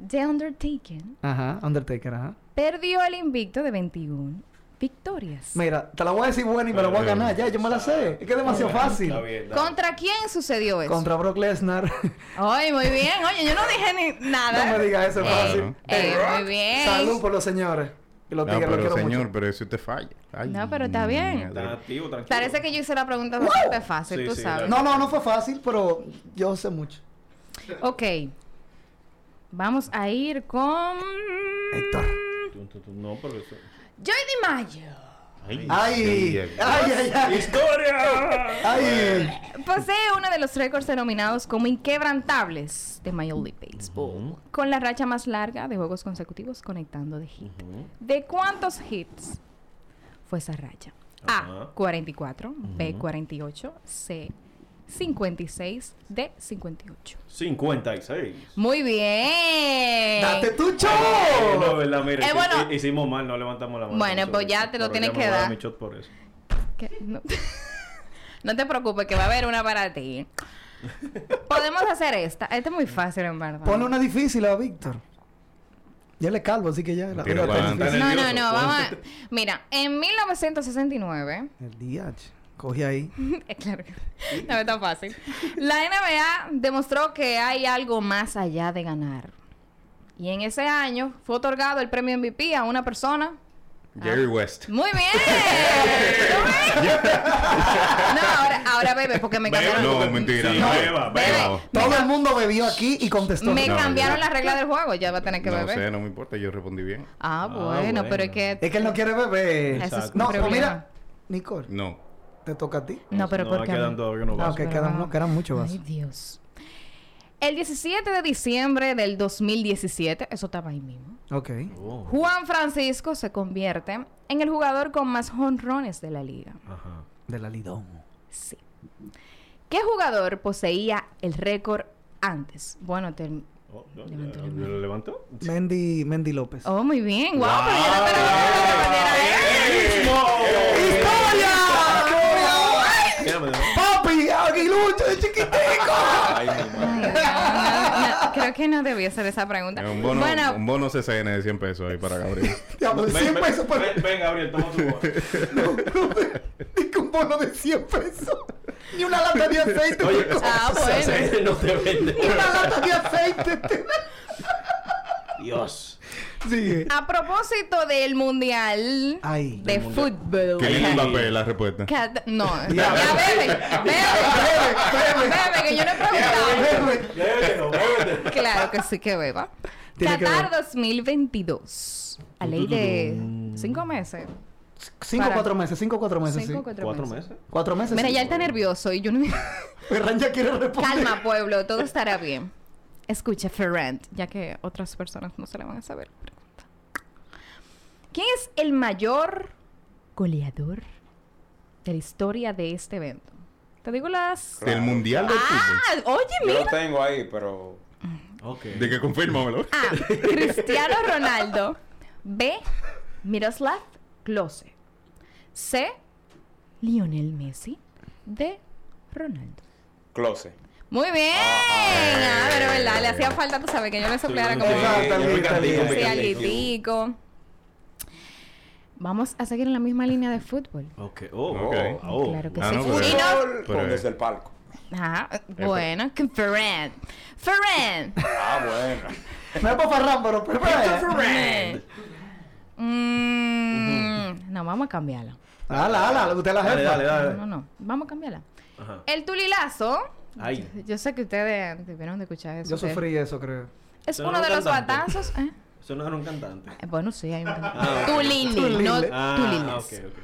Speaker 4: The Undertaker
Speaker 3: Ajá. Undertaker, ajá.
Speaker 4: perdió el invicto de 21 victorias.
Speaker 3: Mira, te la voy a decir buena y me la voy a ganar. Ya, yo me la sé. Es que es demasiado fácil.
Speaker 1: Está bien, dale.
Speaker 4: ¿Contra quién sucedió eso?
Speaker 3: Contra Brock Lesnar.
Speaker 4: Ay, muy bien. Oye, yo no dije ni nada.
Speaker 3: no me digas eso, es
Speaker 2: Claro.
Speaker 3: fácil.
Speaker 4: Eh,
Speaker 3: Ey,
Speaker 4: muy bien.
Speaker 3: Salud por los señores. Y los
Speaker 2: No,
Speaker 3: tigres los
Speaker 2: pero
Speaker 3: quiero
Speaker 2: señor,
Speaker 3: mucho.
Speaker 2: pero eso te falla. Ay,
Speaker 4: No, pero está bien. Ah.
Speaker 1: Está
Speaker 2: madre.
Speaker 1: activo, tranquilo.
Speaker 4: Parece que yo hice la pregunta bastante fácil,
Speaker 1: Sí,
Speaker 4: tú
Speaker 1: sí,
Speaker 4: sabes.
Speaker 3: No, no, no fue fácil, pero yo sé mucho.
Speaker 4: Ok. Vamos a ir con.
Speaker 3: Héctor.
Speaker 1: Tú- tú- tú- No, pero eso...
Speaker 4: Joy DiMaggio.
Speaker 2: Ay,
Speaker 3: ¡Ay!
Speaker 2: ay,
Speaker 3: ¡Ay, ay, ay!
Speaker 1: ¡Historia!
Speaker 3: ¡Ay!
Speaker 4: Posee uno de los récords denominados como inquebrantables de Major League Baseball, con la racha más larga de juegos consecutivos conectando de hit. ¿De cuántos hits fue esa racha?
Speaker 1: Ajá.
Speaker 4: A, 44, B, 48, C, 56, D, 58.
Speaker 1: 56.
Speaker 4: Muy bien.
Speaker 3: ¡Date tu
Speaker 1: Eh,
Speaker 3: show!
Speaker 1: No, verdad, mira,
Speaker 4: Eh,
Speaker 1: hici-
Speaker 4: bueno.
Speaker 1: hi- hicimos mal, no levantamos la mano.
Speaker 4: Bueno,
Speaker 1: Eso,
Speaker 4: pues ya
Speaker 1: eso.
Speaker 4: te lo
Speaker 1: Pero
Speaker 4: tienes
Speaker 1: ya
Speaker 4: que
Speaker 1: me voy a
Speaker 4: dar.
Speaker 1: mi shot por eso.
Speaker 4: Que No, [laughs] No te preocupes, que va a haber una para ti. Podemos hacer esta. Esta es muy fácil, en verdad.
Speaker 3: Ponle una difícil a Víctor. Ya le calvo, así que ya. la-
Speaker 2: Tira
Speaker 3: la-
Speaker 2: para adelante.
Speaker 4: No, no,
Speaker 1: nervioso,
Speaker 4: no,
Speaker 1: pues.
Speaker 4: vamos a... Mira, en [laughs] 1969,
Speaker 3: El DH. Cogí ahí.
Speaker 4: eh, claro que [laughs] no es tan fácil, la NBA demostró que hay algo más allá de ganar. Y en ese año fue otorgado el premio MVP a una persona.
Speaker 2: Jerry West.
Speaker 4: ¡Muy bien! ¿Tú ves? No, ahora, ahora bebe, porque me cambiaron,
Speaker 2: No, mentira.
Speaker 1: Sí,
Speaker 2: no.
Speaker 1: beba, beba.
Speaker 4: Me
Speaker 3: Todo
Speaker 4: ca-
Speaker 3: el mundo bebió aquí y contestó.
Speaker 4: me
Speaker 2: No,
Speaker 4: cambiaron
Speaker 2: yo-
Speaker 4: las reglas del juego. Ya va a tener que
Speaker 2: No
Speaker 4: beber.
Speaker 2: sé, no me importa, yo respondí bien.
Speaker 4: Ah, bueno,
Speaker 1: bueno.
Speaker 4: pero es que...
Speaker 3: Es que él no quiere beber.
Speaker 4: Eso es
Speaker 1: Exacto.
Speaker 4: un
Speaker 3: No,
Speaker 4: problema.
Speaker 3: pues mira. Nicole,
Speaker 2: No.
Speaker 3: te toca a ti.
Speaker 4: No, pero
Speaker 1: no,
Speaker 4: porque... a
Speaker 1: quedan
Speaker 4: mí-
Speaker 1: todavía unos
Speaker 3: Ah,
Speaker 1: vasos.
Speaker 3: ok, quedan, no, quedan muchos
Speaker 4: Ay,
Speaker 3: vasos.
Speaker 4: Dios. El 17 de diciembre del 2017, eso estaba ahí mismo,
Speaker 3: Ok.
Speaker 1: Oh,
Speaker 4: Juan Francisco se convierte en el jugador con más jonrones de la liga.
Speaker 1: Ajá.
Speaker 3: De la Lidón.
Speaker 4: Sí. ¿Qué jugador poseía el récord antes? Bueno, te-
Speaker 1: Oh, no,
Speaker 4: Levantó
Speaker 1: ya-
Speaker 4: la mano.
Speaker 1: ¿Lo levantó?
Speaker 3: Mendy, Mendy López.
Speaker 4: Oh, muy bien. Wow, pero
Speaker 1: Ah,
Speaker 4: yo no esperaba que me
Speaker 1: eh.
Speaker 4: respondiera ¿eh? él. [laughs]
Speaker 1: Espérame, ¿no?
Speaker 3: ¡Papi! ¡Aguilucho de chiquitico!
Speaker 5: Ay, mi
Speaker 4: Ay,
Speaker 5: madre.
Speaker 4: no, no, no, creo que no debía ser esa pregunta.
Speaker 2: Eh, Un bono,
Speaker 4: bueno,
Speaker 2: un bono CCN de 100 pesos ahí para Gabriel.
Speaker 4: [laughs]
Speaker 3: Diablo, de
Speaker 1: Ven,
Speaker 3: 100
Speaker 1: ven,
Speaker 3: pesos para...
Speaker 1: ven, ven, Gabriel, toma tu voz.
Speaker 3: Dice un bono de 100 pesos. Ni una lata de aceite.
Speaker 1: Oye,
Speaker 3: Nico.
Speaker 1: [laughs]
Speaker 4: ah, bueno.
Speaker 1: no te vende.
Speaker 3: Ni una lata de aceite.
Speaker 1: Dios.
Speaker 3: Sigue.
Speaker 4: A propósito del mundial
Speaker 3: Ay.
Speaker 4: de fútbol.
Speaker 2: Tiene
Speaker 4: [laughs]
Speaker 2: Mbappé la respuesta.
Speaker 4: Cat- No, ya [laughs] bebe, bebe, bebe, que yo no he preguntado.
Speaker 3: Bebe.
Speaker 1: Llévetelo, llévetelo.
Speaker 4: Claro que sí que beba.
Speaker 3: Tiene que
Speaker 4: Qatar 2022. A ley de cinco meses.
Speaker 3: 5 o
Speaker 4: Para.
Speaker 3: 4 meses, 5 o 4 meses,
Speaker 4: Cinco o
Speaker 3: sí.
Speaker 4: cuatro,
Speaker 1: ¿Cuatro
Speaker 4: meses.
Speaker 1: meses?
Speaker 3: 4 meses.
Speaker 4: Mira,
Speaker 3: sí.
Speaker 4: ya él está nervioso y yo [laughs] no...
Speaker 3: Ferran ya quiere responder.
Speaker 4: Calma, pueblo, todo estará bien. Escucha, Ferrand, ya que otras personas no se le van a saber. la pregunta. ¿Quién es el mayor goleador de la historia de este evento? Te digo las...
Speaker 2: Del mundial del
Speaker 4: Ah,
Speaker 2: fútbol.
Speaker 4: oye,
Speaker 5: Yo
Speaker 4: mira.
Speaker 5: lo tengo ahí, pero.
Speaker 1: Ok.
Speaker 2: De que confírmamelo.
Speaker 4: A. Ah, Cristiano Ronaldo. B. Miroslav Klose. C. Lionel Messi. D. Ronaldo.
Speaker 5: Close.
Speaker 4: Muy bien. Ah, pero verdad, le hacía falta, tú sabes, que yo le soplara como
Speaker 1: eh. Sí,
Speaker 3: Ah, también,
Speaker 1: yo me
Speaker 3: también.
Speaker 1: canté, yo me
Speaker 4: sí,
Speaker 1: canté.
Speaker 4: alguitico. Vamos a seguir en la misma línea de fútbol.
Speaker 1: Ok. Oh,
Speaker 2: Ok.
Speaker 1: oh, oh.
Speaker 4: Claro que
Speaker 2: Ah,
Speaker 4: sí.
Speaker 2: no,
Speaker 4: Y
Speaker 2: pero-
Speaker 4: no-
Speaker 2: Pero-
Speaker 5: Con desde el palco.
Speaker 4: Ajá, bueno, que Ferran.
Speaker 1: [laughs]
Speaker 4: Ferran.
Speaker 5: Ah, bueno.
Speaker 3: No es para Ferran, pero... pero- pero-
Speaker 4: Mm, No, vamos a cambiarla.
Speaker 3: Ala, ala, usted la
Speaker 1: Dale, dale,
Speaker 3: jefa.
Speaker 4: No,
Speaker 1: dale.
Speaker 4: no, no. Vamos a cambiarla.
Speaker 1: Ajá.
Speaker 4: El tulilazo.
Speaker 1: Ay.
Speaker 4: Yo sé que ustedes debieron de escuchar eso.
Speaker 3: Yo
Speaker 4: que
Speaker 3: sufrí eso, creo.
Speaker 4: Es
Speaker 1: Yo no
Speaker 4: uno de
Speaker 1: era
Speaker 4: los
Speaker 1: cantante.
Speaker 4: batazos. ¿eh?
Speaker 1: Eso no era un cantante.
Speaker 4: Eh, Bueno, sí, hay un
Speaker 1: Ah, ok.
Speaker 4: Tulili, no
Speaker 1: Ah,
Speaker 4: tulilas.
Speaker 1: ok, ok.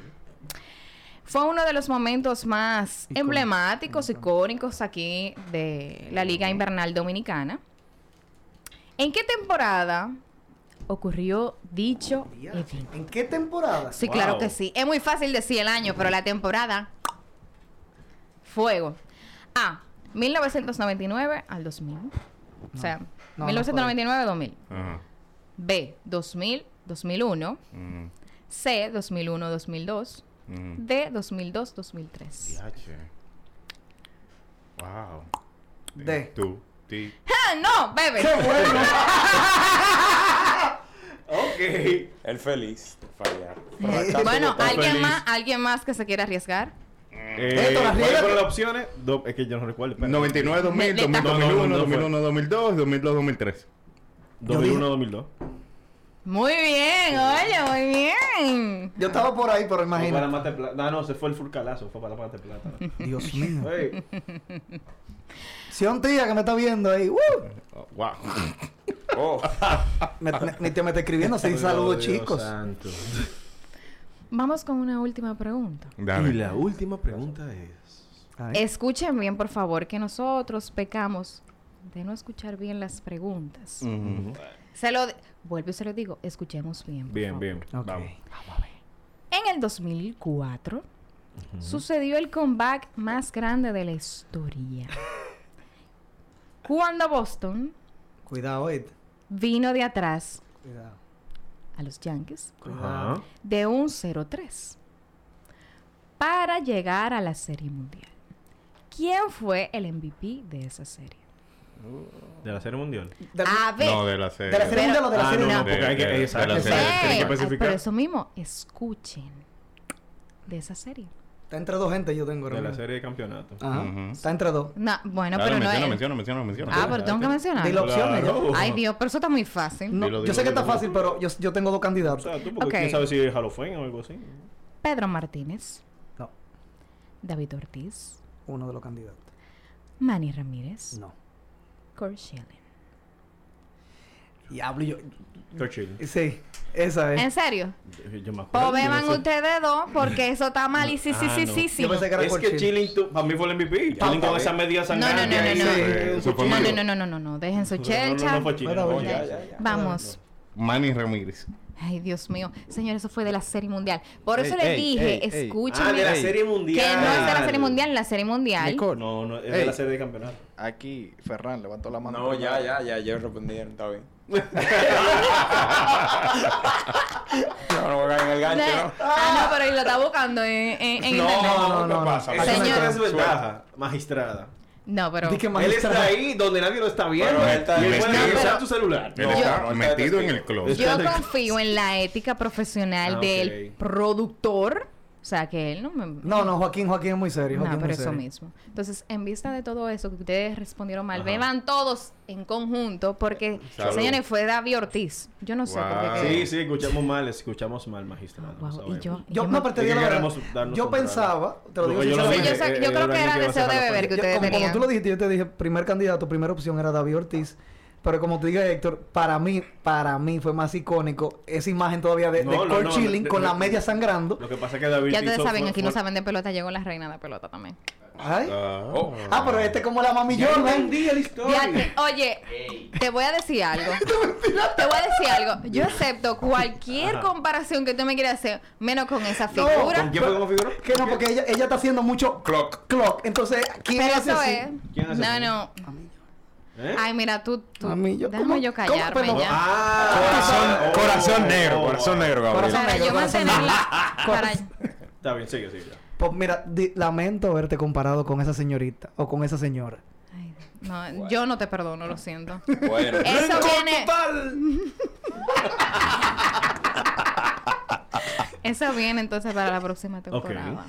Speaker 4: Fue uno de los momentos más emblemáticos, icónicos aquí de la Liga Invernal Dominicana. ¿En qué temporada ocurrió dicho evento?
Speaker 3: ¿En qué temporada?
Speaker 4: Sí,
Speaker 1: Wow.
Speaker 4: claro que sí. Es muy fácil decir el año, pero la temporada. Fuego. A. 1999 al 2000. o sea,
Speaker 3: no,
Speaker 4: 1999 2000.
Speaker 2: Ajá.
Speaker 4: B. 2000 2001.
Speaker 2: Mm,
Speaker 4: C. 2001 2002.
Speaker 2: mm.
Speaker 4: D. 2002 2003.
Speaker 2: Diache. Wow.
Speaker 3: De.
Speaker 2: Tú. Ti.
Speaker 4: ¡Ah, [laughs] no! ¡Bebe!
Speaker 1: Ok.
Speaker 5: El feliz de fallar.
Speaker 4: bueno,
Speaker 5: total.
Speaker 4: ¿alguien
Speaker 2: feliz.
Speaker 4: más, ¿alguien más que se quiera arriesgar?
Speaker 1: Eh,
Speaker 3: Héctor,
Speaker 1: ¿Cuáles fueron
Speaker 3: arriégate.
Speaker 1: las opciones? Do- es que yo no recuerdo. espera.
Speaker 2: 99, 2000,
Speaker 4: Le- le
Speaker 2: 2000,
Speaker 4: tapo.
Speaker 2: 2001,
Speaker 1: No, no, no fue.
Speaker 2: 2001, 2002, 2002, 2003.
Speaker 1: 2001, 2002.
Speaker 4: Muy bien, oye, muy bien.
Speaker 3: Yo estaba por ahí, pero
Speaker 1: Fue para
Speaker 3: imagínate.
Speaker 1: Mate Plata. No, no, se fue el furcalazo. Fue para Mate Plata.
Speaker 3: Dios mío.
Speaker 1: Ey,
Speaker 3: Si un tía que me está viendo ahí, ¡uh!
Speaker 2: Oh, wow.
Speaker 5: Oh,
Speaker 3: Me- me- Mi tía me está escribiendo, seis
Speaker 1: [laughs] Dios ah.
Speaker 3: saludos, chicos.
Speaker 1: santo.
Speaker 4: Vamos con una última pregunta.
Speaker 1: Y
Speaker 2: Dale.
Speaker 1: la última pregunta es...
Speaker 3: Ay,
Speaker 4: Escuchen bien, por favor, que nosotros pecamos de no escuchar bien las preguntas.
Speaker 2: Ujú.
Speaker 4: Se lo di- vuelvo y se lo digo, escuchemos bien. por
Speaker 1: Bien,
Speaker 4: favor.
Speaker 1: bien.
Speaker 3: ok.
Speaker 1: Vamos.
Speaker 4: En el 2004 sucedió el comeback más grande de
Speaker 1: [laughs]
Speaker 4: la historia. Cuando Boston
Speaker 3: Cuidado, Ed.
Speaker 4: vino de atrás
Speaker 3: Cuidado.
Speaker 4: a los Yankees
Speaker 3: Cuidado.
Speaker 1: Ajá.
Speaker 4: de un 0-3 para llegar a la Serie Mundial. ¿Quién fue el MVP de esa serie?
Speaker 1: De la serie mundial.
Speaker 3: Del-
Speaker 4: A ver.
Speaker 2: No, de la serie.
Speaker 3: de la serie
Speaker 4: Pero-
Speaker 3: mundial o de la
Speaker 1: Ah,
Speaker 3: serie
Speaker 1: no,
Speaker 3: mundial.
Speaker 1: no, porque hay que...
Speaker 2: De- de- de
Speaker 1: exacto,
Speaker 2: la
Speaker 1: exacto,
Speaker 2: serie.
Speaker 1: Hay que
Speaker 4: Ay, por
Speaker 1: especificar.
Speaker 4: eso mismo, escuchen de esa serie.
Speaker 3: Está entre dos gente yo tengo
Speaker 1: De la
Speaker 3: reunido.
Speaker 1: serie de campeonato.
Speaker 3: Ajá.
Speaker 2: Ujú.
Speaker 3: Está entre dos.
Speaker 4: No, bueno,
Speaker 2: Dale,
Speaker 4: pero no
Speaker 2: menciona,
Speaker 4: es.
Speaker 2: menciona, menciona, menciona.
Speaker 4: Ah, pero tengo que mencionar.
Speaker 3: Dile opciones.
Speaker 1: Claro.
Speaker 3: ya.
Speaker 4: Ay, Dios, pero eso está muy fácil.
Speaker 3: No,
Speaker 2: Dilo,
Speaker 3: yo
Speaker 2: dilo,
Speaker 3: sé que está
Speaker 2: dilo.
Speaker 3: fácil, pero yo, yo tengo dos
Speaker 1: O
Speaker 3: candidatos.
Speaker 1: sea, tú, porque
Speaker 4: Ok.
Speaker 1: quién sabe si es Halofen o algo así.
Speaker 4: Pedro Martínez,
Speaker 3: No,
Speaker 4: David Ortiz,
Speaker 3: uno de los candidatos.
Speaker 4: Manny Ramírez,
Speaker 3: No.
Speaker 4: Kurt Schilling.
Speaker 3: Diablo, yo.
Speaker 1: Churchill.
Speaker 3: Sí, esa
Speaker 4: ¿En
Speaker 3: es.
Speaker 4: serio?
Speaker 1: Yo- Yo me acuerdo.
Speaker 4: Pues beban
Speaker 1: yo no sé.
Speaker 4: ustedes dos porque eso está mal y sí, sí,
Speaker 1: Ah,
Speaker 4: sí,
Speaker 1: no.
Speaker 4: sí, sí.
Speaker 3: Yo pensé que era
Speaker 1: Es
Speaker 3: por
Speaker 1: que
Speaker 3: Chile.
Speaker 1: Chilling, tú- para mí fue el MVP. Chilling con esa media sangrante.
Speaker 4: no, no,
Speaker 1: ahí,
Speaker 4: no, no.
Speaker 1: eh,
Speaker 2: Sí, eso fue
Speaker 4: No,
Speaker 2: malo.
Speaker 4: no, no, no, no, no, no. Dejen su
Speaker 1: No, no, no
Speaker 4: chelcha.
Speaker 1: fue Chilling.
Speaker 3: Bueno,
Speaker 1: fue
Speaker 3: bueno.
Speaker 1: Chilling.
Speaker 4: Vamos.
Speaker 2: Manny Ramírez.
Speaker 4: Ay, Dios mío. Señor, eso fue de la Serie Mundial. Por eso
Speaker 6: Ey,
Speaker 4: les
Speaker 6: ey,
Speaker 4: dije,
Speaker 6: ey, ey.
Speaker 4: escúchenme.
Speaker 1: Ah, de la
Speaker 6: Ey.
Speaker 1: serie mundial.
Speaker 4: Que no es de la Serie Mundial, la Serie Mundial.
Speaker 6: Nicole,
Speaker 1: No, no, es de
Speaker 6: Ey.
Speaker 1: la serie de campeonato.
Speaker 6: aquí Ferran levantó la mano.
Speaker 5: No, ya, ya, ya, ya respondieron, está [laughs] bien. no, no voy a caer en el gancho, ¿no?
Speaker 4: Ah, no, pero él lo está buscando en, en, en internet.
Speaker 3: no, no, no.
Speaker 5: pasa?
Speaker 1: Esa es
Speaker 4: Señor.
Speaker 1: una desventaja magistrada.
Speaker 4: No, pero.
Speaker 3: Di que
Speaker 1: Él está
Speaker 3: magistrado.
Speaker 1: ahí donde nadie lo está viendo.
Speaker 5: Pero él está
Speaker 1: y él
Speaker 2: ahí.
Speaker 1: puede
Speaker 2: No,
Speaker 1: usar
Speaker 4: pero-
Speaker 1: tu celular.
Speaker 2: Él
Speaker 5: No,
Speaker 2: está
Speaker 5: no, no está
Speaker 2: metido en
Speaker 5: testigo.
Speaker 2: el closet.
Speaker 4: Yo confío en la ética profesional
Speaker 1: Ah,
Speaker 4: del
Speaker 1: ok.
Speaker 4: productor. O sea, que él no me...
Speaker 3: No, no, Joaquín, Joaquín es muy serio.
Speaker 4: No,
Speaker 3: Joaquín es
Speaker 4: pero
Speaker 3: muy
Speaker 4: eso
Speaker 3: serio.
Speaker 4: mismo. Entonces, en vista de todo eso que ustedes respondieron mal,
Speaker 1: Ajá. Eh,
Speaker 4: beban todos en conjunto porque,
Speaker 2: Salud.
Speaker 4: señores, fue David Ortiz. Yo no sé por
Speaker 2: Wow.
Speaker 4: qué.
Speaker 1: Sí, sí, escuchamos mal, escuchamos mal, magistrado.
Speaker 4: Wow,
Speaker 1: sabemos.
Speaker 4: y yo-
Speaker 3: Yo, no, pero te
Speaker 1: Es
Speaker 3: digo
Speaker 1: que
Speaker 3: la verdad.
Speaker 1: queremos darnos
Speaker 3: Yo
Speaker 1: un regalo.
Speaker 3: pensaba, te
Speaker 1: Porque
Speaker 3: lo
Speaker 1: yo lo
Speaker 3: digo
Speaker 4: Sí,
Speaker 3: sinceramente.
Speaker 4: yo,
Speaker 1: dije,
Speaker 4: sa-
Speaker 1: eh,
Speaker 4: yo
Speaker 1: eh,
Speaker 4: creo
Speaker 1: era
Speaker 4: que
Speaker 1: alguien
Speaker 4: era
Speaker 1: que iba a
Speaker 4: deseo de
Speaker 1: cerrar la
Speaker 4: beber que
Speaker 1: puerta.
Speaker 3: Yo-
Speaker 4: ustedes
Speaker 3: como, como
Speaker 4: tenían.
Speaker 3: tú lo dijiste, yo te dije primer candidato, primera opción era David Ortiz. Pero como te dije, Héctor, para mí, para mí fue más icónico esa imagen todavía de, de
Speaker 1: No, no,
Speaker 3: Kurt
Speaker 1: no,
Speaker 3: Schilling
Speaker 1: de-
Speaker 3: con
Speaker 1: de-
Speaker 3: la media sangrando.
Speaker 1: Lo que pasa es que David
Speaker 4: ya ustedes
Speaker 1: hizo-
Speaker 4: saben,
Speaker 1: fue-
Speaker 4: aquí no
Speaker 1: fue-
Speaker 4: saben de pelota, llegó la reina de pelota también.
Speaker 3: Ay.
Speaker 2: Ah.
Speaker 5: Oh.
Speaker 3: Ah, pero este es como la mami
Speaker 1: Yo
Speaker 3: Jordan.
Speaker 1: entendí la
Speaker 4: Fíjate,
Speaker 1: historia.
Speaker 4: oye, te voy a
Speaker 3: [laughs]
Speaker 4: decir algo. te voy a decir algo. Yo acepto cualquier
Speaker 1: Ajá.
Speaker 4: comparación que tú me quieras hacer, menos con esa
Speaker 3: No,
Speaker 4: figura.
Speaker 1: ¿Con quién fue como figuró?
Speaker 3: Que no, porque ella, ella está haciendo mucho
Speaker 5: Clock.
Speaker 3: clock. Entonces, ¿quién
Speaker 4: Pero
Speaker 3: hace
Speaker 4: eso
Speaker 3: así?
Speaker 4: es.
Speaker 1: ¿Quién hace
Speaker 4: no,
Speaker 1: así?
Speaker 4: no.
Speaker 1: ¿Eh?
Speaker 4: Ay, mira, tú. tú
Speaker 3: A mí yo-
Speaker 4: déjame
Speaker 3: ¿cómo-
Speaker 4: yo
Speaker 3: cómo,
Speaker 4: callarme
Speaker 3: pero no?
Speaker 4: ya.
Speaker 1: Ah,
Speaker 5: Corazón,
Speaker 1: oh,
Speaker 5: corazón
Speaker 1: oh,
Speaker 5: negro,
Speaker 1: oh,
Speaker 5: corazón
Speaker 1: oh.
Speaker 5: negro, Gabriel.
Speaker 3: Corazón
Speaker 4: para
Speaker 3: negro,
Speaker 4: yo
Speaker 3: corazón
Speaker 4: mantenerla. [laughs] para-
Speaker 1: Está bien, sigue, sigue.
Speaker 3: Pues mira, di- lamento haberte comparado con esa señorita o con esa señora.
Speaker 4: Ay, no, yo no te perdono, lo siento.
Speaker 5: Bueno,
Speaker 4: Eso viene. Eso viene entonces para la próxima temporada.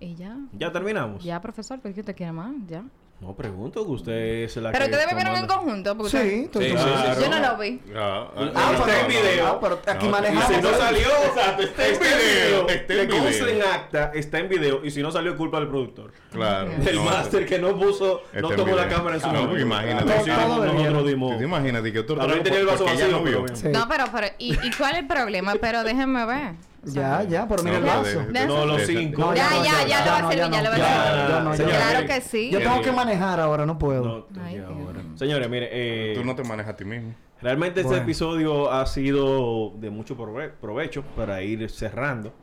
Speaker 4: Y ya.
Speaker 1: Ya terminamos.
Speaker 4: Ya, profesor, pues, ¿qué usted quiere más? Ya.
Speaker 1: No pregunto que usted es la
Speaker 4: Pero
Speaker 1: que
Speaker 4: ustedes vieron en
Speaker 1: comanda.
Speaker 4: conjunto. porque
Speaker 3: Sí, tú-
Speaker 5: sí,
Speaker 3: tú-
Speaker 5: sí, sí,
Speaker 4: ustedes- Yo no lo vi.
Speaker 2: Ah, ah,
Speaker 1: Ah,
Speaker 2: no,
Speaker 1: pero
Speaker 2: no,
Speaker 1: está en
Speaker 2: no,
Speaker 1: video.
Speaker 3: Ah, pero aquí
Speaker 2: No,
Speaker 1: Y si
Speaker 3: manejamos.
Speaker 1: no salió, exacto, está en video.
Speaker 2: Está en
Speaker 1: Que
Speaker 2: video.
Speaker 1: conste en acta, está en video. Y si no salió, culpa del productor.
Speaker 2: Claro.
Speaker 1: Del
Speaker 2: no,
Speaker 1: máster que no puso,
Speaker 2: Está
Speaker 1: no
Speaker 2: en
Speaker 1: tomó la
Speaker 2: video.
Speaker 1: cámara en su
Speaker 2: No,
Speaker 1: mano.
Speaker 2: porque imagínate.
Speaker 1: Claro,
Speaker 3: Todo-
Speaker 1: sí,
Speaker 3: todo
Speaker 1: nosotros
Speaker 3: debería.
Speaker 1: dimos.
Speaker 2: ¿Tú te imaginas de que otro
Speaker 1: Ahorita tenía el vaso
Speaker 2: porque ella
Speaker 1: vacío,
Speaker 2: no
Speaker 1: pero
Speaker 2: vio?
Speaker 1: bueno.
Speaker 3: Sí.
Speaker 4: No, pero, pero ¿y, y cuál es el problema? Pero déjenme ver. O sea,
Speaker 3: Ya, ya, pero mira el
Speaker 2: No,
Speaker 3: vaso.
Speaker 2: de-
Speaker 4: de-
Speaker 1: No, los
Speaker 2: de-
Speaker 1: cinco.
Speaker 3: No,
Speaker 4: Ya,
Speaker 3: no,
Speaker 4: ya, ya
Speaker 3: no,
Speaker 4: le va a
Speaker 3: no,
Speaker 4: servir, ya le va a
Speaker 1: no,
Speaker 4: servir.
Speaker 1: ya,
Speaker 3: no,
Speaker 1: ya.
Speaker 4: Claro que sí.
Speaker 3: Yo tengo
Speaker 2: Sí.
Speaker 3: que manejar ahora, no puedo.
Speaker 1: No, tú-
Speaker 4: Ay,
Speaker 1: ya,
Speaker 4: Dios.
Speaker 1: ahora. Señores, mire, eh,
Speaker 2: Tú no te manejas a ti mismo.
Speaker 1: realmente este
Speaker 3: Bueno.
Speaker 1: episodio ha sido de mucho prove- provecho para ir cerrando.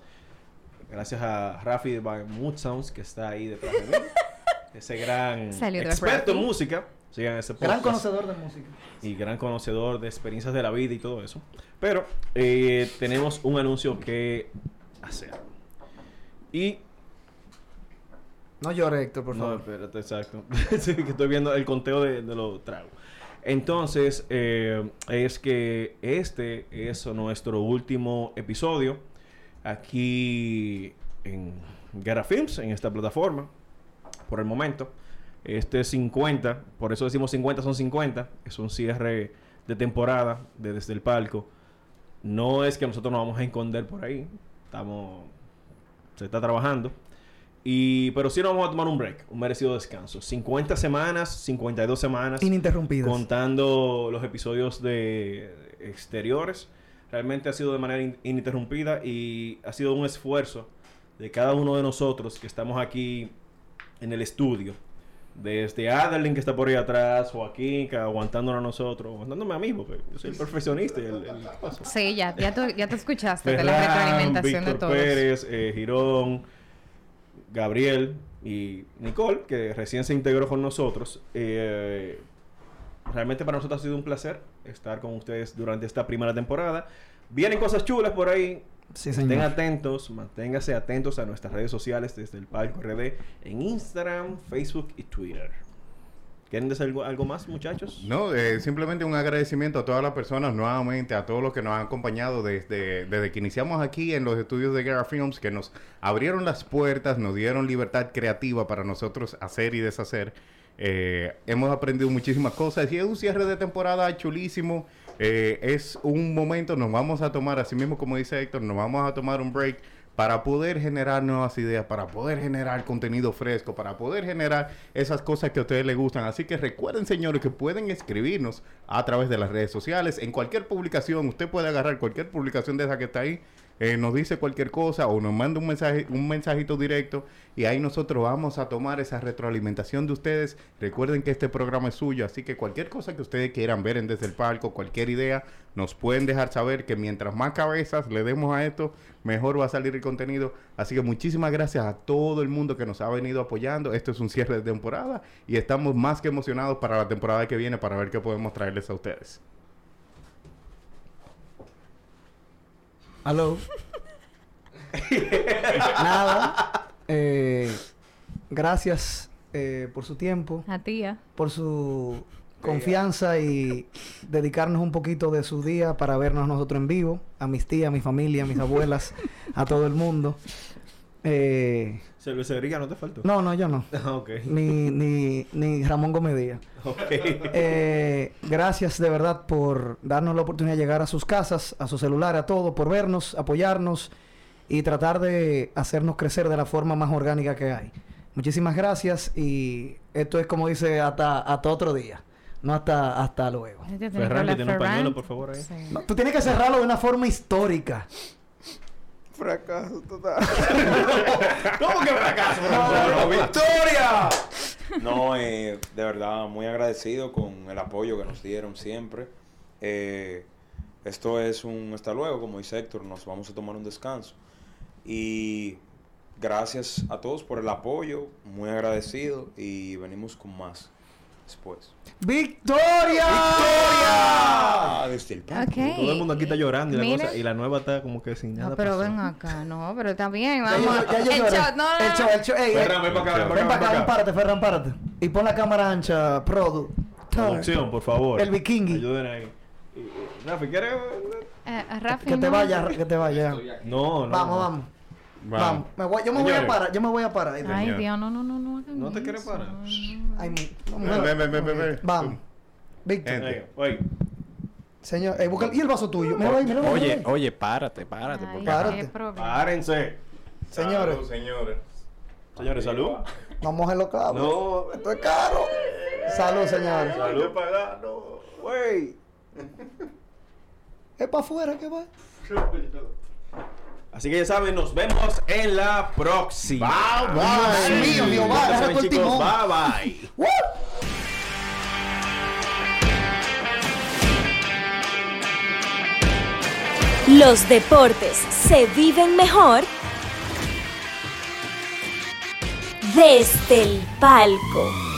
Speaker 1: Gracias a Rafi de By Mood Sounds que está ahí detrás de mí. Ese gran
Speaker 4: Salió de
Speaker 1: experto en
Speaker 4: Rafi.
Speaker 1: música. Sigan ese
Speaker 3: Gran
Speaker 1: podcast.
Speaker 3: conocedor de música.
Speaker 1: y gran conocedor de experiencias de la vida y todo eso. Pero eh, tenemos un anuncio que hacer. Y.
Speaker 3: No llores, Héctor, por
Speaker 1: No,
Speaker 3: favor.
Speaker 1: espérate, exacto. [laughs] Sí, que estoy viendo el conteo de, de los tragos. Entonces, eh, es que este es nuestro último episodio aquí en Gara Films, en esta plataforma, por el momento. Este es 50, por eso decimos 50 son 50, es un cierre de temporada de desde el palco. No es que nosotros nos vamos a esconder por ahí, estamos se está trabajando. Y pero sí nos vamos a tomar un break, un merecido descanso. 50 semanas, 52 semanas
Speaker 3: Ininterrumpidas.
Speaker 1: contando los episodios de exteriores. Realmente ha sido de manera in- ininterrumpida y ha sido un esfuerzo de cada uno de nosotros que estamos aquí en el estudio. Desde Adeline, que está por ahí atrás, Joaquín, que aguantándonos a nosotros, aguantándome a mí, porque yo soy el perfeccionista y el, el paso.
Speaker 4: Sí, ya, ya, tú- ya te escuchaste de la
Speaker 1: Ferran,
Speaker 4: retroalimentación de
Speaker 1: Víctor
Speaker 4: todos.
Speaker 1: Pérez, eh, Girón, Gabriel y Nicole, que recién se integró con nosotros. Eh, realmente para nosotros ha sido un placer estar con ustedes durante esta primera temporada. Vienen cosas chulas por ahí.
Speaker 3: Sí,
Speaker 1: Estén
Speaker 3: señor.
Speaker 1: atentos, manténgase atentos a nuestras redes sociales desde el Palco RD en Instagram, Facebook y Twitter. ¿Quieren decir algo, algo más, muchachos?
Speaker 2: No, eh, simplemente un agradecimiento a todas las personas, nuevamente a todos los que nos han acompañado desde, desde que iniciamos aquí en los estudios de Guerra Films, que nos abrieron las puertas, nos dieron libertad creativa para nosotros hacer y deshacer. Eh, hemos aprendido muchísimas cosas y es un cierre de temporada chulísimo. Eh, es un momento, nos vamos a tomar, así mismo como dice Héctor, nos vamos a tomar un break para poder generar nuevas ideas, para poder generar contenido fresco, para poder generar esas cosas que a ustedes les gustan. Así que recuerden, señores, que pueden escribirnos a través de las redes sociales, en cualquier publicación, usted puede agarrar cualquier publicación de esa que está ahí, eh, nos dice cualquier cosa o nos manda un mensaje, un mensajito directo y ahí nosotros vamos a tomar esa retroalimentación de ustedes. Recuerden que este programa es suyo, así que cualquier cosa que ustedes quieran ver en desde el palco, cualquier idea, nos pueden dejar saber que mientras más cabezas le demos a esto, mejor va a salir el contenido. Así que muchísimas gracias a todo el mundo que nos ha venido apoyando. Esto es un cierre de temporada y estamos más que emocionados para la temporada que viene para ver qué podemos traerles a ustedes.
Speaker 3: Aló. Nada. eh, gracias eh, por su tiempo,
Speaker 4: A tía.
Speaker 3: por su confianza y dedicarnos un poquito de su día para vernos nosotros en vivo. A mis tías, a mi familia, a mis abuelas, a todo el mundo. Eh,
Speaker 1: Cervecería, no te faltó.
Speaker 3: no, no, yo no.
Speaker 1: [laughs] Ah, ok.
Speaker 3: Ni, ni, ni Ramón Gómez Díaz.
Speaker 1: Ok.
Speaker 3: Eh, gracias de verdad por darnos la oportunidad de llegar a sus casas, a su celular, a todo, por vernos, apoyarnos y tratar de hacernos crecer de la forma más orgánica que hay. Muchísimas gracias y esto es como dice hasta, hasta otro día, no hasta, hasta luego.
Speaker 4: Yo tenía que
Speaker 1: Ferran, que
Speaker 4: hablar,
Speaker 1: tiene un
Speaker 4: Ferran.
Speaker 1: pañuelo, por favor, ahí.
Speaker 4: Sí.
Speaker 3: No, tú tienes que cerrarlo de una forma histórica.
Speaker 6: Fracaso total.
Speaker 1: ¿Cómo que fracaso?
Speaker 6: ¡Victoria!
Speaker 5: No, eh, de verdad, muy agradecido con el apoyo que nos dieron siempre. Eh, esto es un hasta luego, como dice Héctor, nos vamos a tomar un descanso. Y gracias a todos por el apoyo, muy agradecido y venimos con más después.
Speaker 3: ¡Victoria!
Speaker 5: Ah, desde el pan.
Speaker 4: Ok.
Speaker 1: Todo el mundo aquí está llorando y la,
Speaker 4: Mira.
Speaker 1: cosa- y la nueva está como que sin nada.
Speaker 4: No, pero
Speaker 1: pasó.
Speaker 4: ven acá, no, pero está bien,
Speaker 3: Ya
Speaker 4: vamos.
Speaker 3: yo- ya yo
Speaker 4: el
Speaker 3: lloré.
Speaker 4: shot, no, no,
Speaker 3: El
Speaker 4: no.
Speaker 3: shot, el shot. Ey, ey,
Speaker 1: Ferran, ven para acá, ven
Speaker 3: Ven
Speaker 1: para acá.
Speaker 3: para acá, párate, Ferran, párate. Y pon la cámara ancha, Produ.
Speaker 1: Producción, por favor.
Speaker 3: El vikingui.
Speaker 1: Ayuden ahí. Y- y- Rafi, ¿quieres?
Speaker 4: Eh, eh, Rafi,
Speaker 3: Que te
Speaker 4: no.
Speaker 3: vaya, que te vaya.
Speaker 1: No, no.
Speaker 3: Vamos,
Speaker 1: no.
Speaker 3: vamos. Vamos. Me voy- yo me voy a
Speaker 1: Señores.
Speaker 3: parar, yo me voy a parar. Ahí
Speaker 4: Ay,
Speaker 2: Señor.
Speaker 4: Dios, no, no, no, no. hagan
Speaker 1: ¿No te quieres
Speaker 4: eso,
Speaker 1: parar?
Speaker 4: no, no.
Speaker 3: Ay, mi- vamos.
Speaker 2: Ven, ven, ven, ven, ven, ven.
Speaker 3: Vamos.
Speaker 2: Gente.
Speaker 3: Víctor,
Speaker 1: Venga, oye.
Speaker 3: señor, eh, busca- y el vaso tuyo. Míralo ahí, míralo ahí,
Speaker 6: Oye,
Speaker 3: míralo ahí.
Speaker 6: oye, párate, párate.
Speaker 4: Ay,
Speaker 6: porque-
Speaker 3: Párate.
Speaker 4: qué problema.
Speaker 1: Párense.
Speaker 3: señores,
Speaker 2: Salud, señores.
Speaker 1: Señores, salud.
Speaker 3: no mojen los cabos.
Speaker 1: No.
Speaker 3: Esto es caro. Salud, señores.
Speaker 1: Salud para no. Güey.
Speaker 3: Es para afuera que va.
Speaker 1: Así que ya saben, nos vemos en la próxima.
Speaker 2: Bye, bye.
Speaker 3: Dios mío, Dios, va,
Speaker 1: Ya
Speaker 3: agarra
Speaker 1: saben,
Speaker 3: con el
Speaker 1: chicos,
Speaker 3: timón.
Speaker 1: bye bye.
Speaker 3: ¡Woo!
Speaker 8: Los deportes se viven mejor desde el palco.